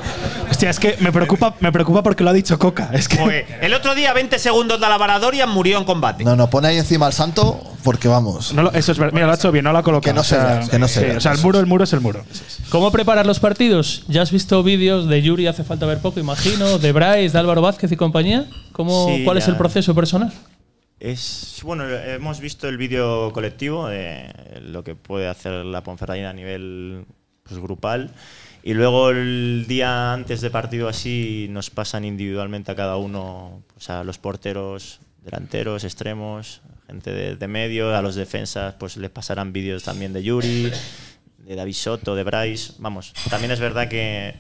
Speaker 6: Hostia, es que me preocupa, me preocupa porque lo ha dicho Coca. Es que.
Speaker 7: Joder, El otro día, 20 segundos de la varadoria, murió en combate.
Speaker 3: No, no, pone ahí encima el santo porque vamos.
Speaker 6: No lo- eso es verdad. Mira, lo ha hecho bien, no lo ha colocado.
Speaker 3: Que no se vea, que no se
Speaker 6: sí,
Speaker 3: vea.
Speaker 6: O sea, el muro, el muro es el muro.
Speaker 5: ¿Cómo preparar los partidos? ¿Ya has visto vídeos de Yuri, hace falta ver poco, imagino, de Bryce, de Álvaro Vázquez y compañía? ¿Cómo,
Speaker 12: Sí,
Speaker 5: ¿Cuál es
Speaker 12: ya.
Speaker 5: el proceso personal?
Speaker 12: Es bueno, hemos visto el vídeo colectivo de lo que puede hacer la Ponferradina a nivel pues, grupal y luego el día antes de partido así nos pasan individualmente a cada uno, pues a los porteros, delanteros, extremos, gente de, de medio, a los defensas pues les pasarán vídeos también de Yuri, de David Soto, de Bryce, vamos, también es verdad que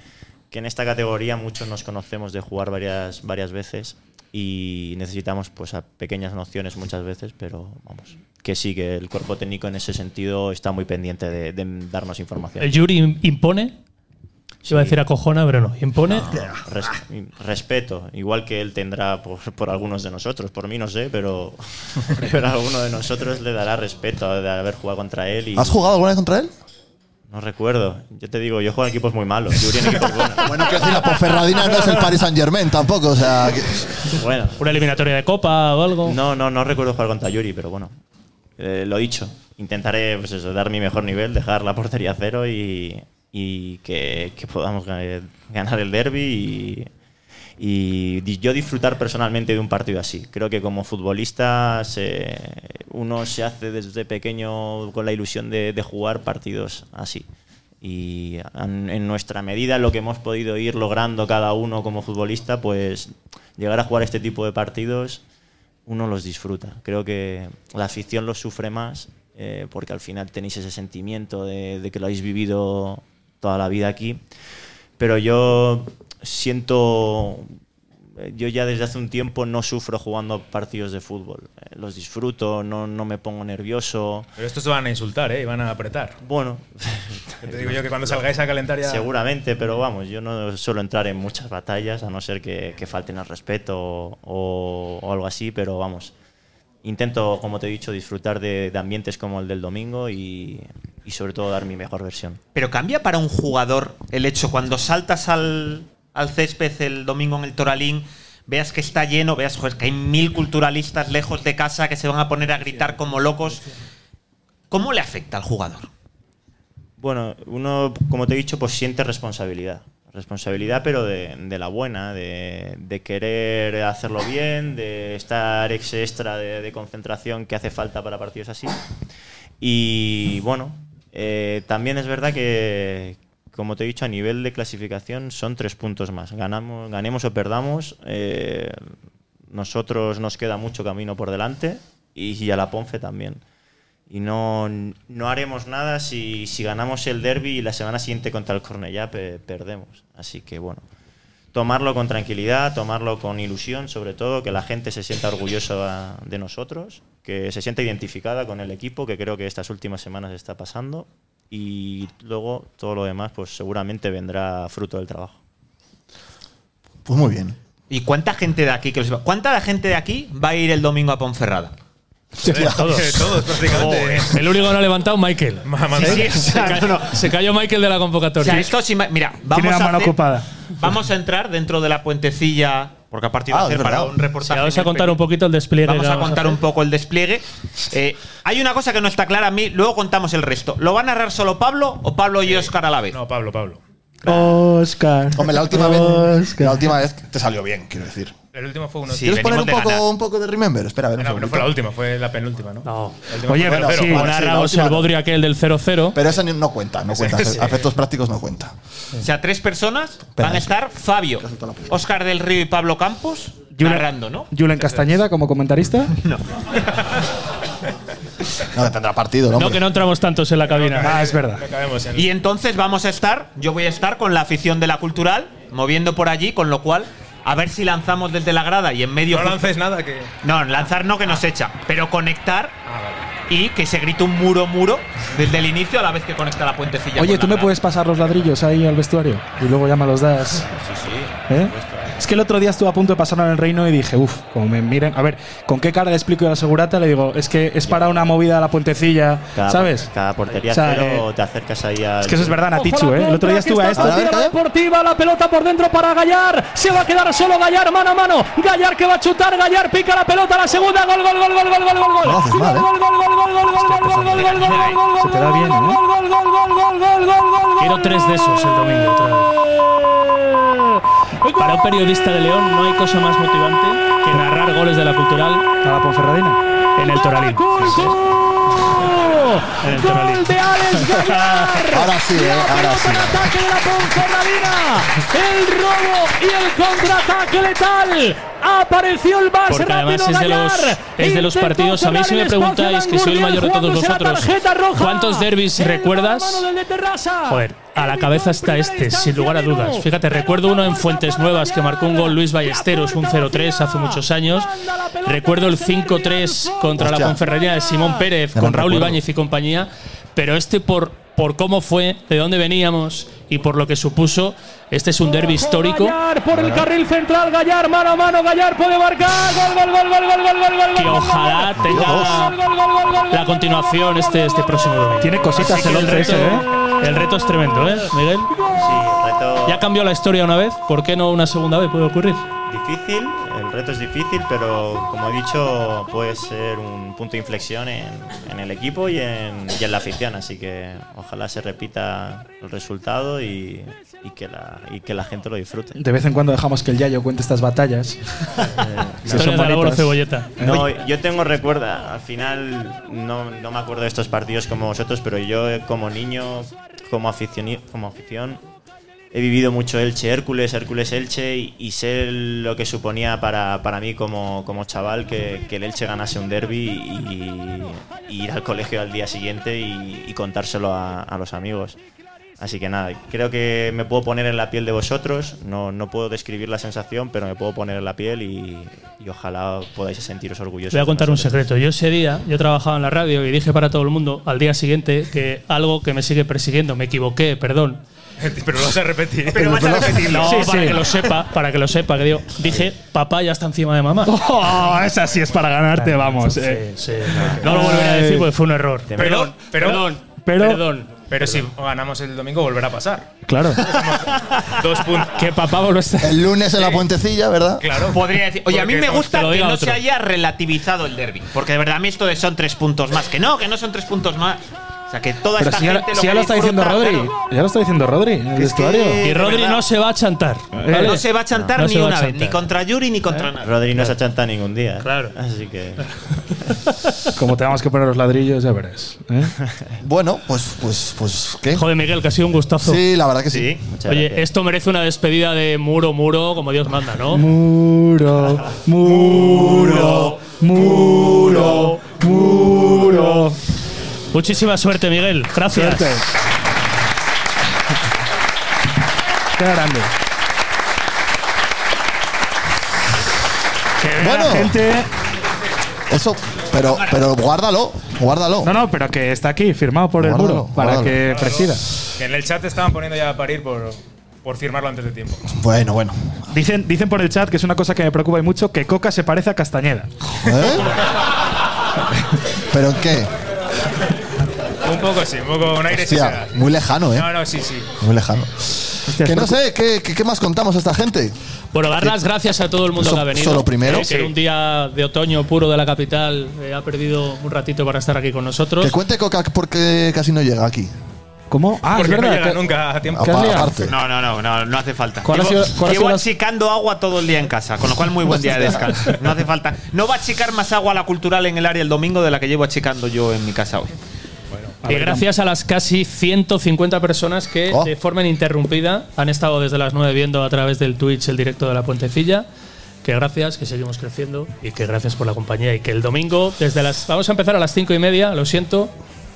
Speaker 12: que en esta categoría muchos nos conocemos de jugar varias, varias veces y necesitamos pues a pequeñas nociones muchas veces, pero vamos, que sí, que el cuerpo técnico en ese sentido está muy pendiente de, de darnos información.
Speaker 5: ¿El Yuri impone? Se iba a decir acojona, pero no. ¿Impone?
Speaker 12: Res- respeto, igual que él tendrá por, por algunos de nosotros, por mí no sé, pero, pero a alguno de nosotros le dará respeto de haber jugado contra él. Y,
Speaker 3: ¿Has jugado alguna vez contra él?
Speaker 12: No recuerdo. Yo te digo, yo juego en equipos muy malos. Yuri en equipos buenos.
Speaker 3: Bueno, que decir, la Ponferradina no es el Paris Saint Germain tampoco. O sea, que-
Speaker 12: Bueno.
Speaker 5: ¿Una eliminatoria de copa o algo?
Speaker 12: No, no, no recuerdo jugar contra Yuri, pero bueno. Eh, lo dicho. Intentaré, pues eso, dar mi mejor nivel, dejar la portería a cero y, y que, que podamos ga- ganar el derby y, y di- yo disfrutar personalmente de un partido así. Creo que como futbolista se- uno se hace desde pequeño con la ilusión de, de jugar partidos así. Y an- en nuestra medida, lo que hemos podido ir logrando cada uno como futbolista, pues llegar a jugar este tipo de partidos uno los disfruta. Creo que la afición los sufre más eh, porque al final tenéis ese sentimiento de, de que lo habéis vivido toda la vida aquí. Pero yo siento, yo ya desde hace un tiempo no sufro jugando partidos de fútbol. Eh, los disfruto, no, no me pongo nervioso.
Speaker 8: Pero estos se van a insultar, ¿eh? Y van a apretar.
Speaker 12: Bueno.
Speaker 8: te digo yo que cuando salgáis a calentar ya.
Speaker 12: Seguramente, pero vamos, yo no suelo entrar en muchas batallas, a no ser que, que falten al respeto o, o algo así, pero vamos, intento, como te he dicho, disfrutar de, de ambientes como el del domingo y, y sobre todo dar mi mejor versión.
Speaker 7: Pero cambia para un jugador el hecho cuando saltas al, al césped el domingo en el Toralín, veas que está lleno, veas joder, que hay mil culturalistas lejos de casa que se van a poner a gritar como locos. ¿Cómo le afecta al jugador?
Speaker 12: Bueno, uno, como te he dicho, pues siente responsabilidad. Responsabilidad, pero de, de la buena, de, de querer hacerlo bien, de estar ex extra de, de concentración que hace falta para partidos así. Y bueno, eh, también es verdad que, como te he dicho, a nivel de clasificación son tres puntos más. Ganamos, ganemos o perdamos, eh, nosotros nos queda mucho camino por delante y, y a la Ponfe también y no, no haremos nada si, si ganamos el derby y la semana siguiente contra el Cornellá pe- perdemos. Así que bueno, tomarlo con tranquilidad, tomarlo con ilusión, sobre todo que la gente se sienta orgullosa de nosotros, que se sienta identificada con el equipo, que creo que estas últimas semanas está pasando, y luego todo lo demás pues seguramente vendrá fruto del trabajo.
Speaker 3: Pues muy bien.
Speaker 7: ¿Y cuánta gente de aquí que lo sepa? ¿Cuánta la gente de aquí va a ir el domingo a Ponferrada?
Speaker 5: Todos.
Speaker 7: prácticamente.
Speaker 5: Joder. El único que no ha levantado, Michael.
Speaker 7: mía.
Speaker 5: Sí, sí, se, cayó, se cayó Michael de la
Speaker 7: O
Speaker 5: convocatoria.
Speaker 7: sea, esto sí ma- mira, vamos
Speaker 5: la
Speaker 7: a
Speaker 5: mano
Speaker 7: hacer-
Speaker 5: ocupada.
Speaker 7: Vamos a entrar dentro de la puentecilla porque a partir de
Speaker 5: Ah,
Speaker 7: hacer
Speaker 5: es
Speaker 7: para
Speaker 5: verdad.
Speaker 7: un reportaje.
Speaker 5: Sí, vamos
Speaker 7: en
Speaker 5: a
Speaker 7: el
Speaker 5: contar
Speaker 7: PP.
Speaker 5: un poquito el despliegue
Speaker 7: Vamos
Speaker 5: que
Speaker 7: a
Speaker 5: vamos a
Speaker 7: contar
Speaker 5: hacer.
Speaker 7: un poco el despliegue. Eh, hay una cosa que no está clara a mí, luego contamos el resto. ¿Lo va a narrar solo Pablo o Pablo y Óscar a la vez? No,
Speaker 8: Pablo, Pablo.
Speaker 6: Oscar.
Speaker 3: Hombre, la última vez, la última vez te salió bien, quiero decir.
Speaker 8: El último fue uno.
Speaker 3: ¿Quieres poner un poco, un poco de Remember? Espera, a ver. un
Speaker 8: No, no fue
Speaker 3: segundito.
Speaker 8: la última, fue la penúltima, ¿no? No.
Speaker 3: Oye, bueno, sí, bueno, sí, la
Speaker 5: Narramos
Speaker 3: última
Speaker 5: el
Speaker 3: no.
Speaker 5: bodri aquel del 0-0.
Speaker 3: Pero esa ni- no cuenta, no cuenta.
Speaker 5: Sí.
Speaker 3: Efectos prácticos no cuenta.
Speaker 7: O sea, tres personas van a estar Fabio, Óscar del Río y Pablo Campos
Speaker 6: Julen-
Speaker 7: narrando, ¿no?
Speaker 6: Julen Castañeda como comentarista. No.
Speaker 3: No, que tendrá partido,
Speaker 5: No, que no entramos tantos en la cabina.
Speaker 6: Ah, es verdad.
Speaker 7: Y entonces vamos a estar, yo voy a estar con la afición de la cultural, moviendo por allí, con lo cual, a ver si lanzamos desde la grada y en medio.
Speaker 8: No lances nada que.
Speaker 7: No, lanzar no que nos echa, pero conectar
Speaker 8: Ah,
Speaker 7: y que se grite un muro muro desde el inicio a la vez que conecta la puentecilla.
Speaker 6: Oye,
Speaker 7: con
Speaker 6: ¿tú
Speaker 7: la
Speaker 6: me puedes pasar los ladrillos ahí al vestuario? Y luego ya me los das.
Speaker 7: grada. Sí, sí.
Speaker 6: ¿Eh? Es que el otro día estuve a punto de pasarlo en el reino y dije, uff, como me miren. A ver, ¿con qué cara le explico a la segurata? Le digo, es que es para una movida a la puentecilla,
Speaker 12: Cada,
Speaker 6: ¿sabes?
Speaker 12: Cada portería
Speaker 6: O sea,
Speaker 12: cero
Speaker 6: eh,
Speaker 12: te acercas ahí al…
Speaker 6: es que eso es verdad, Natichu,
Speaker 12: Ojo la
Speaker 6: ¿eh? El otro día estuve a esto.
Speaker 12: contra, que
Speaker 6: A ver,
Speaker 12: está
Speaker 6: ¿eh?
Speaker 5: Deportiva, la pelota por dentro para Gallar. Se va a quedar solo Gallar, mano a mano. Gallar que va a chutar. Gallar pica la pelota, la segunda. Gol, gol, gol, gol, gol, gol, gol.
Speaker 6: No lo haces mal, ¿eh?
Speaker 5: Gol, gol, gol, gol, gol, gol, gol, gol, gol, gol, gol, gol,
Speaker 6: Se te da bien, ¿eh?
Speaker 5: Quiero tres de esos el domingo Para un periodista de León no hay cosa más motivante que narrar goles de la cultural
Speaker 6: a la Ponferradina
Speaker 5: en el Toralín. En el Toralín.
Speaker 3: Ahora sí, eh, ahora sí.
Speaker 5: ataque de la Ponferradina, el robo y el contraataque letal. Apareció el más
Speaker 14: Porque además
Speaker 5: rápido
Speaker 14: es de los-
Speaker 5: Gallar.
Speaker 14: es de los
Speaker 5: Intentó
Speaker 14: partidos, a mí si me
Speaker 5: cerrar el espacio
Speaker 14: preguntáis, que soy el
Speaker 5: Bangurria,
Speaker 14: mayor de todos
Speaker 5: jugándose la
Speaker 14: vosotros,
Speaker 5: tarjeta roja.
Speaker 14: ¿cuántos derbis
Speaker 5: El
Speaker 14: recuerdas?
Speaker 5: mano a mano del de Terrassa.
Speaker 14: Joder, a la cabeza está este, sin lugar a dudas. Fíjate, recuerdo uno en Fuentes Nuevas que marcó un gol Luis Ballesteros, un 0-3 hace muchos años. Recuerdo el 5-3 contra la
Speaker 5: Hostia.
Speaker 14: Conferrería de Simón Pérez
Speaker 5: Gran
Speaker 14: con Raúl
Speaker 5: recuerdo.
Speaker 14: Ibáñez y compañía. Pero este por
Speaker 5: por cómo fue, de dónde veníamos y por lo que supuso. Este es un derby histórico.
Speaker 14: Gallar por el carril central, Gallar mano a mano, Gallar puede marcar. Gol, gol, gol, gol, gol, gol, gol,
Speaker 5: Que
Speaker 14: gol.
Speaker 5: ojalá tenga la continuación este, este próximo domingo.
Speaker 6: Tiene cositas
Speaker 5: Así que
Speaker 6: el once
Speaker 5: reto-
Speaker 6: ese, ¿eh?
Speaker 5: El reto es tremendo, ¿eh, Miguel? Ya cambió la historia una vez, ¿por qué no una segunda vez puede ocurrir?
Speaker 12: Difícil, el reto es difícil, pero como he dicho, puede ser un punto de inflexión en, en el equipo y en, y en la afición, así que ojalá se repita el resultado y, y que, la, y que la gente lo disfrute.
Speaker 6: De vez en cuando dejamos que el Yayo cuente estas batallas.
Speaker 12: Historias
Speaker 6: son
Speaker 12: de
Speaker 6: bonitas.
Speaker 12: Álvaro
Speaker 5: Cebolleta.
Speaker 12: No, yo tengo recuerda, al final no, no me acuerdo de estos partidos como vosotros, pero yo eh, como niño, como, aficioni- como afición, he vivido mucho Elche Hércules, Hércules Elche y, y sé lo que suponía para, para mí como, como chaval que, que el Elche ganase un derby y, y ir al colegio al día siguiente y, y contárselo a, a los amigos. Así que nada, creo que me puedo poner en la piel de vosotros, no, no puedo describir la sensación, pero me puedo poner en la piel y, y ojalá podáis sentiros orgullosos.
Speaker 5: Voy a
Speaker 12: de
Speaker 5: contar un
Speaker 12: nosotros.
Speaker 5: secreto. Yo ese día, yo trabajaba en la radio y dije para todo el mundo al día siguiente que algo que me sigue persiguiendo, me equivoqué, perdón.
Speaker 8: Pero lo vas a repetir.
Speaker 5: No, para que lo sepa, para que lo sepa, que digo, dije, papá ya está encima de mamá.
Speaker 6: Oh, esa sí es para ganarte, vamos. eh.
Speaker 5: Sí, sí, no. No lo volveré a decir porque fue un error.
Speaker 8: Perdón, perdón,
Speaker 6: pero-
Speaker 8: perdón. Pero si ganamos el domingo volverá a pasar.
Speaker 6: Claro.
Speaker 8: Dos puntos.
Speaker 5: Que papá voló
Speaker 3: El lunes en la puentecilla, ¿verdad?
Speaker 8: Claro.
Speaker 7: Podría decir, oye, a mí
Speaker 8: Porque
Speaker 7: me
Speaker 8: no-
Speaker 7: gusta
Speaker 8: te lo
Speaker 7: que
Speaker 8: diga
Speaker 7: no
Speaker 8: otro.
Speaker 7: se haya relativizado el derby. Porque de verdad a mí esto de son tres puntos más. Que no, que no son tres puntos más. O sea, que toda
Speaker 6: Pero
Speaker 7: esta
Speaker 6: si ya,
Speaker 7: gente.
Speaker 6: si ya
Speaker 7: que
Speaker 6: lo está diciendo
Speaker 7: disfruta,
Speaker 6: Rodri.
Speaker 7: claro,
Speaker 6: Ya lo está diciendo Rodri en el vestuario.
Speaker 5: Y Rodri no se va a chantar.
Speaker 12: Eh,
Speaker 5: ¿vale?
Speaker 7: No se va a chantar
Speaker 5: No
Speaker 7: ni
Speaker 5: se va a
Speaker 7: una vez, ni
Speaker 5: chantar.
Speaker 7: contra Yuri ni contra nadie.
Speaker 12: Rodri no se achanta ningún día. Claro. Así que.
Speaker 6: Como tengamos que poner los ladrillos, ya verás. ¿eh?
Speaker 3: Bueno, pues, pues, pues, ¿qué?
Speaker 5: Joder, Miguel, que ha sido un gustazo.
Speaker 3: Sí, la verdad que sí.
Speaker 5: Oye, esto merece una despedida de muro, muro, como Dios manda, ¿no?
Speaker 6: Muro, muro, muro, muro.
Speaker 5: Muchísima suerte, Miguel. Gracias.
Speaker 6: Suerte. Qué grande.
Speaker 3: Bueno.
Speaker 6: gente.
Speaker 3: Eso, pero, pero guárdalo, guárdalo.
Speaker 6: No, no, pero que está aquí, firmado por el
Speaker 3: Guárdalo,
Speaker 6: muro, para
Speaker 3: guárdalo.
Speaker 6: que presida.
Speaker 8: Que en el chat te estaban poniendo ya a parir por, por firmarlo antes de tiempo.
Speaker 3: Bueno, bueno.
Speaker 6: Dicen, dicen por el chat que es una cosa que me preocupa y mucho, que Coca se parece a Castañeda.
Speaker 3: ¿Eh? ¿Pero qué?
Speaker 8: Un poco sí, un poco un aire sí se
Speaker 3: Hostia,
Speaker 8: da.
Speaker 3: muy lejano, ¿eh?
Speaker 8: No, no, sí, sí.
Speaker 3: Muy lejano. Que no sé, ¿qué, qué, qué más contamos a esta gente?
Speaker 5: Bueno, dar las gracias a todo el mundo
Speaker 3: So-
Speaker 5: que ha venido.
Speaker 3: solo primero.
Speaker 5: Eh, que un día de otoño puro de la capital eh, ha perdido un ratito para estar aquí con nosotros.
Speaker 3: Que cuente Coca porque casi no llega aquí.
Speaker 6: ¿Cómo? Ah,
Speaker 8: Porque no llega nunca a tiempo.
Speaker 3: ¿Qué has liado? Aparte.
Speaker 7: No, no, no, no, no hace falta.
Speaker 6: ¿Cuál ha
Speaker 7: llevo
Speaker 6: sido- cuál ha
Speaker 7: llevo
Speaker 6: sido la-
Speaker 7: achicando agua todo el día en casa, con lo cual muy buen día de descanso. No hace falta. No va a achicar más agua la cultural en el área el domingo de la que llevo achicando yo en mi casa hoy.
Speaker 5: Y gracias a las casi 150 personas que de forma ininterrumpida han estado desde las 9 viendo a través del Twitch el directo de la Puentecilla. Que gracias, que seguimos creciendo y que gracias por la compañía. Y que el domingo, desde las. Vamos a empezar a las 5 y media, lo siento.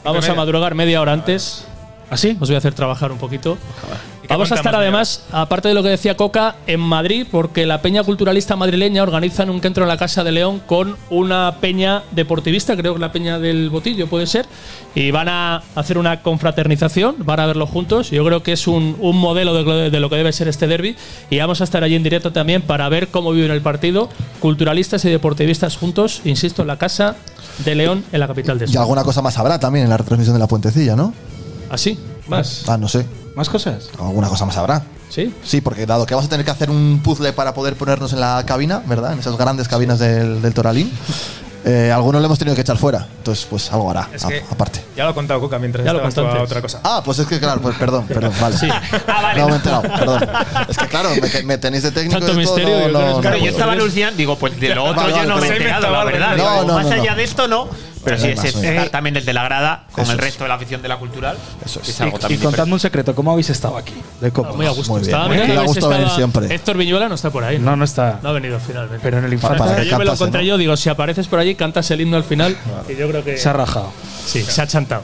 Speaker 5: Vamos a
Speaker 8: media. ¿Ah,
Speaker 5: madrugar media hora antes.
Speaker 6: ¿Así?
Speaker 5: Os voy a hacer trabajar un poquito.
Speaker 8: ¿Y qué
Speaker 5: Vamos a estar
Speaker 8: contamos,
Speaker 5: además, aparte de lo que decía Coca, en Madrid, porque la Peña Culturalista Madrileña organiza un encuentro en la Casa de León con una peña deportivista, creo que la Peña del Botillo puede ser, y van a hacer una confraternización, van a verlo juntos. Yo creo que es un, un modelo de, lo- de lo que debe ser este derby, y vamos a estar allí en directo también para ver cómo viven el partido, culturalistas y deportivistas juntos, insisto, en la Casa de León, en la capital de
Speaker 3: Y
Speaker 5: España.
Speaker 3: alguna cosa más habrá también en la retransmisión de la puentecilla, ¿no?
Speaker 5: Así, más.
Speaker 3: Ah, no sé.
Speaker 6: ¿Más cosas?
Speaker 3: Alguna cosa más habrá.
Speaker 5: Sí.
Speaker 3: Sí, porque dado que vamos a tener que hacer un puzzle para poder ponernos en la cabina, ¿verdad? En esas grandes cabinas del, del Toralín, eh, algunos lo hemos tenido que echar fuera. Entonces, pues algo hará,
Speaker 8: Es
Speaker 3: a-
Speaker 8: que-
Speaker 3: aparte.
Speaker 8: Ya lo he contado, Coca, mientras
Speaker 5: Ya lo
Speaker 8: estabas tú
Speaker 5: contaste.
Speaker 8: a otra cosa.
Speaker 3: Ah, pues es que claro, pues perdón, perdón, vale. no, me he enterado, perdón. Es que claro, me, que- me tenéis de técnico
Speaker 5: Tanto
Speaker 3: y de todo,
Speaker 5: misterio,
Speaker 3: no,
Speaker 5: yo creo que
Speaker 3: no,
Speaker 5: es-
Speaker 3: no
Speaker 7: Claro, yo
Speaker 3: puedo.
Speaker 7: estaba alucinando, digo, pues de lo otro
Speaker 3: Vale,
Speaker 7: yo
Speaker 3: vale,
Speaker 7: no me he
Speaker 3: pero-
Speaker 7: enterado, la verdad.
Speaker 3: No,
Speaker 7: Digo,
Speaker 3: no,
Speaker 7: más
Speaker 3: no,
Speaker 7: allá
Speaker 3: no.
Speaker 7: de esto, no. Pero
Speaker 3: Pero
Speaker 7: sí,
Speaker 3: no hay
Speaker 7: es
Speaker 3: más, no hay
Speaker 7: estar
Speaker 3: más.
Speaker 7: también desde la grada con
Speaker 3: Eso
Speaker 7: el
Speaker 3: es.
Speaker 7: resto de la afición de la cultural.
Speaker 3: Eso
Speaker 7: que
Speaker 3: es.
Speaker 7: es algo
Speaker 6: Y
Speaker 7: también
Speaker 6: contadme un secreto, ¿cómo habéis estado aquí? De copas.
Speaker 5: Muy a gusto.
Speaker 3: Muy bien,
Speaker 5: Estaba
Speaker 3: muy
Speaker 5: mirando
Speaker 3: bien.
Speaker 5: a ver
Speaker 3: Da
Speaker 5: si
Speaker 3: gusto venir
Speaker 5: estaba-
Speaker 3: siempre.
Speaker 5: Héctor Viñuela no está por ahí.
Speaker 6: No, no está.
Speaker 5: No ha venido finalmente.
Speaker 6: Pero en el
Speaker 3: Para-
Speaker 6: infante
Speaker 3: para que
Speaker 5: yo me lo
Speaker 3: cantase,
Speaker 5: encontré
Speaker 3: ¿no?
Speaker 5: yo, digo, si apareces por allí, cantas el himno al final. Y yo creo que
Speaker 6: se ha rajado.
Speaker 5: sí, se ha chantado.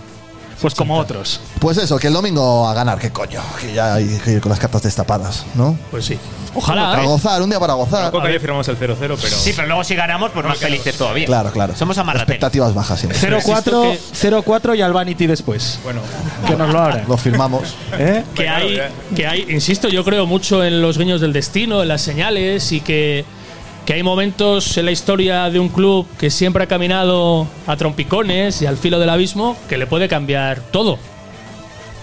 Speaker 6: Pues como otros.
Speaker 3: Pues eso, que el domingo a ganar, qué coño. Que ya hay que ir con las cartas destapadas, ¿no?
Speaker 5: Pues sí.
Speaker 7: Ojalá,
Speaker 3: Para
Speaker 7: ¿eh?
Speaker 3: gozar, un día para gozar.
Speaker 7: Coca y yo
Speaker 8: firmamos el 0-0, pero.
Speaker 7: Sí, pero luego si ganamos, pues más felices todavía.
Speaker 3: Claro, claro.
Speaker 7: Somos amarrateros.
Speaker 3: Expectativas bajas siempre.
Speaker 6: 0-4 0-4 y al Vanity después.
Speaker 8: Bueno,
Speaker 6: que nos lo ¿Eh? abran.
Speaker 3: Lo firmamos.
Speaker 5: Que hay, que hay, insisto, yo creo mucho en los guiños del destino, en las señales y que, que hay momentos en la historia de un club que siempre ha caminado a trompicones y al filo del abismo que le puede cambiar todo.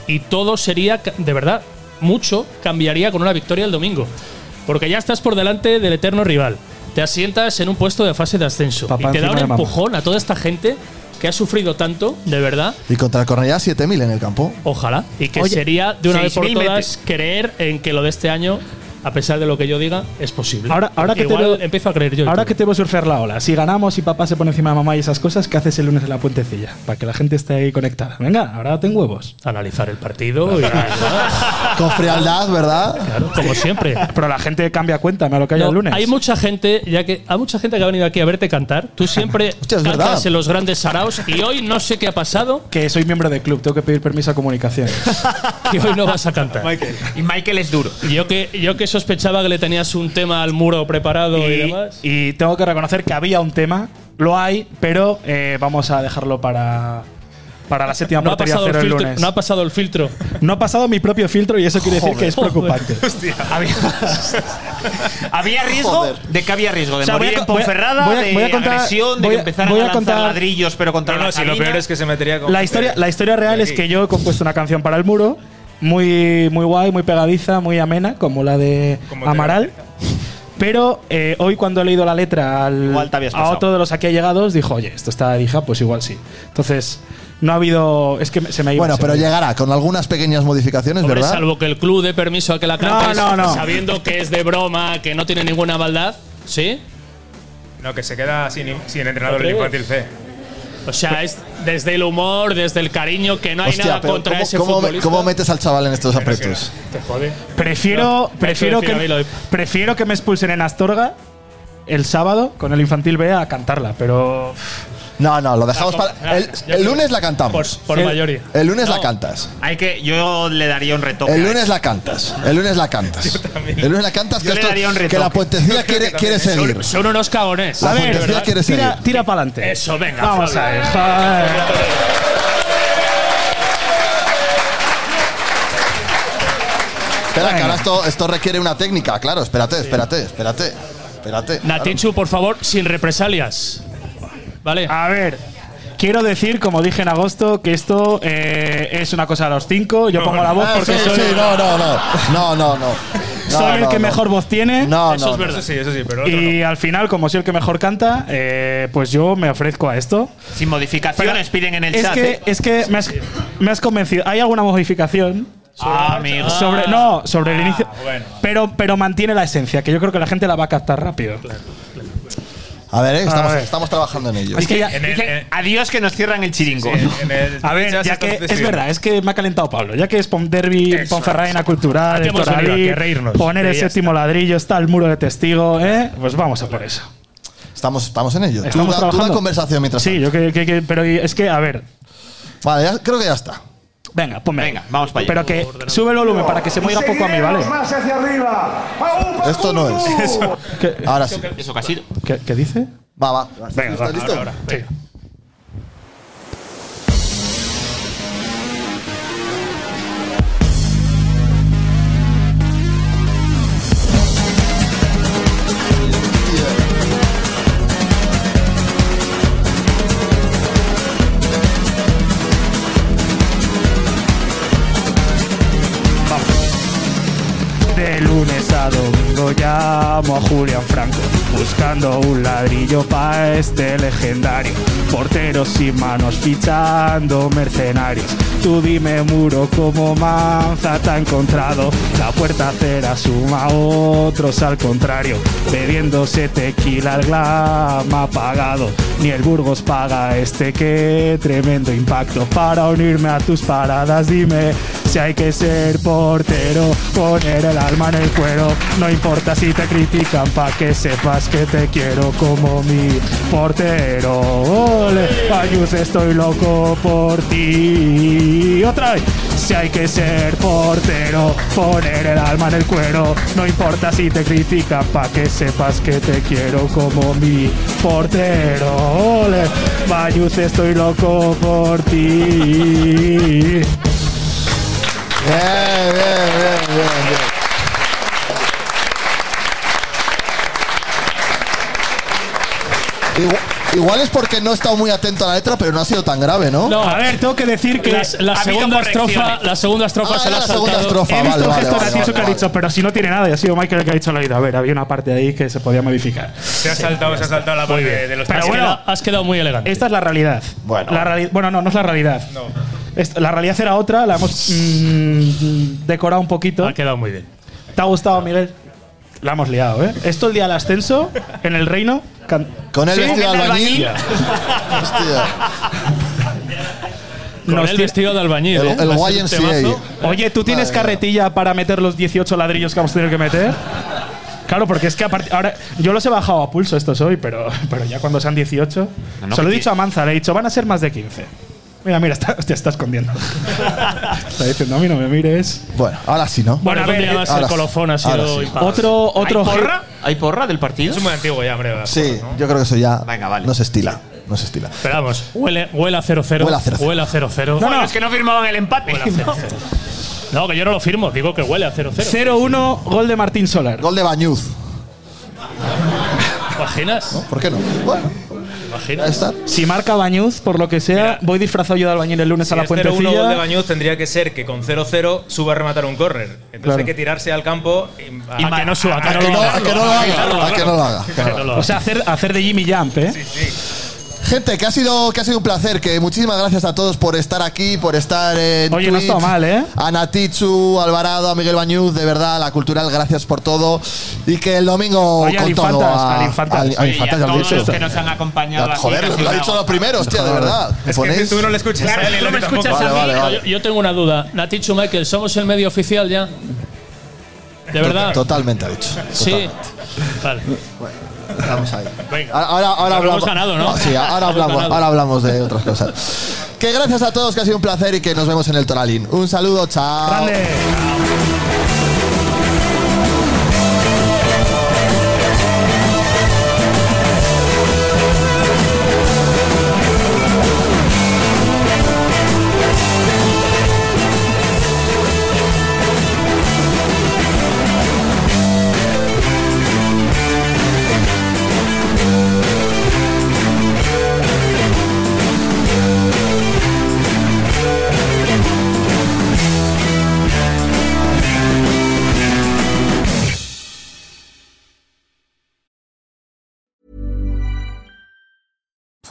Speaker 5: Y todo sería, ca- de verdad, mucho cambiaría con una victoria el domingo. Porque ya estás por delante del eterno rival. Te asientas en un puesto de fase de ascenso.
Speaker 3: Papá
Speaker 5: y te da
Speaker 3: encima
Speaker 5: un
Speaker 3: de mamá.
Speaker 5: empujón a toda esta gente que ha sufrido tanto, de verdad.
Speaker 3: Y contra el Cornellá 7000 en el campo.
Speaker 5: Ojalá. Y que
Speaker 3: Oye,
Speaker 5: sería de una vez por
Speaker 3: 6.000 metros.
Speaker 5: todas creer en que lo de este año, a pesar de lo que yo diga, es posible.
Speaker 6: Ahora, ahora que te
Speaker 5: Igual
Speaker 6: veo-
Speaker 5: empiezo a creer yo.
Speaker 6: Ahora que te veo surfear la ola. Si ganamos y papá se pone encima de mamá y esas cosas, ¿qué haces el lunes en la puentecilla? Para que la gente esté ahí conectada. Venga, ahora ten huevos.
Speaker 5: Analizar el partido y.
Speaker 3: Con frialdad, ¿verdad?
Speaker 5: Claro, como siempre.
Speaker 6: Pero la gente cambia cuenta, me lo que haya
Speaker 5: No,
Speaker 6: el lunes.
Speaker 5: Hay mucha gente, ya que hay mucha gente que ha venido aquí a verte cantar. Tú siempre cantas
Speaker 6: verdad.
Speaker 5: en los grandes saraos y hoy no sé qué ha pasado
Speaker 6: Que soy miembro del club, tengo que pedir permiso a comunicaciones.
Speaker 5: que hoy no vas a cantar.
Speaker 7: Y Michael es duro.
Speaker 5: Yo que yo que sospechaba que le tenías un tema al muro preparado y,
Speaker 6: y,
Speaker 5: demás.
Speaker 6: y tengo que reconocer que había un tema, lo hay, pero eh, vamos a dejarlo para, para la séptima
Speaker 5: No ha,
Speaker 6: portería
Speaker 5: pasado el
Speaker 6: cero el
Speaker 5: filtro,
Speaker 6: lunes.
Speaker 5: no ha pasado el filtro.
Speaker 6: No ha pasado mi propio filtro y eso quiere decir que es
Speaker 5: Joder.
Speaker 6: preocupante.
Speaker 7: Había, había riesgo de que había riesgo de
Speaker 6: O sea,
Speaker 7: morir
Speaker 6: voy a
Speaker 7: en
Speaker 6: co- voy a-
Speaker 7: Ponferrada,
Speaker 6: voy a- voy a
Speaker 7: de
Speaker 6: contar-
Speaker 7: agresión, de
Speaker 6: voy
Speaker 7: que
Speaker 6: a-
Speaker 7: empezaran
Speaker 6: voy
Speaker 7: a
Speaker 6: a
Speaker 7: lanzar
Speaker 6: contar-
Speaker 7: ladrillos, pero contra
Speaker 8: No,
Speaker 7: la
Speaker 8: no, si lo
Speaker 7: cabina.
Speaker 8: peor es que se metería con.
Speaker 6: La historia, la historia real es que yo he compuesto una canción para el muro, muy, muy guay, muy pegadiza, muy amena, como la de
Speaker 8: Como te
Speaker 6: Amaral. Pero eh, hoy cuando he leído la letra al-
Speaker 7: Igual te habías
Speaker 6: a
Speaker 7: pasado.
Speaker 6: otro de los aquí allegados, dijo, oye, esto está dija, pues igual sí. Entonces, no ha habido... Es que me- se me ha ido...
Speaker 3: Bueno,
Speaker 6: se me
Speaker 3: pero
Speaker 6: ha ido.
Speaker 3: llegará con algunas pequeñas modificaciones,
Speaker 5: Hombre,
Speaker 3: ¿verdad?
Speaker 5: salvo que el club dé permiso a que la cantes
Speaker 6: no, no.
Speaker 5: sabiendo que es de broma, que no tiene ninguna maldad, ¿sí?
Speaker 8: No, que se queda sin, sin entrenador
Speaker 5: ¿Lo
Speaker 8: el infantil
Speaker 5: atreves?
Speaker 8: C.
Speaker 5: O sea, es desde el humor, desde el cariño, que no hay
Speaker 3: Hostia,
Speaker 5: nada
Speaker 3: pero
Speaker 5: contra
Speaker 3: ¿cómo,
Speaker 5: ese
Speaker 3: cómo me-
Speaker 5: futbolista.
Speaker 3: cómo metes al chaval en estos aprietos?
Speaker 5: Te jode.
Speaker 6: Prefiero,
Speaker 5: No,
Speaker 6: prefiero,
Speaker 5: me ha hecho decir a mí
Speaker 6: que, prefiero que me expulsen en Astorga el sábado con el infantil B a cantarla, pero...
Speaker 3: No, no, lo dejamos para. El, el lunes la cantamos.
Speaker 5: por
Speaker 3: El-
Speaker 5: mayoría.
Speaker 3: El lunes la
Speaker 7: No.
Speaker 3: cantas.
Speaker 7: Hay que, yo le daría un retoque.
Speaker 3: El
Speaker 7: a
Speaker 3: lunes
Speaker 7: eso.
Speaker 3: la cantas. El lunes la cantas. El lunes la cantas que,
Speaker 7: Yo le
Speaker 3: esto-
Speaker 7: daría un
Speaker 3: que la
Speaker 7: retoque.
Speaker 3: puentecilla quiere, quiere seguir.
Speaker 5: Son, son unos cagones.
Speaker 3: La
Speaker 5: A ver,
Speaker 3: puentecilla
Speaker 5: ¿verdad?
Speaker 3: quiere seguir.
Speaker 6: Tira, tira para adelante.
Speaker 5: Eso, venga.
Speaker 6: Vamos a
Speaker 5: Fabio.
Speaker 6: ver. joder.
Speaker 3: Espera, que ahora esto, esto requiere una técnica, claro. Espérate, espérate, espérate. Espérate.
Speaker 5: Natichu, por favor, sin represalias. Vale.
Speaker 6: A ver. Quiero decir, como dije en agosto, que esto eh, es una cosa de los cinco. Yo pongo la voz
Speaker 3: Ah,
Speaker 6: porque
Speaker 3: sí,
Speaker 6: soy,
Speaker 3: sí, no, no, no. No, no, no. No,
Speaker 6: soy el
Speaker 3: no,
Speaker 6: que
Speaker 3: no.
Speaker 6: mejor voz tiene.
Speaker 3: No, no, no.
Speaker 8: Eso sí, eso sí, pero el otro
Speaker 6: Y al final, como soy el que mejor canta, eh, pues yo me ofrezco a esto.
Speaker 7: Sin modificaciones piden en el
Speaker 6: es
Speaker 7: chat.
Speaker 6: que,
Speaker 7: ¿eh?
Speaker 6: es que me, has, me has convencido. ¿Hay alguna modificación?
Speaker 7: Ah, amigo.
Speaker 6: Sobre, no, sobre el inicio.
Speaker 8: Ah, bueno.
Speaker 6: Pero, pero mantiene la esencia, que yo creo que la gente la va a captar rápido.
Speaker 3: A ver, eh, estamos,
Speaker 6: A ver.
Speaker 3: estamos trabajando en ello.
Speaker 6: Es que ya-
Speaker 8: En el- en-
Speaker 7: Adiós que nos cierran el chiringo.
Speaker 8: en el-
Speaker 6: A ver,
Speaker 8: ya se
Speaker 6: ya
Speaker 8: está
Speaker 6: que es
Speaker 8: decidiendo.
Speaker 6: verdad, es que me ha calentado Pablo. Ya que es Pon Derby, Ponferradina Cultural,
Speaker 8: Aquí
Speaker 6: el
Speaker 8: hemos
Speaker 6: Toralí,
Speaker 8: venido aquí a reírnos.
Speaker 6: poner
Speaker 8: Y
Speaker 6: el
Speaker 8: ya
Speaker 6: séptimo ladrillo, está el muro de testigo, ¿eh? Pues vamos a por eso.
Speaker 3: Estamos, estamos en ello.
Speaker 6: Estamos
Speaker 3: tú, da, tú da
Speaker 6: trabajando.
Speaker 3: conversación mientras.
Speaker 6: Sí, yo que, que- que- pero es que, a ver,
Speaker 3: Vale, ya- creo que ya está.
Speaker 6: venga, ponme.
Speaker 7: Venga, vamos para allá.
Speaker 6: Pero que sube el volumen para que se me oiga poco a mí, ¿vale?
Speaker 15: hacia arriba.
Speaker 3: Esto no es.
Speaker 6: ¿Qué,
Speaker 3: Ahora sí.
Speaker 7: Eso casi.
Speaker 6: qué- qué dice?
Speaker 3: Va, va.
Speaker 6: Venga,
Speaker 3: ¿Estás
Speaker 6: va,
Speaker 3: listo?
Speaker 6: ahora, ahora. Venga. De lunes a domingo llamo a Julián Franco Buscando un ladrillo para este legendario Porteros sin manos fichando mercenarios Tú dime muro como Manza te ha encontrado La puerta cera suma otros al contrario Bebiéndose tequila al glam apagado Ni el Burgos paga este que tremendo impacto Para unirme a tus paradas dime si hay que ser portero Poner el alma en el cuero No importa si Si te critican, pa' que sepas que te quiero como mi portero. Ole, Ayus, estoy loco por ti. Otra vez. Si hay que ser portero, poner el alma en el cuero. No importa si te critican, pa' que sepas que te quiero como mi portero. Ole, Ayus, estoy loco por ti.
Speaker 3: Bien, bien, bien, bien, bien. Igual, igual es porque no he estado muy atento a la letra, pero no ha sido tan grave, ¿no?
Speaker 6: No, a ver, tengo que decir que
Speaker 5: La, la
Speaker 6: ha habido
Speaker 5: segunda
Speaker 6: correcciones.
Speaker 5: estrofa, la segunda estrofa
Speaker 3: Ah,
Speaker 5: se
Speaker 3: era
Speaker 5: la ha
Speaker 3: la segunda
Speaker 5: saltado.
Speaker 3: estrofa,
Speaker 6: He visto
Speaker 3: vale,
Speaker 6: un
Speaker 3: vale,
Speaker 6: gesto
Speaker 3: vale,
Speaker 6: gracioso
Speaker 3: vale,
Speaker 6: que ha
Speaker 3: vale.
Speaker 6: dicho, pero si no tiene nada, y ha sido Michael el que ha dicho al oído. A ver, había una parte ahí que se podía modificar.
Speaker 8: Se ha saltado, se ha saltado la parte de los
Speaker 6: Pero
Speaker 8: tres.
Speaker 6: bueno,
Speaker 5: has quedado muy elegante.
Speaker 6: Esta es la realidad. Bueno. La reali- bueno, no, no es la realidad.
Speaker 8: No.
Speaker 6: Esta- la realidad era otra, la hemos mm, decorado un poquito. Ha
Speaker 5: quedado muy bien.
Speaker 6: ¿Te ha gustado, Miguel? La hemos liado, ¿eh? Esto el día del ascenso, en el reino.
Speaker 3: Con el
Speaker 6: el
Speaker 3: vestido de albañil.
Speaker 5: Con el vestido de albañil. ¿eh? Va a ser un temazo.
Speaker 6: Oye, ¿tú tienes
Speaker 5: Madre mía.
Speaker 6: carretilla para meter los 18 ladrillos que hemos tenido que meter? Claro, porque es que a partir- ahora yo los he bajado a pulso estos hoy, pero, pero ya cuando sean 18.
Speaker 7: No, no,
Speaker 6: se lo he
Speaker 7: que-
Speaker 6: dicho a Manza, le he dicho, van a ser más de 15. Mira, mira, está, hostia, está escondiendo. está diciendo, a mí no me mires.
Speaker 3: Bueno, ahora sí, ¿no?
Speaker 6: Bueno, a ver, eh, ahora sí. Ahora sí. Otro-
Speaker 7: Otro,
Speaker 6: otro
Speaker 7: otro.
Speaker 6: ge-
Speaker 7: ¿Hay porra del partido?
Speaker 5: Es muy antiguo ya, hombre.
Speaker 3: Sí, yo creo que eso ya no se estila. No se estila.
Speaker 5: Pero vamos, huele, huele a 0-0.
Speaker 3: Huele a 0-0.
Speaker 5: Huele a 0-0.
Speaker 7: No, no, es que no firmaban el empate.
Speaker 5: Huele a 0-0. No, que yo no lo firmo, digo que huele a 0-0.
Speaker 6: 0-1, gol de Martín Solar.
Speaker 3: Gol de Bañuz.
Speaker 5: ¿Te imaginas?
Speaker 3: ¿Por qué no? Bueno,
Speaker 5: ¿Te
Speaker 3: ahí
Speaker 5: imaginas?
Speaker 3: está.
Speaker 6: Si marca Bañuz, por lo que sea, voy disfrazado yo de albañil el lunes
Speaker 8: Si
Speaker 6: a la
Speaker 8: es 0-1
Speaker 6: puentecilla.
Speaker 8: gol de Bañuz tendría que ser que con 0-0 suba a rematar un córner. Entonces
Speaker 6: Claro.
Speaker 8: hay que tirarse al campo y-
Speaker 5: Y que no suba, que no lo haga.
Speaker 3: haga, a que no lo haga.
Speaker 6: O sea, hacer, hacer de Jimmy Jump, ¿eh?
Speaker 3: Gente, que ha sido que ha sido un placer, que muchísimas gracias a todos por estar aquí, por estar en
Speaker 6: Oye, no ha
Speaker 3: Twitch.
Speaker 6: estado mal, ¿eh?
Speaker 3: A Natichu, Alvarado, a Miguel Bañuz, de verdad, a la cultural, gracias por todo y que el domingo
Speaker 7: Oye, al
Speaker 3: con todo
Speaker 7: Infantas,
Speaker 3: a,
Speaker 7: al Infantas.
Speaker 3: al- al
Speaker 7: Sí,
Speaker 3: Infantas,
Speaker 7: a
Speaker 3: ya lo he
Speaker 7: todos
Speaker 3: dicho.
Speaker 7: los que nos han acompañado
Speaker 3: Ya,
Speaker 7: así,
Speaker 3: joder,
Speaker 7: casi
Speaker 3: lo he
Speaker 7: una
Speaker 3: dicho
Speaker 7: hora.
Speaker 3: lo primero, hostia, de verdad. Me
Speaker 8: Es que
Speaker 3: ponéis-
Speaker 8: tú no le escuchas.
Speaker 5: Claro,
Speaker 8: a él,
Speaker 5: tú
Speaker 8: él
Speaker 5: me
Speaker 8: tampoco.
Speaker 5: escuchas a mí. Yo, yo tengo una duda. Natichu Michael, ¿somos el medio oficial ya? ¿De verdad?
Speaker 3: Totalmente ha dicho.
Speaker 5: Sí. Vale.
Speaker 3: Estamos ahí.
Speaker 5: Venga.
Speaker 3: Ahora, ahora- ahora
Speaker 5: Pero
Speaker 3: hablamos.
Speaker 5: hemos ganado, ¿no?
Speaker 3: sí, ahora
Speaker 5: Hemos
Speaker 3: hablamos,
Speaker 5: ganado.
Speaker 3: ahora hablamos de otras cosas. Que gracias a todos, que ha sido un placer y que nos vemos en el Toralín. Un saludo, chao.